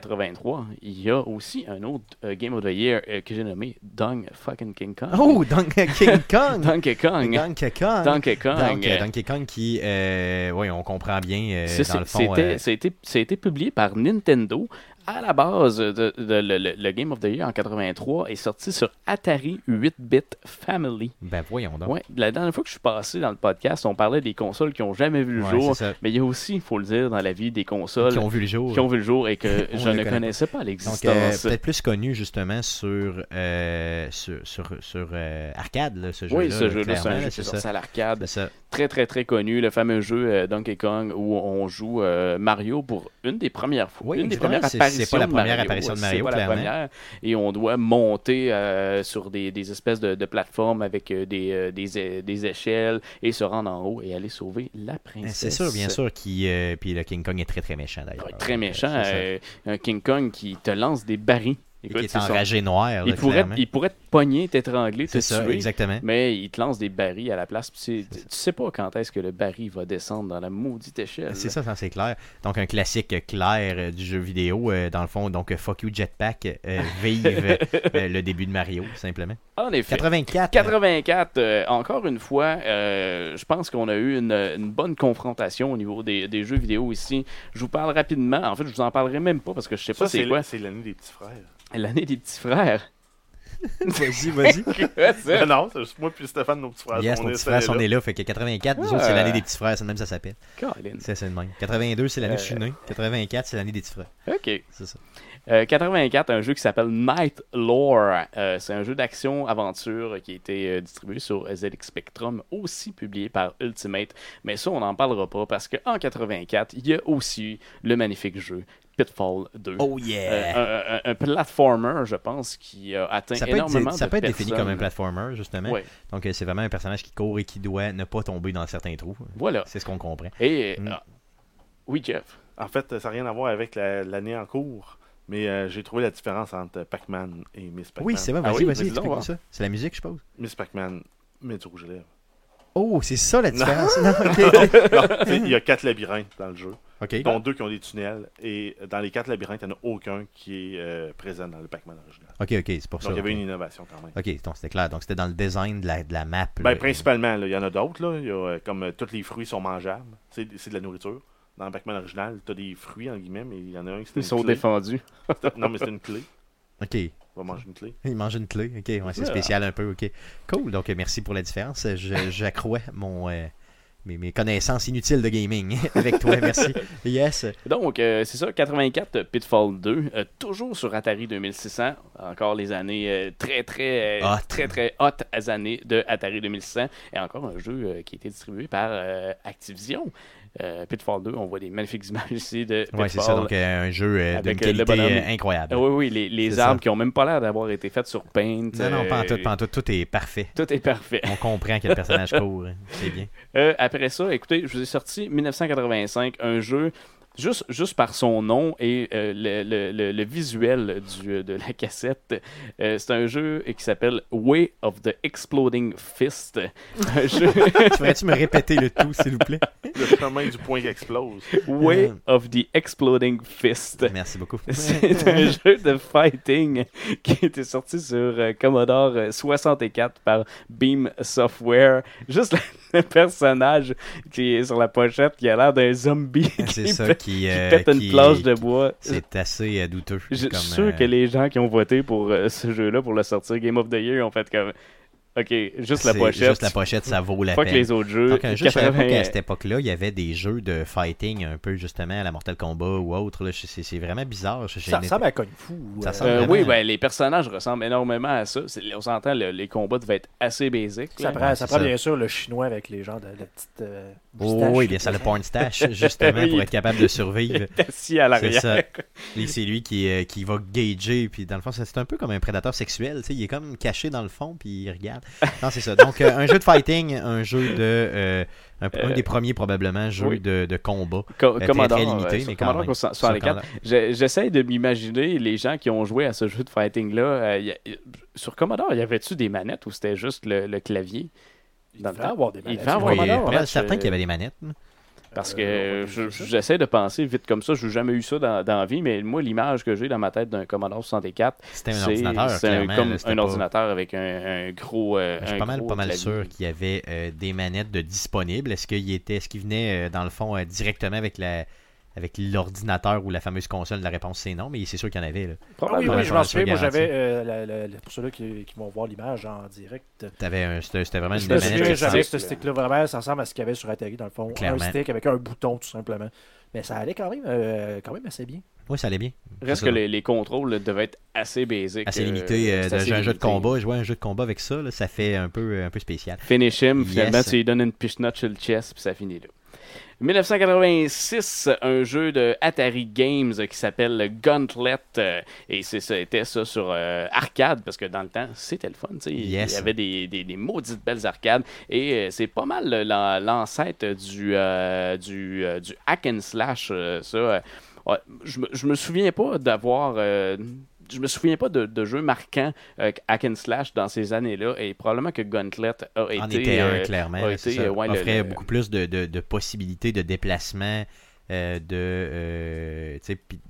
Speaker 3: 1983, il y a aussi un autre euh, Game of the Year euh, que j'ai nommé Dong fucking King Kong.
Speaker 1: Oh, Donkey Kong
Speaker 3: Ah Donkey Kong.
Speaker 1: Donkey Kong
Speaker 3: Donkey Kong.
Speaker 1: Donc, euh, Donkey Kong qui, oui, on comprend bien, euh,
Speaker 3: Ça,
Speaker 1: dans le
Speaker 3: c'est-
Speaker 1: fond.
Speaker 3: C'était
Speaker 1: euh,
Speaker 3: ça a été- ça a été publié par Nintendo à la base, de, de- le, le- le Game of the Year en 83 est sorti sur Atari 8-bit Family.
Speaker 1: Ben voyons donc.
Speaker 3: Ouais, la dernière fois que je suis passé dans le podcast, on parlait des consoles qui n'ont jamais vu le
Speaker 1: Ouais,
Speaker 3: jour.
Speaker 1: c'est ça.
Speaker 3: Mais il y a aussi, il faut le dire, dans la vie des consoles
Speaker 1: Qui ont vu le jour.
Speaker 3: qui ont vu le jour et que
Speaker 1: On
Speaker 3: je
Speaker 1: les
Speaker 3: ne
Speaker 1: connaît
Speaker 3: connaissais pas
Speaker 1: Donc, euh,
Speaker 3: l'existence.
Speaker 1: peut-être plus connu justement sur, euh, sur, sur, sur, euh, arcade, là, ce jeu-là.
Speaker 3: oui, ce
Speaker 1: là,
Speaker 3: jeu-là, c'est un
Speaker 1: clairement, là,
Speaker 3: jeu qui est
Speaker 1: c'est
Speaker 3: sorti
Speaker 1: ça.
Speaker 3: à l'arcade.
Speaker 1: C'est ça.
Speaker 3: Très, très, très connu. Le fameux jeu euh, Donkey Kong où on joue euh, Mario pour une des premières fois.
Speaker 1: Oui,
Speaker 3: une des
Speaker 1: exactement.
Speaker 3: premières
Speaker 1: C'est- c'est pas
Speaker 3: apparitions.
Speaker 1: la
Speaker 3: de
Speaker 1: première
Speaker 3: Mario.
Speaker 1: apparition de
Speaker 3: C'est
Speaker 1: Mario,
Speaker 3: pas la
Speaker 1: clairement.
Speaker 3: première. Et on doit monter euh, sur des, des espèces de, de plateformes avec euh, des, euh, des, é- des échelles et se rendre en haut et aller sauver la
Speaker 1: Ben,
Speaker 3: princesse.
Speaker 1: C'est sûr, bien sûr. Qui, euh, puis le King Kong est très très méchant d'ailleurs.
Speaker 3: Ouais, Ah, très méchant.
Speaker 1: C'est ça.
Speaker 3: euh, un King Kong qui te lance des barils.
Speaker 1: Et
Speaker 3: Écoute,
Speaker 1: qui est
Speaker 3: c'est son-
Speaker 1: enragé noir.
Speaker 3: il,
Speaker 1: là,
Speaker 3: pourrait,
Speaker 1: clairement.
Speaker 3: il pourrait te pogner, t'étrangler, te
Speaker 1: C'est ça,
Speaker 3: tuer.
Speaker 1: exactement.
Speaker 3: Mais il te lance des barils à la place. puis Tu sais, tu sais pas quand est-ce que le baril va descendre dans la maudite échelle.
Speaker 1: C'est ça, ça, c'est clair. Donc, un classique euh, clair euh, du jeu vidéo, euh, dans le fond. Donc, euh, fuck you Jetpack, euh, vive euh, euh, le début de Mario, simplement.
Speaker 3: En effet.
Speaker 1: 84.
Speaker 3: 84, euh, encore une fois, euh, je pense qu'on a eu une, une bonne confrontation au niveau des, des jeux vidéo ici. Je vous parle rapidement. En fait, je vous en parlerai même pas parce que je sais pas
Speaker 4: Ça,
Speaker 3: c'est
Speaker 4: c'est
Speaker 3: quoi.
Speaker 4: c'est l'année des petits frères.
Speaker 3: L'année des petits frères.
Speaker 1: Vas-y, vas-y.
Speaker 3: Quoi, ça?
Speaker 4: Ben non, c'est juste moi puis Stéphane, nos petits frères.
Speaker 1: Yes,
Speaker 4: on
Speaker 1: nos
Speaker 4: est
Speaker 1: petits frères,
Speaker 4: installés
Speaker 1: on
Speaker 4: là.
Speaker 1: est là. Fait que 84, nous
Speaker 3: Ah.
Speaker 1: autres, c'est l'année des petits frères. C'est de même ça s'appelle.
Speaker 3: Colin.
Speaker 1: C'est c'est le même. 82, c'est l'année où je suis né. 84, c'est l'année des petits frères.
Speaker 3: OK.
Speaker 1: C'est ça.
Speaker 3: Euh, 84, un jeu qui s'appelle Night Lore. Euh, c'est un jeu d'action-aventure qui a été euh, distribué sur ZX Spectrum, aussi publié par Ultimate. Mais ça, on n'en parlera pas parce qu'en 84, il y a aussi le magnifique jeu Pitfall 2.
Speaker 1: Oh
Speaker 3: Euh,
Speaker 1: yeah!
Speaker 3: un, un- un platformer, je pense, qui a atteint
Speaker 1: ça peut
Speaker 3: énormément
Speaker 1: être, ça
Speaker 3: de
Speaker 1: peut être défini
Speaker 3: personnes.
Speaker 1: comme un platformer, justement.
Speaker 3: Ouais,
Speaker 1: Donc, euh, c'est vraiment un personnage qui court et qui doit ne pas tomber dans certains trous.
Speaker 3: voilà.
Speaker 1: C'est ce qu'on comprend.
Speaker 3: Et.
Speaker 1: Mm.
Speaker 3: ah, oui, Jeff.
Speaker 4: En fait, ça n'a rien à voir avec la- l'année en cours, mais euh, j'ai trouvé la différence entre Pac-Man et Miss Pac-Man.
Speaker 1: Oui, c'est vrai. Vas-y,
Speaker 3: Ah oui,
Speaker 1: vas-y,
Speaker 3: vas-y donc,
Speaker 1: explique-nous
Speaker 3: hein.
Speaker 1: ça. C'est la musique, je suppose.
Speaker 4: Miss Pac-Man, mais du rouge à lèvres.
Speaker 1: Oh, c'est ça la différence. Non, ok.
Speaker 4: Non, tu sais, Il y a quatre labyrinthes dans le jeu,
Speaker 1: Ok.
Speaker 4: dont deux qui ont des tunnels, et dans les quatre labyrinthes, il n'y en a aucun qui est euh, présent dans le Pac-Man original.
Speaker 1: Ok, ok, c'est pour ça.
Speaker 4: Donc il y avait
Speaker 1: ok.
Speaker 4: une innovation quand même.
Speaker 1: Ok, donc c'était clair. Donc c'était dans le design de la, de la map. là.
Speaker 4: Ben, principalement, là, il y en a d'autres. là. Il y a, euh, Comme euh, tous les fruits sont mangeables, c'est c'est de la nourriture. Dans le Pac-man original, tu as des fruits, en guillemets, mais il y en a un qui
Speaker 3: Ils
Speaker 4: c'était
Speaker 3: sont
Speaker 4: une clé.
Speaker 3: défendus.
Speaker 4: Non, mais c'est une clé.
Speaker 1: Ok,
Speaker 4: On va manger une clé.
Speaker 1: il mange une clé. Ok, ouais, c'est
Speaker 3: Ah.
Speaker 1: spécial un peu. Ok, cool. Donc euh, merci pour la différence. Je- J'accrois mon euh, mes, mes connaissances inutiles de gaming avec toi. Merci. Yes.
Speaker 3: Donc, euh, c'est ça, 84 euh, Pitfall 2, euh, toujours sur Atari 2600, encore les années euh, très, très, euh,
Speaker 1: Hot.
Speaker 3: très, très hautes années de Atari 2600, et encore un jeu euh, qui a été distribué par euh, Activision. Euh, Pitfall 2, on voit des magnifiques images ici de Pitfall.
Speaker 1: Ouais, c'est ça. Donc euh, un jeu euh, d'une
Speaker 3: Avec, euh,
Speaker 1: qualité
Speaker 3: le bonhomme.
Speaker 1: euh, incroyable.
Speaker 3: Ah oui, oui, les, les
Speaker 1: C'est ça.
Speaker 3: arbres qui ont même pas l'air d'avoir été faites sur Paint.
Speaker 1: Non, non,
Speaker 3: euh,
Speaker 1: pas en tout, pas en tout. Tout est parfait.
Speaker 3: Tout est parfait.
Speaker 1: On comprend que le personnage court. hein. C'est bien.
Speaker 3: Euh, après ça, écoutez, je vous ai sorti 1985, un jeu juste, juste par son nom et euh, le, le- le- le visuel du- de la cassette. Euh, c'est un jeu qui s'appelle Way of the Exploding Fist. Un jeu
Speaker 1: tu pourrais-tu me répéter le tout, s'il vous plaît?
Speaker 4: Le chemin du point qui explose.
Speaker 3: Way of the Exploding Fist.
Speaker 1: Merci beaucoup.
Speaker 3: C'est un jeu de fighting qui était sorti sur euh, Commodore euh, 64 par Beam Software. Juste le, le personnage qui est sur la pochette qui a l'air d'un zombie
Speaker 1: Ah, C'est
Speaker 3: qui,
Speaker 1: ça
Speaker 3: pète-
Speaker 1: qui,
Speaker 3: qui
Speaker 1: euh,
Speaker 3: pète une
Speaker 1: qui-
Speaker 3: planche de bois. Je
Speaker 1: C'est assez euh, douteux.
Speaker 3: je suis
Speaker 1: comme,
Speaker 3: sûr
Speaker 1: euh,
Speaker 3: que les gens qui ont voté pour euh, ce jeu-là, pour le sortir Game of the Year, ont fait comme... Ok, juste la
Speaker 1: c'est-
Speaker 3: pochette.
Speaker 1: Juste la pochette, ça vaut la
Speaker 3: Pas que
Speaker 1: peine.
Speaker 3: les autres jeux.
Speaker 1: Donc, un jeu, je savais pas
Speaker 3: 80,
Speaker 1: qu'à cette époque-là, il y avait des jeux de fighting, un peu justement à la Mortal Kombat ou autre. là. Je- C'est c'est vraiment bizarre. Je-
Speaker 2: Ça
Speaker 1: j'ai-
Speaker 2: ressemble à Kung Fu.
Speaker 1: Ça
Speaker 2: euh,
Speaker 1: ressemble
Speaker 3: euh,
Speaker 1: vraiment.
Speaker 3: oui, ben, les personnages ressemblent énormément à ça. C'est- On s'entend, le- les combats devaient être assez basiques. là.
Speaker 2: Ça prend,
Speaker 1: Ouais, c'est
Speaker 2: ça prend
Speaker 1: ça.
Speaker 2: bien sûr le chinois avec les gens de la petite. euh,
Speaker 1: Oh,
Speaker 2: moustache.
Speaker 1: oui, bien ça, le porn stash, justement,
Speaker 3: Oui.
Speaker 1: pour être capable de survivre.
Speaker 3: assis à
Speaker 1: C'est
Speaker 3: l'arrière.
Speaker 1: ça. Et C'est lui qui, euh, qui va gager, puis dans le fond, ça, c'est un peu comme un prédateur sexuel, tu sais, il est comme caché dans le fond, puis il regarde. Non, c'est ça. Donc, euh, un jeu de fighting, un jeu de... euh, un, un
Speaker 3: Euh,
Speaker 1: des premiers, probablement, jeux
Speaker 3: oui.
Speaker 1: de, de combat.
Speaker 3: Co-
Speaker 1: très,
Speaker 3: Commodore,
Speaker 1: très limité,
Speaker 3: euh, sur
Speaker 1: mais quand
Speaker 3: Commodore
Speaker 1: même.
Speaker 3: 64.
Speaker 1: Sur Commodore.
Speaker 3: J'ai- J'essaie de m'imaginer les gens qui ont joué à ce jeu de fighting-là. euh, y a- y- sur Commodore, y avait-tu des manettes ou c'était juste le, le clavier?
Speaker 2: Il
Speaker 3: Dans le
Speaker 2: devait
Speaker 3: temps.
Speaker 2: avoir des Ah
Speaker 3: Il devait
Speaker 2: maladies.
Speaker 3: avoir
Speaker 1: Oui,
Speaker 3: Commodore,
Speaker 1: pas
Speaker 3: ouais,
Speaker 1: mal certain
Speaker 3: je-
Speaker 1: qu'il y avait des manettes. hein.
Speaker 3: Parce que
Speaker 2: Euh,
Speaker 3: euh, je- je- j'essaie de penser vite comme ça. Je n'ai jamais eu ça dans, dans la vie, mais moi, l'image que j'ai dans ma tête d'un Commodore 64,
Speaker 1: C'était un
Speaker 3: c'est
Speaker 1: ordinateur,
Speaker 3: c'est un-
Speaker 1: clairement,
Speaker 3: comme
Speaker 1: là,
Speaker 3: un
Speaker 1: c'était pas-
Speaker 3: ordinateur avec un, un gros. euh,
Speaker 1: Je suis
Speaker 3: un
Speaker 1: pas mal,
Speaker 3: gros
Speaker 1: pas mal
Speaker 3: clavier.
Speaker 1: sûr qu'il y avait euh, des manettes de disponibles. Est-ce qu'il était, est-ce qu'il venait euh, dans le fond euh, directement avec la avec l'ordinateur ou la fameuse console, la réponse c'est non, mais c'est sûr qu'il y en avait. là.
Speaker 2: Ah oui,
Speaker 1: Probablement
Speaker 2: oui, je m'en
Speaker 1: sur la
Speaker 2: souviens. Moi,
Speaker 1: garantie.
Speaker 2: j'avais, euh, la- la- la- pour ceux-là qui, qui vont voir l'image en direct, euh,
Speaker 1: T'avais un- C'était c'était vraiment
Speaker 2: je
Speaker 1: une
Speaker 2: me
Speaker 1: manette
Speaker 2: souviens,
Speaker 1: qui
Speaker 2: j'avais
Speaker 1: ressemblait-
Speaker 2: ce stick-là vraiment, ça ressemble à ce qu'il y avait sur Atari, dans le fond.
Speaker 1: Clairement.
Speaker 2: Un stick avec un bouton, tout simplement. Mais ça allait quand même, euh, quand même assez bien.
Speaker 1: Oui, ça allait bien.
Speaker 3: Reste
Speaker 1: C'est
Speaker 3: que
Speaker 1: ça.
Speaker 3: les, les contrôles devaient être assez basiques.
Speaker 1: Assez
Speaker 3: euh,
Speaker 1: limité. euh,
Speaker 3: c'est
Speaker 1: de-
Speaker 3: assez
Speaker 1: un jeu de
Speaker 3: limité.
Speaker 1: combat, jouer à un jeu de combat avec ça, là, ça fait un peu, euh, un peu spécial.
Speaker 3: Finish him,
Speaker 1: Yes.
Speaker 3: finalement, tu lui donnes une pichenote sur le chest, puis ça finit là. 1986, un jeu de Atari Games qui s'appelle Gauntlet. euh, et c'est- c'était ça sur euh, arcade, parce que dans le temps, c'était le fun. tu sais.
Speaker 1: Yes.
Speaker 3: Il y avait des, des- des maudites belles arcades. Et euh, c'est pas mal euh, l'an- l'ancêtre du, euh, du, euh, du hack and slash, euh, ça. euh, Ouais, je, me, je me souviens pas d'avoir. euh, je me souviens pas de, de jeu marquant euh, hack and slash dans ces années-là. Et probablement que Gauntlet a été.
Speaker 1: en était un,
Speaker 3: euh,
Speaker 1: clairement.
Speaker 3: a
Speaker 1: c'est
Speaker 3: été,
Speaker 1: ça.
Speaker 3: euh, ouais, le-
Speaker 1: offrait
Speaker 3: le-
Speaker 1: beaucoup plus de, de- de possibilités de déplacement, euh, de, euh, tu sais, puis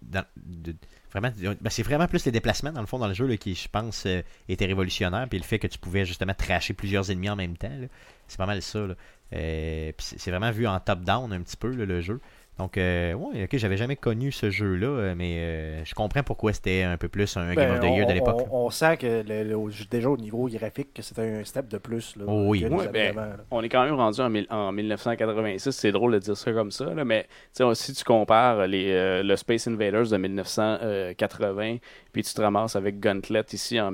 Speaker 1: dans- de- Vraiment, ben, c'est vraiment plus les déplacements, dans le fond, dans le jeu, là, qui, je pense, euh, était révolutionnaire. Puis le fait que tu pouvais justement tracher plusieurs ennemis en même temps, là, c'est pas mal ça. là. Euh, puis c'est c'est vraiment vu en top-down un petit peu, là, le jeu. Donc, euh, ouais, ok, j'avais jamais connu ce jeu-là, euh, mais euh, je comprends pourquoi c'était un peu plus un Game
Speaker 2: Ben,
Speaker 1: of the Year
Speaker 2: on-
Speaker 1: de l'époque. là.
Speaker 2: On, on sent que le- le- au- déjà au niveau graphique, que c'était un step de plus. Là,
Speaker 1: Oh oui.
Speaker 2: que nous
Speaker 3: Ouais,
Speaker 2: avions
Speaker 3: ben,
Speaker 2: avant, là.
Speaker 3: on est quand même rendu en, mille- en 1986. C'est drôle de dire ça comme ça, là, mais tu sais, on- si tu compares les, euh, le Space Invaders de 1980, puis tu te ramasses avec Gauntlet ici en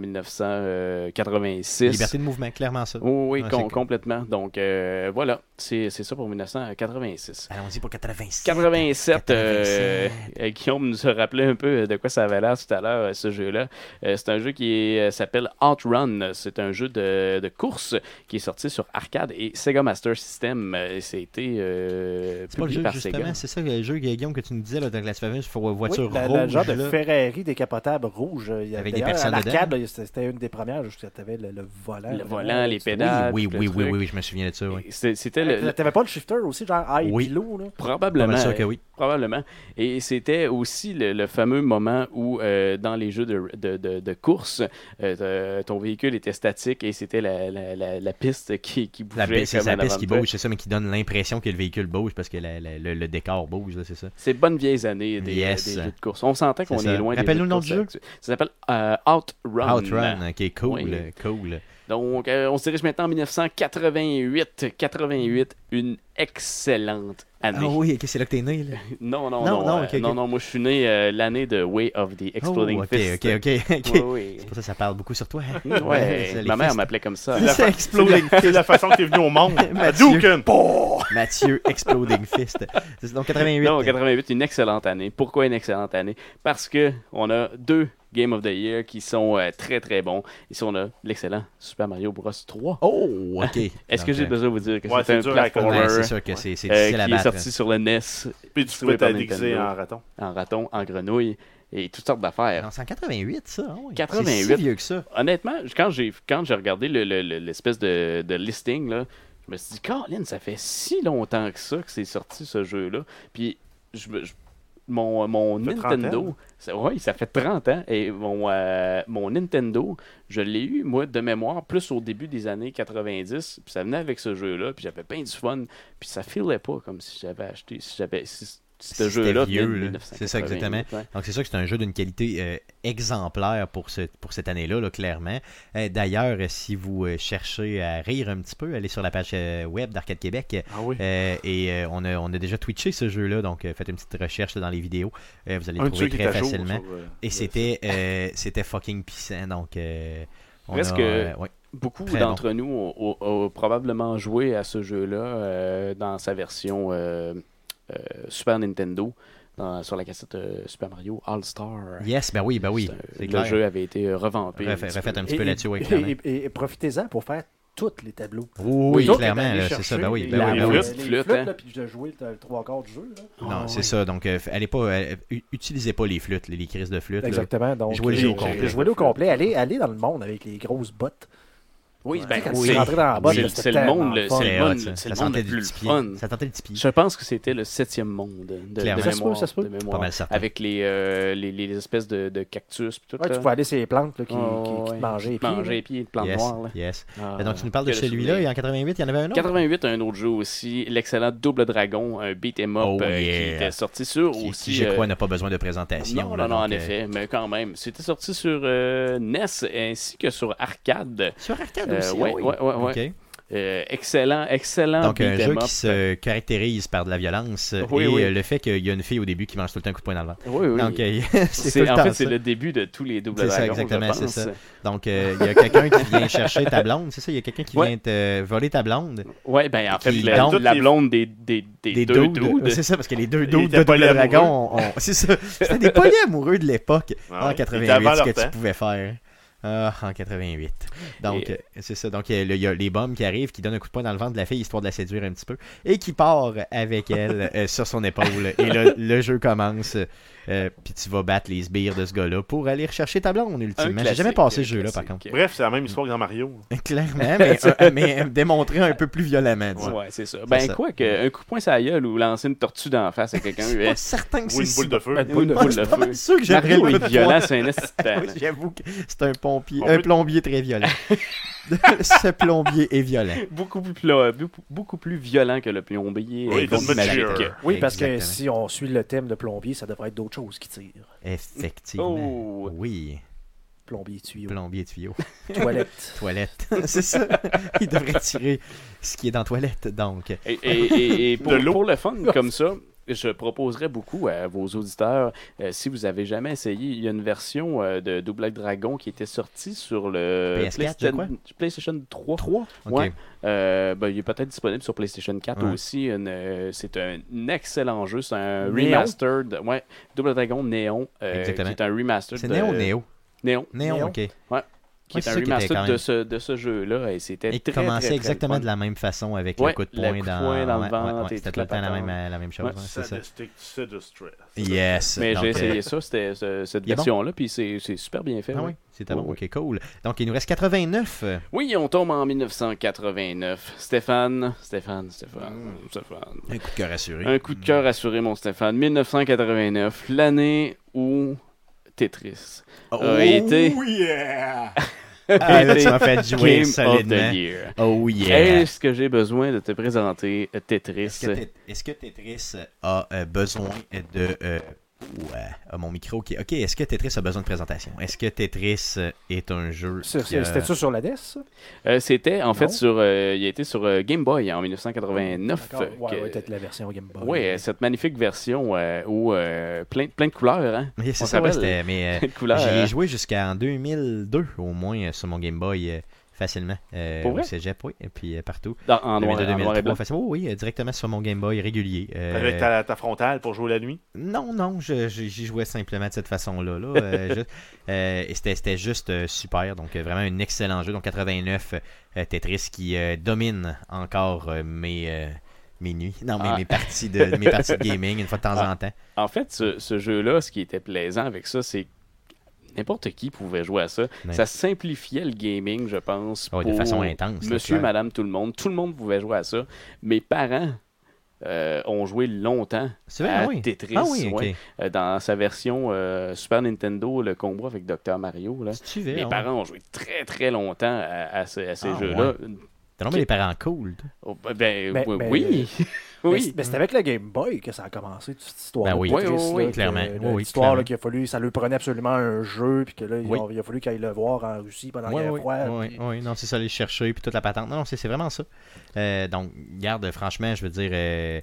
Speaker 3: 1986.
Speaker 1: Liberté de mouvement, clairement ça.
Speaker 3: Oh oui,
Speaker 1: Ouais,
Speaker 3: com-
Speaker 1: c'est-
Speaker 3: complètement. Donc euh, voilà, c'est c'est ça pour 1986.
Speaker 1: Allons-y pour 86.
Speaker 3: 87, euh,
Speaker 1: 87.
Speaker 3: euh, Guillaume nous a rappelé un peu de quoi ça avait l'air tout à l'heure, euh, ce jeu-là. Euh, c'est un jeu qui est- euh, s'appelle Outrun. C'est un jeu de, de course qui est sorti sur arcade et Sega Master System. Euh, C'était euh,
Speaker 1: C'est pas le
Speaker 3: publié
Speaker 1: jeu,
Speaker 3: par Sega.
Speaker 1: justement, c'est ça le jeu, Guillaume, que tu nous disais, là, de la fameuse fo-
Speaker 2: Oui,
Speaker 1: voiture
Speaker 2: la-
Speaker 1: rouge.
Speaker 2: la- le genre de
Speaker 1: là.
Speaker 2: Ferrari décapotable rouge. euh, il y a-
Speaker 1: Avec des
Speaker 2: d'ailleurs, à
Speaker 1: personnes
Speaker 2: l'arcade, là, c'était c'était une des premières. Tu avais le, le volant.
Speaker 3: Le
Speaker 2: là,
Speaker 3: volant, les
Speaker 2: tu-
Speaker 1: Oui,
Speaker 3: pédales.
Speaker 1: oui,
Speaker 3: tout le
Speaker 1: oui, oui,
Speaker 3: truc.
Speaker 1: oui, oui, je me souviens de ça. Oui.
Speaker 3: Et c'est- C'était le-
Speaker 2: Hey,
Speaker 3: le-
Speaker 2: T'avais pas le shifter aussi, genre high
Speaker 1: Oui.
Speaker 2: pilot, là?
Speaker 1: Pas
Speaker 3: probablement.
Speaker 1: mal sûr que oui.
Speaker 3: Probablement. Et c'était aussi le, le fameux moment où, euh, dans les jeux de, de- de- de course, euh, t- ton véhicule était statique et c'était la, la- la- la piste qui, qui bougeait.
Speaker 1: La piste, c'est
Speaker 3: comme
Speaker 1: la
Speaker 3: en
Speaker 1: piste
Speaker 3: avant
Speaker 1: qui
Speaker 3: de toi.
Speaker 1: bouge, c'est ça, mais qui donne l'impression que le véhicule bouge parce que la- la- le, le décor bouge, là, c'est ça.
Speaker 3: Ces bonnes vieilles années des,
Speaker 1: Yes.
Speaker 3: des jeux de course. On s'entend qu'on
Speaker 1: C'est ça.
Speaker 3: est loin des
Speaker 1: Rappelle-nous le
Speaker 3: jeux de
Speaker 1: nom du
Speaker 3: course
Speaker 1: jeu.
Speaker 3: actuels. Ça s'appelle euh, Outrun.
Speaker 1: Outrun, ok, cool,
Speaker 3: Oui.
Speaker 1: cool.
Speaker 3: Donc, euh, on se dirige maintenant en 1988. 88, une excellente année.
Speaker 1: Ah oui, ok, c'est là que t'es né, là.
Speaker 3: Non,
Speaker 1: Non,
Speaker 3: non, non.
Speaker 1: non,
Speaker 3: euh,
Speaker 1: ok, ok.
Speaker 3: non, non, moi, je suis né euh, l'année de Way of the Exploding
Speaker 1: Oh, ok,
Speaker 3: Fist.
Speaker 1: ok, ok, ok.
Speaker 3: Oui, oui.
Speaker 1: C'est pour ça que ça parle beaucoup sur toi. hein.
Speaker 3: Ouais,
Speaker 1: C'est les
Speaker 3: ma mère
Speaker 1: fesses.
Speaker 3: m'appelait comme ça.
Speaker 1: C'est Exploding
Speaker 4: C'est la façon que t'es venu au monde.
Speaker 1: Mathieu.
Speaker 4: Hadouken!
Speaker 1: Mathieu Exploding Fist. C'est Donc 88.
Speaker 3: Non, 88, une excellente année. Pourquoi une excellente année? Parce que on a deux Game of the Year qui sont euh, très très bons. Ici, on a l'excellent Super Mario Bros 3.
Speaker 1: Oh, ok.
Speaker 3: Est-ce que
Speaker 1: Donc,
Speaker 3: j'ai
Speaker 1: euh,
Speaker 3: besoin de vous dire que
Speaker 4: Ouais,
Speaker 3: c'est
Speaker 4: c'est dur
Speaker 3: un
Speaker 4: à
Speaker 3: platformer
Speaker 4: connaître.
Speaker 1: ouais, c'est sûr que c'est c'est
Speaker 3: euh,
Speaker 1: difficile à
Speaker 3: qui est
Speaker 1: battre. hein.
Speaker 3: sorti sur le NES
Speaker 4: Puis tu
Speaker 3: Trouvé
Speaker 4: peux
Speaker 3: par
Speaker 4: t'être déguisé
Speaker 3: Nintendo.
Speaker 4: en raton.
Speaker 3: en raton, en grenouille et toutes sortes d'affaires.
Speaker 1: Non, c'est en 88, ça. ah ouais.
Speaker 3: 88.
Speaker 1: C'est si vieux que ça.
Speaker 3: Honnêtement, j- quand j'ai quand j'ai regardé le- le- le- l'espèce de, de listing là, je me suis dit Colin, ça fait si longtemps que ça que c'est sorti ce jeu là. Puis je, me- je- mon, mon
Speaker 4: Ça fait 30
Speaker 3: Nintendo,
Speaker 4: ans.
Speaker 3: ça, ouais, ça fait 30 ans et mon euh, mon Nintendo, je l'ai eu moi de mémoire plus au début des années 90, puis ça venait avec ce jeu là, puis j'avais bien du fun, puis ça filait pas comme si j'avais acheté si j'avais si, si
Speaker 1: Si
Speaker 3: ce jeu là
Speaker 1: c'était vieux, là. C'est ça, exactement. Donc c'est sûr que c'est un jeu d'une qualité euh, exemplaire pour, ce- pour cette année-là, là, clairement. Euh, D'ailleurs, euh, si vous euh, cherchez à rire un petit peu, allez sur la page euh, web d'Arcade Québec.
Speaker 4: Ah oui.
Speaker 1: Euh, et euh, on, a, on a déjà twitché ce jeu-là, donc euh, faites une petite recherche là, dans les vidéos. Euh, vous allez le
Speaker 4: Un de ceux
Speaker 1: trouver
Speaker 4: qui
Speaker 1: très
Speaker 4: était chaud.
Speaker 1: facilement.
Speaker 4: sur, euh,
Speaker 1: Et
Speaker 4: le-
Speaker 1: c'était euh, c'était fucking puissant, donc euh, on
Speaker 3: Reste
Speaker 1: a,
Speaker 3: que-
Speaker 1: euh, ouais.
Speaker 3: Beaucoup
Speaker 1: Très
Speaker 3: d'entre nous ont, ont- ont probablement joué à ce jeu-là euh, dans sa version euh, euh, Super Nintendo, dans- sur la cassette euh, Super Mario All-Star.
Speaker 1: Yes, ben oui, ben oui.
Speaker 3: C'est un-
Speaker 1: C'est
Speaker 3: le
Speaker 1: clair.
Speaker 3: jeu avait été euh, revampé. un
Speaker 1: Refait-
Speaker 3: petit peu.
Speaker 1: refaites un petit
Speaker 2: Et-
Speaker 1: peu là-dessus, ouais,
Speaker 2: et-
Speaker 1: clairement.
Speaker 2: et- et- et profitez-en pour faire tous les tableaux.
Speaker 1: Oui,
Speaker 2: Nous autres, on est
Speaker 1: clairement,
Speaker 2: allé
Speaker 1: là, c'est ça,
Speaker 2: chercher
Speaker 1: ben oui, ben
Speaker 2: les-
Speaker 1: oui, ben oui.
Speaker 2: les-
Speaker 3: flûtes,
Speaker 2: les
Speaker 3: flûtes,
Speaker 2: flûtes,
Speaker 3: hein.
Speaker 2: là, puis de jouer le trois quarts du jeu. là.
Speaker 1: Non,
Speaker 3: Ah,
Speaker 1: c'est
Speaker 3: ouais.
Speaker 1: ça. Donc, euh, f- allez pas, euh, u- utilisez pas les flûtes, les, les crises de flûtes. là.
Speaker 2: Exactement. Donc,
Speaker 1: Jouez-le
Speaker 4: au
Speaker 2: euh,
Speaker 4: complet.
Speaker 2: jouez-le au complet. Allez, allez dans le monde avec les grosses bottes.
Speaker 6: Oui, ben,
Speaker 2: Quand
Speaker 6: oui.
Speaker 2: tu rentrais dans la botte,
Speaker 6: C'est-
Speaker 2: là,
Speaker 6: c'est
Speaker 2: c'était
Speaker 6: le monde,
Speaker 2: tellement
Speaker 6: le-
Speaker 2: fun.
Speaker 6: c'est le
Speaker 1: C'est
Speaker 6: monde,
Speaker 1: hot, ça.
Speaker 6: c'est
Speaker 1: Ça
Speaker 6: le monde
Speaker 1: sentait
Speaker 6: le
Speaker 1: du
Speaker 6: plus
Speaker 1: tipi.
Speaker 6: fun.
Speaker 1: Ça tentait le tipi.
Speaker 3: Je pense que c'était le septième monde de- de,
Speaker 1: Clairement.
Speaker 3: de
Speaker 1: Ça
Speaker 2: se peut,
Speaker 3: mémoire.
Speaker 2: ça se peut.
Speaker 3: de mémoire.
Speaker 1: Pas mal certain.
Speaker 3: Avec les, euh, les, les espèces de, de cactus. Pis tout,
Speaker 2: Ouais,
Speaker 3: là.
Speaker 2: tu pouvais aller sur les plantes là, qui,
Speaker 3: Ouais,
Speaker 2: qui- qui
Speaker 3: Oh, ouais.
Speaker 2: te mangeaient.
Speaker 3: Qui
Speaker 2: et
Speaker 3: te
Speaker 2: puis,
Speaker 3: mangeaient les pieds, les plantes
Speaker 1: Yes,
Speaker 3: noires. là.
Speaker 1: yes.
Speaker 3: Ah,
Speaker 1: Euh, Donc, tu nous parles de
Speaker 3: quel
Speaker 1: celui-là,
Speaker 3: souvenir.
Speaker 1: et en 88, il y en avait un autre.
Speaker 3: 88, un autre jeu aussi, l'excellent Double Dragon, un beat'em up
Speaker 1: Oh, yeah.
Speaker 3: euh, qui était sorti sur
Speaker 1: Qui,
Speaker 3: aussi.
Speaker 1: qui, je
Speaker 3: euh,
Speaker 1: crois, n'a pas besoin de présentation.
Speaker 3: non,
Speaker 1: là,
Speaker 3: non, non,
Speaker 1: donc,
Speaker 3: en
Speaker 1: euh,
Speaker 3: effet, mais quand même. C'était sorti sur euh, NES ainsi que sur arcade.
Speaker 1: Sur arcade
Speaker 3: Euh,
Speaker 1: aussi,
Speaker 3: ouais,
Speaker 1: ah oui.
Speaker 3: ouais, ouais, ouais.
Speaker 1: Ok.
Speaker 3: Euh, excellent, excellent
Speaker 1: Donc, un
Speaker 3: beat'em
Speaker 1: jeu
Speaker 3: up.
Speaker 1: qui se caractérise par de la violence
Speaker 3: Oui,
Speaker 1: et
Speaker 3: oui.
Speaker 1: euh, le fait qu'il y a une fille au début qui mange tout le temps un coup de poing dans le ventre.
Speaker 3: Oui, oui.
Speaker 1: Donc, euh, c'est tout
Speaker 3: C'est-
Speaker 1: le
Speaker 3: en
Speaker 1: temps
Speaker 3: fait,
Speaker 1: ça.
Speaker 3: c'est le début de tous les doubles
Speaker 1: C'est
Speaker 3: dragons.
Speaker 1: ça,
Speaker 3: je
Speaker 1: exactement, c'est
Speaker 3: pense.
Speaker 1: ça. Donc, euh, il y a quelqu'un qui vient chercher ta blonde, c'est ça? Il y a quelqu'un qui
Speaker 3: Ouais.
Speaker 1: vient te voler ta blonde.
Speaker 3: Ouais, ben en fait,
Speaker 1: Qui
Speaker 3: la,
Speaker 1: donc-
Speaker 3: la blonde des, des, des,
Speaker 1: Des
Speaker 3: deux
Speaker 1: dudes.
Speaker 3: dudes.
Speaker 1: Ouais, C'est ça, parce que les deux
Speaker 4: Ils
Speaker 1: dudes
Speaker 4: étaient
Speaker 1: de Double
Speaker 4: polyamoureux.
Speaker 1: Dragon, on- on- c'est ça. C'était des polyamoureux de l'époque,
Speaker 4: Ouais,
Speaker 1: en
Speaker 4: ils étaient avant
Speaker 1: 88, ce
Speaker 4: leur
Speaker 1: que tu
Speaker 4: temps.
Speaker 1: pouvais faire. Ah, en 88. Donc,
Speaker 3: Et-
Speaker 1: euh, c'est ça. Donc, euh, le- il y a les bombes qui arrivent, qui donnent un coup de poing dans le ventre de la fille, histoire de la séduire un petit peu, et qui part avec elle euh, sur son épaule. Et le, le jeu commence. euh, Puis tu vas battre les sbires de ce gars-là pour aller rechercher ta blonde,
Speaker 3: Un
Speaker 1: ultimement. J'ai
Speaker 3: classique,
Speaker 1: jamais passé
Speaker 3: un
Speaker 1: ce jeu-là, par
Speaker 3: classique.
Speaker 1: contre.
Speaker 4: Bref, c'est la même histoire que dans Mario.
Speaker 1: Clairement, mais, euh, mais, euh, démontré un peu plus violemment. disons.
Speaker 3: Ouais, c'est ça. Ben
Speaker 1: ça.
Speaker 3: quoi que un coup de poing sur la gueule ou lancer une tortue d'en face à quelqu'un,
Speaker 1: Je suis
Speaker 3: euh,
Speaker 1: pas certain que
Speaker 4: Ou
Speaker 1: c'est
Speaker 4: une
Speaker 1: si
Speaker 4: boule de feu.
Speaker 3: une boule de
Speaker 1: bon.
Speaker 3: boule
Speaker 1: Je
Speaker 3: de
Speaker 1: suis pas
Speaker 3: feu.
Speaker 1: mal sûr que j'aimerais
Speaker 3: Mario
Speaker 1: le
Speaker 3: est
Speaker 1: faire.
Speaker 3: violent, c'est un instant.
Speaker 1: Oui, J'avoue que c'est un pompier,
Speaker 4: On
Speaker 1: un
Speaker 4: peut-
Speaker 1: plombier très violent. Ce plombier est violent.
Speaker 3: Beaucoup plus, pla- beaucoup- beaucoup plus violent que le plombier.
Speaker 4: Oui,
Speaker 3: euh,
Speaker 4: dans le mode
Speaker 3: magique.
Speaker 4: cheer.
Speaker 2: Oui, parce que
Speaker 1: Exactement.
Speaker 2: si on suit le thème de plombier, ça devrait être d'autres choses qui tirent.
Speaker 1: Effectivement.
Speaker 3: Oh.
Speaker 1: Oui,
Speaker 2: Plombier, tuyau,
Speaker 1: plombier tuyau,
Speaker 2: toilette.
Speaker 1: toilette. c'est ça. Il devrait tirer ce qui est dans toilette, donc.
Speaker 3: Et, et- et- et pour,
Speaker 4: De l'eau.
Speaker 3: pour le fun, comme ça, je proposerais beaucoup à vos auditeurs, euh, si vous avez jamais essayé, il y a une version euh, de Double Dragon qui était sortie sur le
Speaker 1: PS4, je crois.
Speaker 3: PlayStation, PlayStation 3. 3?
Speaker 1: Ok.
Speaker 3: Ouais. Euh, ben, il est peut-être disponible sur PlayStation 4
Speaker 1: Ouais.
Speaker 3: aussi. Une, euh, c'est un excellent jeu. C'est un
Speaker 2: Néon.
Speaker 3: remastered. Ouais, Double Dragon Néon. euh,
Speaker 1: Exactement.
Speaker 3: Qui est un remastered.
Speaker 1: C'est
Speaker 3: de-
Speaker 1: Néo, Néo.
Speaker 3: Néon.
Speaker 1: Néo,
Speaker 2: Néo.
Speaker 1: ok.
Speaker 3: Qui
Speaker 1: Ouais, c'est
Speaker 3: est un
Speaker 1: ça qui était quand
Speaker 3: remastered
Speaker 1: même-
Speaker 3: de ce, de ce jeu-là. Et c'était
Speaker 1: Et
Speaker 3: très,
Speaker 1: commençait
Speaker 3: très, très
Speaker 1: exactement
Speaker 3: fun.
Speaker 1: de la même façon avec
Speaker 3: Ouais,
Speaker 1: le coup de
Speaker 3: le
Speaker 1: poing
Speaker 3: coup de
Speaker 1: dans,
Speaker 3: poing dans le
Speaker 1: ouais,
Speaker 3: ventre
Speaker 1: ouais,
Speaker 3: et
Speaker 1: ouais, C'était
Speaker 3: toute
Speaker 1: tout le
Speaker 3: la
Speaker 1: temps la
Speaker 3: patente.
Speaker 1: même, la même chose,
Speaker 3: Ouais.
Speaker 1: hein, c'est ça.
Speaker 4: Sadistic Sedustress.
Speaker 1: Yes.
Speaker 3: Mais
Speaker 1: donc,
Speaker 3: j'ai
Speaker 1: euh,
Speaker 3: essayé ça, c'était ce- cette
Speaker 1: il est bon.
Speaker 3: version-là, puis c'est c'est super bien fait.
Speaker 1: Ah
Speaker 3: ouais.
Speaker 1: oui, c'était bon,
Speaker 3: Oui,
Speaker 1: ok, cool. Donc, il nous reste 89. euh,
Speaker 3: Oui, on tombe en 1989. Stéphane, Stéphane, Stéphane, Stéphane.
Speaker 1: Un coup de cœur assuré.
Speaker 3: Un coup de cœur assuré, mon Stéphane. 1989, l'année où Tetris
Speaker 1: Oh,
Speaker 3: a été
Speaker 1: Ah, là, tu m'as fait jouer
Speaker 3: Game of the
Speaker 1: solidement.
Speaker 3: Year.
Speaker 1: Oh yeah.
Speaker 3: Est-ce que j'ai besoin de te présenter Tetris
Speaker 1: Est-ce que, Tet- est-ce que Tetris a euh, besoin de... euh, ouais, ah, mon micro qui... Ok, est-ce que Tetris a besoin de présentation? Est-ce que Tetris euh, est un jeu...
Speaker 2: Sur-
Speaker 1: qui a-
Speaker 2: C'était ça sur la NES? ça?
Speaker 3: Euh, C'était en fait
Speaker 2: Non.
Speaker 3: sur, euh, il a été sur euh, Game Boy en 1989.
Speaker 2: D'accord. Ouais,
Speaker 3: euh, que-
Speaker 2: ouais, peut-être la version Game Boy.
Speaker 3: Oui, euh, cette magnifique version euh, où euh, plein, plein de couleurs, hein?
Speaker 1: Oui, c'est
Speaker 3: On
Speaker 1: ça, ouais,
Speaker 3: s'appelle,
Speaker 1: c'était- mais
Speaker 3: Plein de
Speaker 1: euh,
Speaker 3: couleurs.
Speaker 1: j'y ai
Speaker 3: euh,
Speaker 1: joué jusqu'en 2002 au moins euh, sur mon Game Boy euh, facilement. Euh,
Speaker 3: Pour
Speaker 1: au
Speaker 3: vrai?
Speaker 1: cégep, oui, et puis euh, partout.
Speaker 3: dans- en, noir,
Speaker 1: 2002,
Speaker 3: en noir
Speaker 1: 2003,
Speaker 3: et blanc.
Speaker 1: facilement. Oh, oui, euh, directement sur mon Game Boy régulier. Euh,
Speaker 4: Avec ta, ta frontale pour jouer la nuit.
Speaker 1: Non, non, je- je- j'y jouais simplement de cette façon-là. là, euh, juste- euh, et c'était c'était juste euh, super. Donc, euh, vraiment un excellent jeu. Donc, 89 euh, Tetris qui euh, domine encore euh, mes, euh, mes nuits. Non, mes,
Speaker 3: Ah.
Speaker 1: mes, parties de, mes parties de gaming, une fois de temps en temps.
Speaker 3: En fait, ce, ce jeu-là, ce qui était plaisant avec ça, c'est que n'importe qui pouvait jouer à ça.
Speaker 1: Ouais.
Speaker 3: Ça simplifiait le gaming, je pense.
Speaker 1: Ouais, de
Speaker 3: pour
Speaker 1: façon intense, là,
Speaker 3: Monsieur,
Speaker 1: clair.
Speaker 3: madame, tout le monde. Tout le monde pouvait jouer à ça. Mes parents euh, ont joué longtemps
Speaker 1: C'est vrai,
Speaker 3: à
Speaker 1: ah oui.
Speaker 3: Tetris.
Speaker 1: Ah oui, ok.
Speaker 3: ouais. Euh, dans sa version euh, Super Nintendo, le combat avec Dr. Mario. Là.
Speaker 1: Si tu veux,
Speaker 3: Mes
Speaker 1: on-
Speaker 3: parents ont joué très très longtemps à, à ce- à ces
Speaker 1: Ah,
Speaker 3: jeux-là.
Speaker 1: T'as nommé les parents cool. toi.
Speaker 3: Oh, ben, ben,
Speaker 2: Ben,
Speaker 3: oui.
Speaker 2: ben,
Speaker 3: oui.
Speaker 1: euh,
Speaker 2: Mais
Speaker 3: oui.
Speaker 2: c'est- Mais c'est avec la Game Boy que ça a commencé, toute cette histoire.
Speaker 1: Ben oui.
Speaker 2: de
Speaker 3: Oui,
Speaker 2: Tetris,
Speaker 3: oui, oui,
Speaker 2: là, que-
Speaker 1: clairement.
Speaker 2: de-
Speaker 1: Oui, oui,
Speaker 2: L'histoire
Speaker 1: clairement.
Speaker 2: là, qu'il a fallu, ça lui prenait absolument un jeu, puis que là, ils
Speaker 1: Oui.
Speaker 2: ont- il a fallu qu'il aille le voir en Russie pendant la
Speaker 1: Oui,
Speaker 2: guerre
Speaker 1: oui,
Speaker 2: froide.
Speaker 1: oui,
Speaker 2: puis-
Speaker 1: oui. non, c'est ça, les chercher, puis toute la patente. Non, non, c'est c'est vraiment ça. Euh, donc, garde, franchement, je veux dire, euh,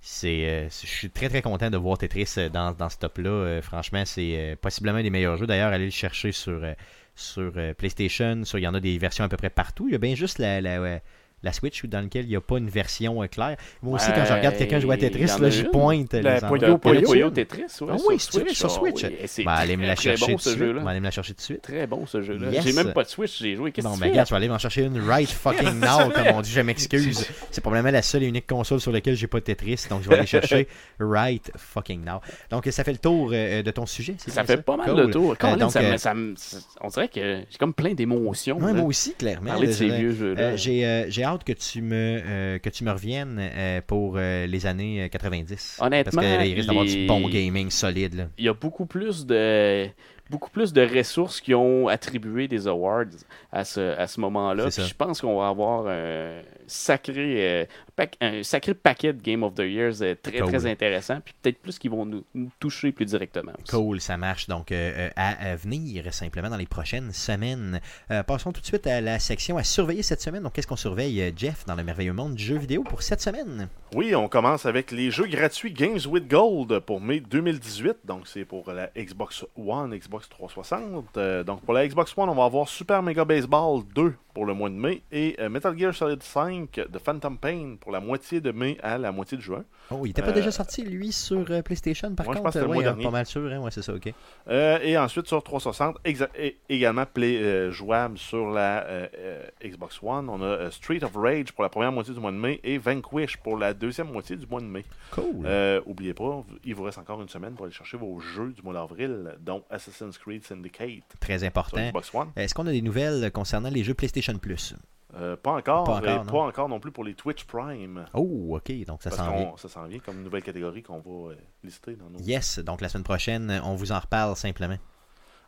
Speaker 1: c'est, euh, c'est- je suis très, très content de voir Tetris euh, dans, dans ce top-là. Euh, franchement, c'est euh, possiblement un des meilleurs jeux. D'ailleurs, allez le chercher sur, euh, sur euh, PlayStation. sur- Il y en a des versions à peu près partout. Il y a bien juste la, la, ouais, la Switch ou dans lequel il n'y a pas une version euh, claire. Moi aussi,
Speaker 3: Ouais,
Speaker 1: quand je regarde quelqu'un jouer à
Speaker 3: il
Speaker 1: Tetris,
Speaker 3: y en
Speaker 1: là,
Speaker 3: a
Speaker 1: j'y
Speaker 3: une.
Speaker 1: pointe. euh, les
Speaker 2: La
Speaker 1: enfants.
Speaker 2: Puyo
Speaker 3: Puyo
Speaker 2: Puyo.
Speaker 3: Puyo Tetris, ouais,
Speaker 1: Ah
Speaker 3: sur
Speaker 1: oui, c'est
Speaker 3: Switch.
Speaker 1: sur
Speaker 3: ah
Speaker 1: Switch.
Speaker 3: oui, et c'est
Speaker 1: Ben, allez me la
Speaker 3: très
Speaker 1: chercher
Speaker 3: bon,
Speaker 1: de
Speaker 3: ce
Speaker 1: suite.
Speaker 3: jeu-là.
Speaker 1: Ben, allez me la chercher de suite.
Speaker 3: Très bon ce jeu-là.
Speaker 1: Yes.
Speaker 3: J'ai même pas de Switch, j'ai joué. Qu'est-ce
Speaker 1: Non,
Speaker 3: que
Speaker 1: mais
Speaker 3: tu
Speaker 1: ben, regarde,
Speaker 3: fais?
Speaker 1: tu vas aller m'en chercher une right fucking now, comme on dit, je m'excuse. C'est probablement la seule et unique console sur laquelle j'ai pas de Tetris, donc je vais aller chercher right fucking now. Donc, ça fait le tour euh, de ton sujet, c'est
Speaker 3: Ça
Speaker 1: bien
Speaker 3: fait pas mal
Speaker 1: Cool.
Speaker 3: de tours.
Speaker 1: Euh,
Speaker 3: Colin,
Speaker 1: donc,
Speaker 3: ça me-
Speaker 1: euh,
Speaker 3: ça me- on dirait que j'ai comme plein d'émotions.
Speaker 1: ouais,
Speaker 3: là.
Speaker 1: moi aussi, clairement.
Speaker 3: Parler de
Speaker 1: là,
Speaker 3: ces
Speaker 1: je-
Speaker 3: vieux jeux-là.
Speaker 1: Euh, j'ai, euh, j'ai hâte que tu me, euh, que tu me reviennes euh, pour euh, les années euh, 90.
Speaker 3: Honnêtement,
Speaker 1: Parce que là, il risque d'avoir du
Speaker 3: les-
Speaker 1: bon gaming solide. Là.
Speaker 3: il y a beaucoup plus de beaucoup plus de ressources qui ont attribué des awards à ce, à ce moment-là.
Speaker 1: C'est ça.
Speaker 3: Puis je pense qu'on va avoir un sacré, euh, pack- un sacré paquet de Game of the Years euh, très,
Speaker 1: Cool.
Speaker 3: très intéressant. Puis peut-être plus qui vont nous, nous toucher plus directement. aussi.
Speaker 1: Cool, ça marche. Donc, euh, euh, à, à venir simplement dans les prochaines semaines. Euh, passons tout de suite à la section à surveiller cette semaine. Donc, qu'est-ce qu'on surveille, euh, Jeff, dans le merveilleux monde du jeu vidéo pour cette semaine
Speaker 4: Oui, on commence avec les jeux gratuits Games with Gold pour mai 2018. Donc, c'est pour la Xbox One, Xbox 360. Euh, donc, pour la Xbox One, on va avoir Super Mega Baseball 2 pour le mois de mai et euh, Metal Gear Solid 5 de Phantom Pain pour la moitié de mai à la moitié de juin.
Speaker 1: Oh, il était pas
Speaker 4: Euh,
Speaker 1: déjà sorti, lui, sur euh, PlayStation, par
Speaker 4: moi, je
Speaker 1: contre
Speaker 4: pense que c'était le
Speaker 1: Ouais,
Speaker 4: mois
Speaker 1: hein,
Speaker 4: dernier.
Speaker 1: pas mal sûr, hein? ouais, c'est ça, ok.
Speaker 4: Euh, et ensuite, sur 360, exa- é- également play- euh, jouable sur la euh, euh, Xbox One, on a euh, Street of Rage pour la première moitié du mois de mai et Vanquish pour la deuxième moitié du mois de mai.
Speaker 1: Cool.
Speaker 4: Euh, oubliez pas, il vous reste encore une semaine pour aller chercher vos jeux du mois d'avril, dont Assassin's Creed Syndicate
Speaker 1: Très
Speaker 4: sur
Speaker 1: important.
Speaker 4: Xbox One.
Speaker 1: Est-ce qu'on a des nouvelles concernant les jeux PlayStation Plus
Speaker 4: Euh, pas encore,
Speaker 1: Pas encore,
Speaker 4: et
Speaker 1: non.
Speaker 4: pas encore non plus pour les Twitch Prime.
Speaker 1: Oh, ok, donc ça
Speaker 4: parce
Speaker 1: s'en vient.
Speaker 4: qu'on ça s'en vient comme une nouvelle catégorie qu'on va euh, lister dans nos.
Speaker 1: Yes, donc la semaine prochaine, on vous en reparle simplement.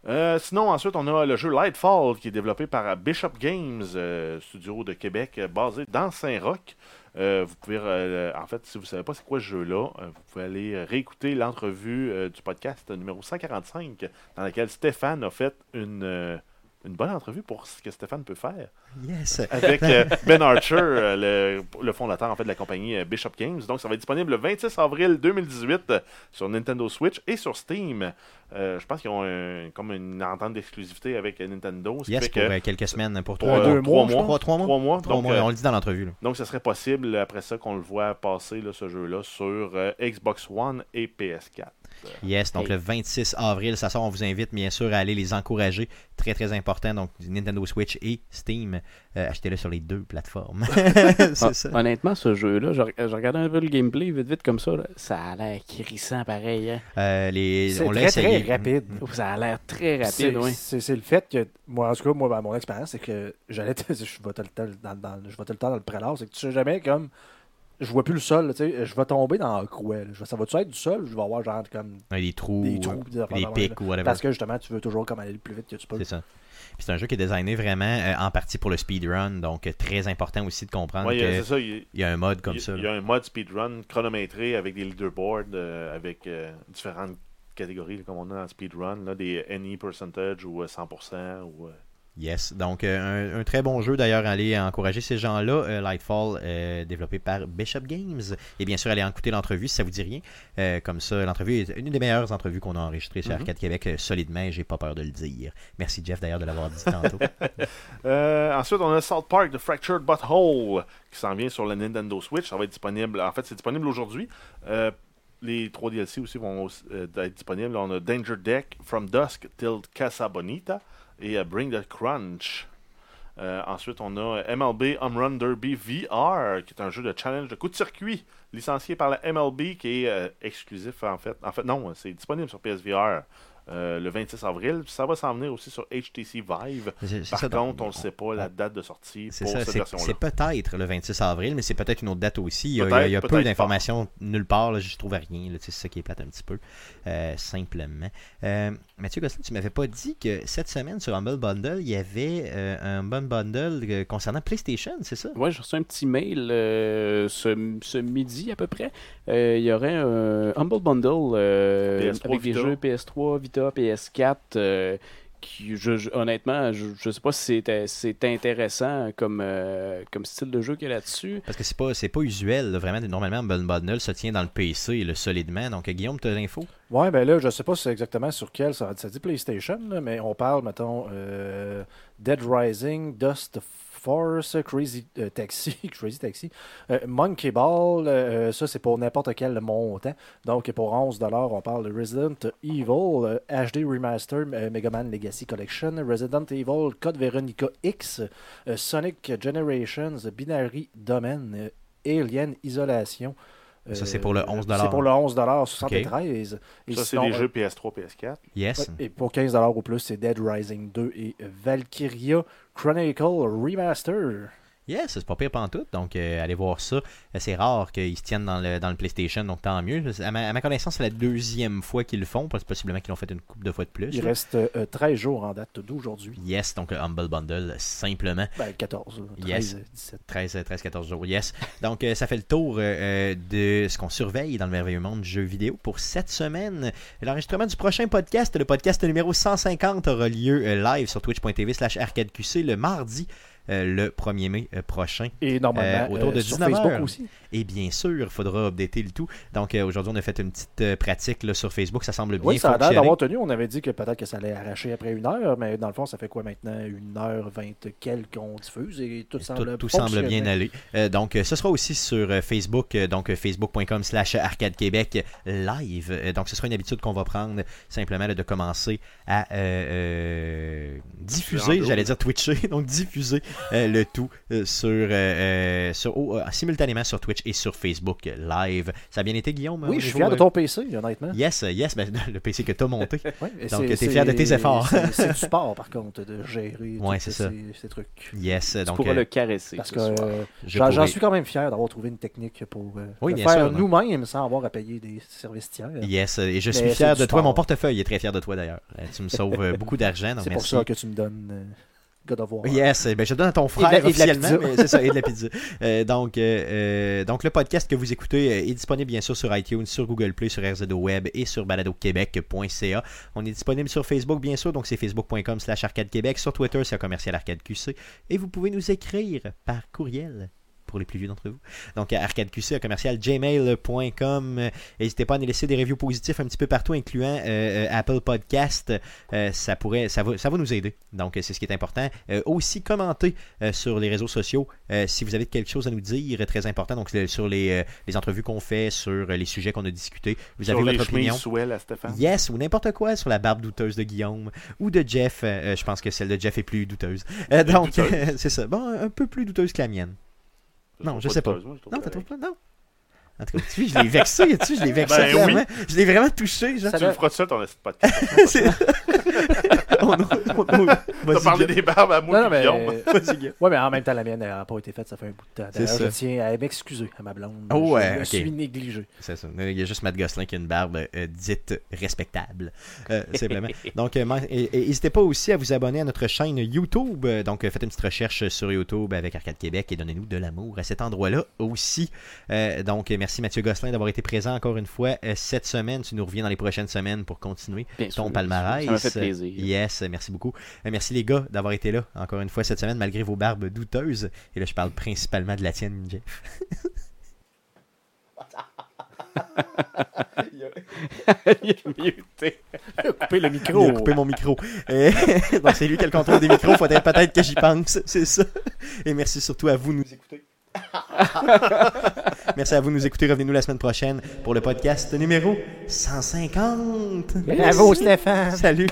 Speaker 4: Euh, sinon, ensuite, on a le jeu Lightfall qui est développé par Bishop Games, euh, studio de Québec euh, basé dans Saint-Roch. Euh, vous pouvez, euh, en fait, si vous ne savez pas c'est quoi ce jeu-là, euh, vous pouvez aller euh, réécouter l'entrevue euh, du podcast numéro 145 dans laquelle Stéphane a fait une, euh, une bonne entrevue pour ce que Stéphane peut faire
Speaker 1: Yes.
Speaker 4: avec euh, Ben Archer, euh, le, le fondateur en fait de la compagnie euh, Bishop Games. Donc ça va être disponible le 26 avril 2018 euh, sur Nintendo Switch et sur Steam. Euh, je pense qu'ils ont un- comme une entente d'exclusivité avec euh, Nintendo. ce qui
Speaker 1: Yes,
Speaker 4: fait
Speaker 1: pour
Speaker 4: que
Speaker 1: euh, quelques semaines, pour
Speaker 4: pour,
Speaker 1: trois,
Speaker 4: euh,
Speaker 2: deux
Speaker 4: trois
Speaker 2: mois, je
Speaker 4: mois.
Speaker 1: trois- trois mois.
Speaker 4: Trois mois.
Speaker 1: Trois
Speaker 4: donc,
Speaker 1: mois,
Speaker 4: euh,
Speaker 1: on le dit dans l'entrevue. là.
Speaker 4: donc, ça serait possible euh, après ça qu'on le voit passer là, ce jeu-là sur euh, Xbox One et PS4.
Speaker 1: Yes, donc
Speaker 3: Hey.
Speaker 1: le 26 avril, ça sort. On vous invite bien sûr à aller les encourager. Très, très important. Donc, Nintendo Switch et Steam. Euh, Achetez-le sur les deux plateformes.
Speaker 3: Hon-
Speaker 1: C'est ça.
Speaker 3: Ah, Honnêtement, ce jeu-là, je, je regardais un peu le gameplay vite vite comme ça. là. Ça a l'air crissant pareil. hein.
Speaker 1: Euh, les,
Speaker 2: Ah. C'est
Speaker 1: on l'a
Speaker 2: très,
Speaker 1: essayé. Mm-hmm.
Speaker 2: très rapide.
Speaker 3: Ça a l'air très
Speaker 2: C'est
Speaker 3: rapide. oui.
Speaker 2: c'est- c'est le fait que, moi, en tout cas, moi, ben, mon expérience, c'est que j'allais, te- je vais tout le temps dans, dans- je vais tout le temps dans le prélat, c'est que tu sais jamais comme, je vois plus le sol, là, tu sais, je vais tomber dans quoi, là. Je vais- ça va-tu être du sol, je vais avoir genre comme
Speaker 1: Ouais, Des trous,
Speaker 2: des trous, des,
Speaker 1: euh,
Speaker 2: affaires
Speaker 1: des
Speaker 2: de même,
Speaker 1: pics ou
Speaker 2: là.
Speaker 1: whatever.
Speaker 2: Parce que justement, tu veux toujours comme aller le plus vite que tu peux.
Speaker 1: C'est ça. Puis C'est un jeu qui est designé vraiment euh, en partie pour le speedrun. Donc, euh, très important aussi de comprendre
Speaker 4: Ouais, il y a- c'est
Speaker 1: qu'il
Speaker 4: ça. il-
Speaker 1: y a un mode comme
Speaker 4: il,
Speaker 1: ça.
Speaker 4: il
Speaker 1: là.
Speaker 4: y a un mode speedrun chronométré avec des leaderboards, euh, avec euh, différentes catégories là, comme on a dans speedrun, là, des any percentage ou euh, 100% ou euh,
Speaker 1: Yes, donc euh, un, un très bon jeu d'ailleurs, allez encourager ces gens-là, euh, Lightfall, euh, développé par Bishop Games. Et bien sûr, allez écouter l'entrevue si ça vous dit rien. Euh, comme ça, l'entrevue est une des meilleures entrevues qu'on a enregistrées sur
Speaker 4: Mhm.
Speaker 1: Arcade Québec, euh, solidement, et j'ai pas peur de le dire. Merci Jeff d'ailleurs de l'avoir dit tantôt.
Speaker 4: Euh, ensuite, on a South Park The Fractured Butthole qui s'en vient sur la Nintendo Switch. Ça va être disponible. En fait, c'est disponible aujourd'hui. Euh, les trois DLC aussi vont aussi, euh, être disponibles. On a Danger Deck, From Dusk Till Casa Bonita et euh, Bring the Crunch. Euh, ensuite, on a MLB Home Run Derby VR, qui est un jeu de challenge de coup de circuit, licencié par la MLB, qui est euh, exclusif en fait. En fait, non, c'est disponible sur PSVR euh, le 26 avril. Ça va s'en venir aussi sur HTC Vive.
Speaker 1: C'est- c'est
Speaker 4: Par
Speaker 1: ça, donc,
Speaker 4: contre, on ne sait pas la date de sortie
Speaker 1: C'est
Speaker 4: pour
Speaker 1: ça,
Speaker 4: cette
Speaker 1: c'est- c'est
Speaker 4: version-là.
Speaker 1: peut-être le 26 avril, mais c'est peut-être une autre date aussi. Il y a, il y a-
Speaker 4: Peut-être,
Speaker 1: il y a peu
Speaker 4: peut-être
Speaker 1: d'informations nulle part, là, je trouve à rien. là, tu sais, c'est ça qui est plate un petit peu, euh, simplement. Euh, Mathieu Gosselin, tu m'avais pas dit que cette semaine sur Humble Bundle, il y avait euh, un bon bundle euh, concernant PlayStation, c'est ça?
Speaker 3: Ouais, j'ai reçu un petit mail euh, ce, ce midi à peu près. Euh, Il y aurait un Humble Bundle euh,
Speaker 4: PS3,
Speaker 3: avec des
Speaker 4: Vita.
Speaker 3: jeux PS3, Vita, PS4. euh, qui, je, je- honnêtement, je ne sais pas si c'est, c'est intéressant comme, euh, comme style de jeu qu'il y a là-dessus.
Speaker 1: Parce que c'est pas c'est pas usuel, là, vraiment. Normalement, Humble Bundle se tient dans le PC le solidement. Donc, euh, Guillaume, tu as l'info?
Speaker 2: Ouais, ben là, je sais pas c'est exactement sur quel, ça, ça dit PlayStation, là, mais on parle, mettons, euh, Dead Rising, Dust Force, Crazy euh, Taxi, Crazy Taxi, euh, Monkey Ball, euh, ça c'est pour n'importe quel montant. Donc pour 11 on parle de Resident Evil euh, HD Remaster euh, Mega Man Legacy Collection, Resident Evil Code Veronica X, euh, Sonic Generations, Binary Domain, euh, Alien Isolation. euh,
Speaker 1: Ça, c'est pour le 11
Speaker 2: C'est pour le 11 73. Et
Speaker 4: Ça, c'est
Speaker 2: sinon,
Speaker 4: des
Speaker 2: euh,
Speaker 4: jeux PS3, PS4.
Speaker 1: Yes.
Speaker 2: Ouais, Et pour 15 ou plus, c'est Dead Rising 2 et Valkyria Chronicle Remaster.
Speaker 1: Yes, c'est pas pire pantoute, donc euh, allez voir ça. Euh, C'est rare qu'ils se tiennent dans le, dans le PlayStation, donc tant mieux. À ma, à ma connaissance, c'est la deuxième fois qu'ils le font, parce- possiblement qu'ils l'ont fait une couple de fois de plus.
Speaker 2: Il
Speaker 1: là.
Speaker 2: reste euh, 13 jours en date d'aujourd'hui.
Speaker 1: Yes, donc le Humble Bundle, simplement.
Speaker 2: Ben, 14, là. 13,
Speaker 1: Yes.
Speaker 2: euh, 17.
Speaker 1: 13, euh, 13, 14 jours, yes. Donc, euh, ça fait le tour euh, euh, de ce qu'on surveille dans le merveilleux monde du jeu vidéo pour cette semaine. L'enregistrement du prochain podcast, le podcast numéro 150, aura lieu euh, live sur twitch.tv slash arcadeqc le mardi, euh, le 1er mai euh, prochain.
Speaker 2: Et normalement,
Speaker 1: Euh, autour de
Speaker 2: euh, sur
Speaker 1: 19
Speaker 2: Facebook
Speaker 1: heures.
Speaker 2: aussi.
Speaker 1: Et bien sûr, il faudra updater le tout. Donc, euh, aujourd'hui, on a fait une petite euh, pratique là, sur Facebook. Ça semble bien
Speaker 2: Oui, ça a l'air
Speaker 1: fonctionner.
Speaker 2: d'avoir tenu. On avait dit que peut-être que ça allait arracher après une heure, mais dans le fond, ça fait quoi maintenant Une heure vingt quelques qu'on diffuse et tout semble
Speaker 1: Tout, tout semble bien
Speaker 2: fonctionner.
Speaker 1: aller. Euh, donc, euh, ce sera aussi sur euh, Facebook, euh, donc euh, facebook.com slash arcade québec live. Euh, donc, ce sera une habitude qu'on va prendre simplement là, de commencer à euh, euh, diffuser,
Speaker 4: Rando.
Speaker 1: j'allais dire twitcher, donc diffuser euh, le tout euh, sur, euh, euh, sur oh, euh, simultanément sur Twitch et sur Facebook euh, live. Ça a bien été, Guillaume?
Speaker 2: Oui,
Speaker 1: au
Speaker 2: je suis
Speaker 1: niveau,
Speaker 2: fier de
Speaker 1: euh,
Speaker 2: ton PC, honnêtement.
Speaker 1: Yes, euh, yes, ben, le PC que tu as monté.
Speaker 2: Ouais, et
Speaker 1: Donc,
Speaker 2: c'est-
Speaker 1: t'es
Speaker 2: c'est-
Speaker 1: fier de tes efforts.
Speaker 2: c'est- C'est du sport, par contre, de gérer
Speaker 1: Ouais,
Speaker 2: tous
Speaker 1: c'est
Speaker 2: ces,
Speaker 1: ça.
Speaker 2: ces trucs.
Speaker 1: Yes,
Speaker 3: Tu
Speaker 1: donc
Speaker 3: pourras
Speaker 1: euh,
Speaker 3: le caresser.
Speaker 2: Parce
Speaker 3: ce
Speaker 2: que
Speaker 3: soir.
Speaker 2: euh,
Speaker 1: je
Speaker 2: j'en j'en
Speaker 1: pourrais-
Speaker 2: suis quand même fier d'avoir trouvé une technique pour euh,
Speaker 1: Oui,
Speaker 2: le
Speaker 1: bien
Speaker 2: faire
Speaker 1: sûr,
Speaker 2: nous-mêmes sans avoir à payer des services tiers.
Speaker 1: Yes, euh, et je
Speaker 2: Mais
Speaker 1: suis
Speaker 2: c'est
Speaker 1: fier
Speaker 2: du
Speaker 1: de toi.
Speaker 2: sport.
Speaker 1: Mon portefeuille est très fier de toi d'ailleurs. Euh, Tu me sauves euh, beaucoup d'argent, donc
Speaker 2: C'est pour
Speaker 1: merci.
Speaker 2: ça que tu me donnes euh, God of War.
Speaker 1: Yes, eh ben je donne à ton frère
Speaker 2: Et de la- et de la
Speaker 1: officiellement,
Speaker 2: pizza.
Speaker 1: mais c'est ça, et de la pizza. Euh, donc, euh, euh, donc, le podcast que vous écoutez euh, est disponible bien sûr sur iTunes, sur Google Play, sur RZO Web et sur baladoquebec.ca. On est disponible sur Facebook, bien sûr, donc c'est facebook.com slash arcade québec. Sur Twitter, c'est commercial arcade QC. Et vous pouvez nous écrire par courriel pour les plus vieux d'entre vous. Donc, à arcadeqc, à commercial, gmail.com. Euh, N'hésitez pas à nous laisser des reviews positifs un petit peu partout, incluant euh, euh, Apple Podcast. Euh, ça, pourrait, ça, va, ça va nous aider. Donc, euh, c'est ce qui est important. Euh, aussi, commentez euh, sur les réseaux sociaux euh, si vous avez quelque chose à nous dire, euh, très important. Donc, euh, sur les, euh, les entrevues qu'on fait, sur euh, les sujets qu'on a discutés, vous
Speaker 4: Sur
Speaker 1: avez
Speaker 4: les
Speaker 1: votre opinion.
Speaker 4: chemises Souel à Stéphane.
Speaker 1: Yes, ou n'importe quoi sur la barbe douteuse de Guillaume ou de Jeff. Euh, euh, je pense que celle de Jeff est plus douteuse. Euh, donc, euh, c'est ça. Bon, un peu plus douteuse que la mienne. Non, je sais pas. Non, t'as trouvé pas? Non. En tout cas, tu sais, je l'ai vexé, tu sais, je l'ai vexé
Speaker 4: Ben oui.
Speaker 1: vraiment. Je l'ai vraiment touché, genre.
Speaker 2: Ça
Speaker 4: Tu le
Speaker 2: va-
Speaker 4: feras tout seul, ton esti de podcast.
Speaker 1: C'est- on, on- on-
Speaker 4: T'as
Speaker 1: vas-y,
Speaker 4: parlé
Speaker 1: Jeff.
Speaker 4: des barbes à
Speaker 2: Non,
Speaker 4: moi
Speaker 2: non, mais... euh,
Speaker 4: et Guillaume.
Speaker 2: ouais, mais en même temps, la mienne n'a pas été faite, ça fait un bout de temps.
Speaker 1: C'est
Speaker 2: D'ailleurs, je
Speaker 1: ça.
Speaker 2: tiens à m'excuser à ma blonde.
Speaker 1: Oh,
Speaker 2: je
Speaker 1: ouais,
Speaker 2: me
Speaker 1: ok.
Speaker 2: suis négligé.
Speaker 1: C'est ça. Il y a juste Matt Gosselin qui a une barbe euh, dite respectable. Euh, simplement. Donc, euh, man- et- et n'hésitez pas aussi à vous abonner à notre chaîne YouTube. Euh, Donc, euh, faites une petite recherche sur YouTube avec Arcade Québec et donnez-nous de l'amour à cet endroit-là aussi. Euh, donc, euh, merci Mathieu Gosselin d'avoir été présent encore une fois euh, cette semaine. Tu nous reviens dans les prochaines semaines pour continuer
Speaker 3: Bien
Speaker 1: ton
Speaker 3: sûr,
Speaker 1: palmarès.
Speaker 3: Ça m'a fait plaisir.
Speaker 1: Yes, merci beaucoup. Euh, Merci les gars d'avoir été là encore une fois cette semaine malgré vos barbes douteuses. Et là, je parle principalement de la tienne, Jeff.
Speaker 3: Il est muté.
Speaker 2: Couper le
Speaker 1: Il a
Speaker 2: micro.
Speaker 1: coupé mon micro. Et- Donc c'est lui qui a le contrôle des micros. Faudrait peut-être que j'y pense. C'est ça. Et merci surtout à vous de nous écouter. merci à vous de nous écouter. Revenez-nous la semaine prochaine pour le podcast numéro 150.
Speaker 2: Bravo, Stéphane.
Speaker 1: Salut.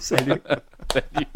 Speaker 1: Salut.
Speaker 3: Salut.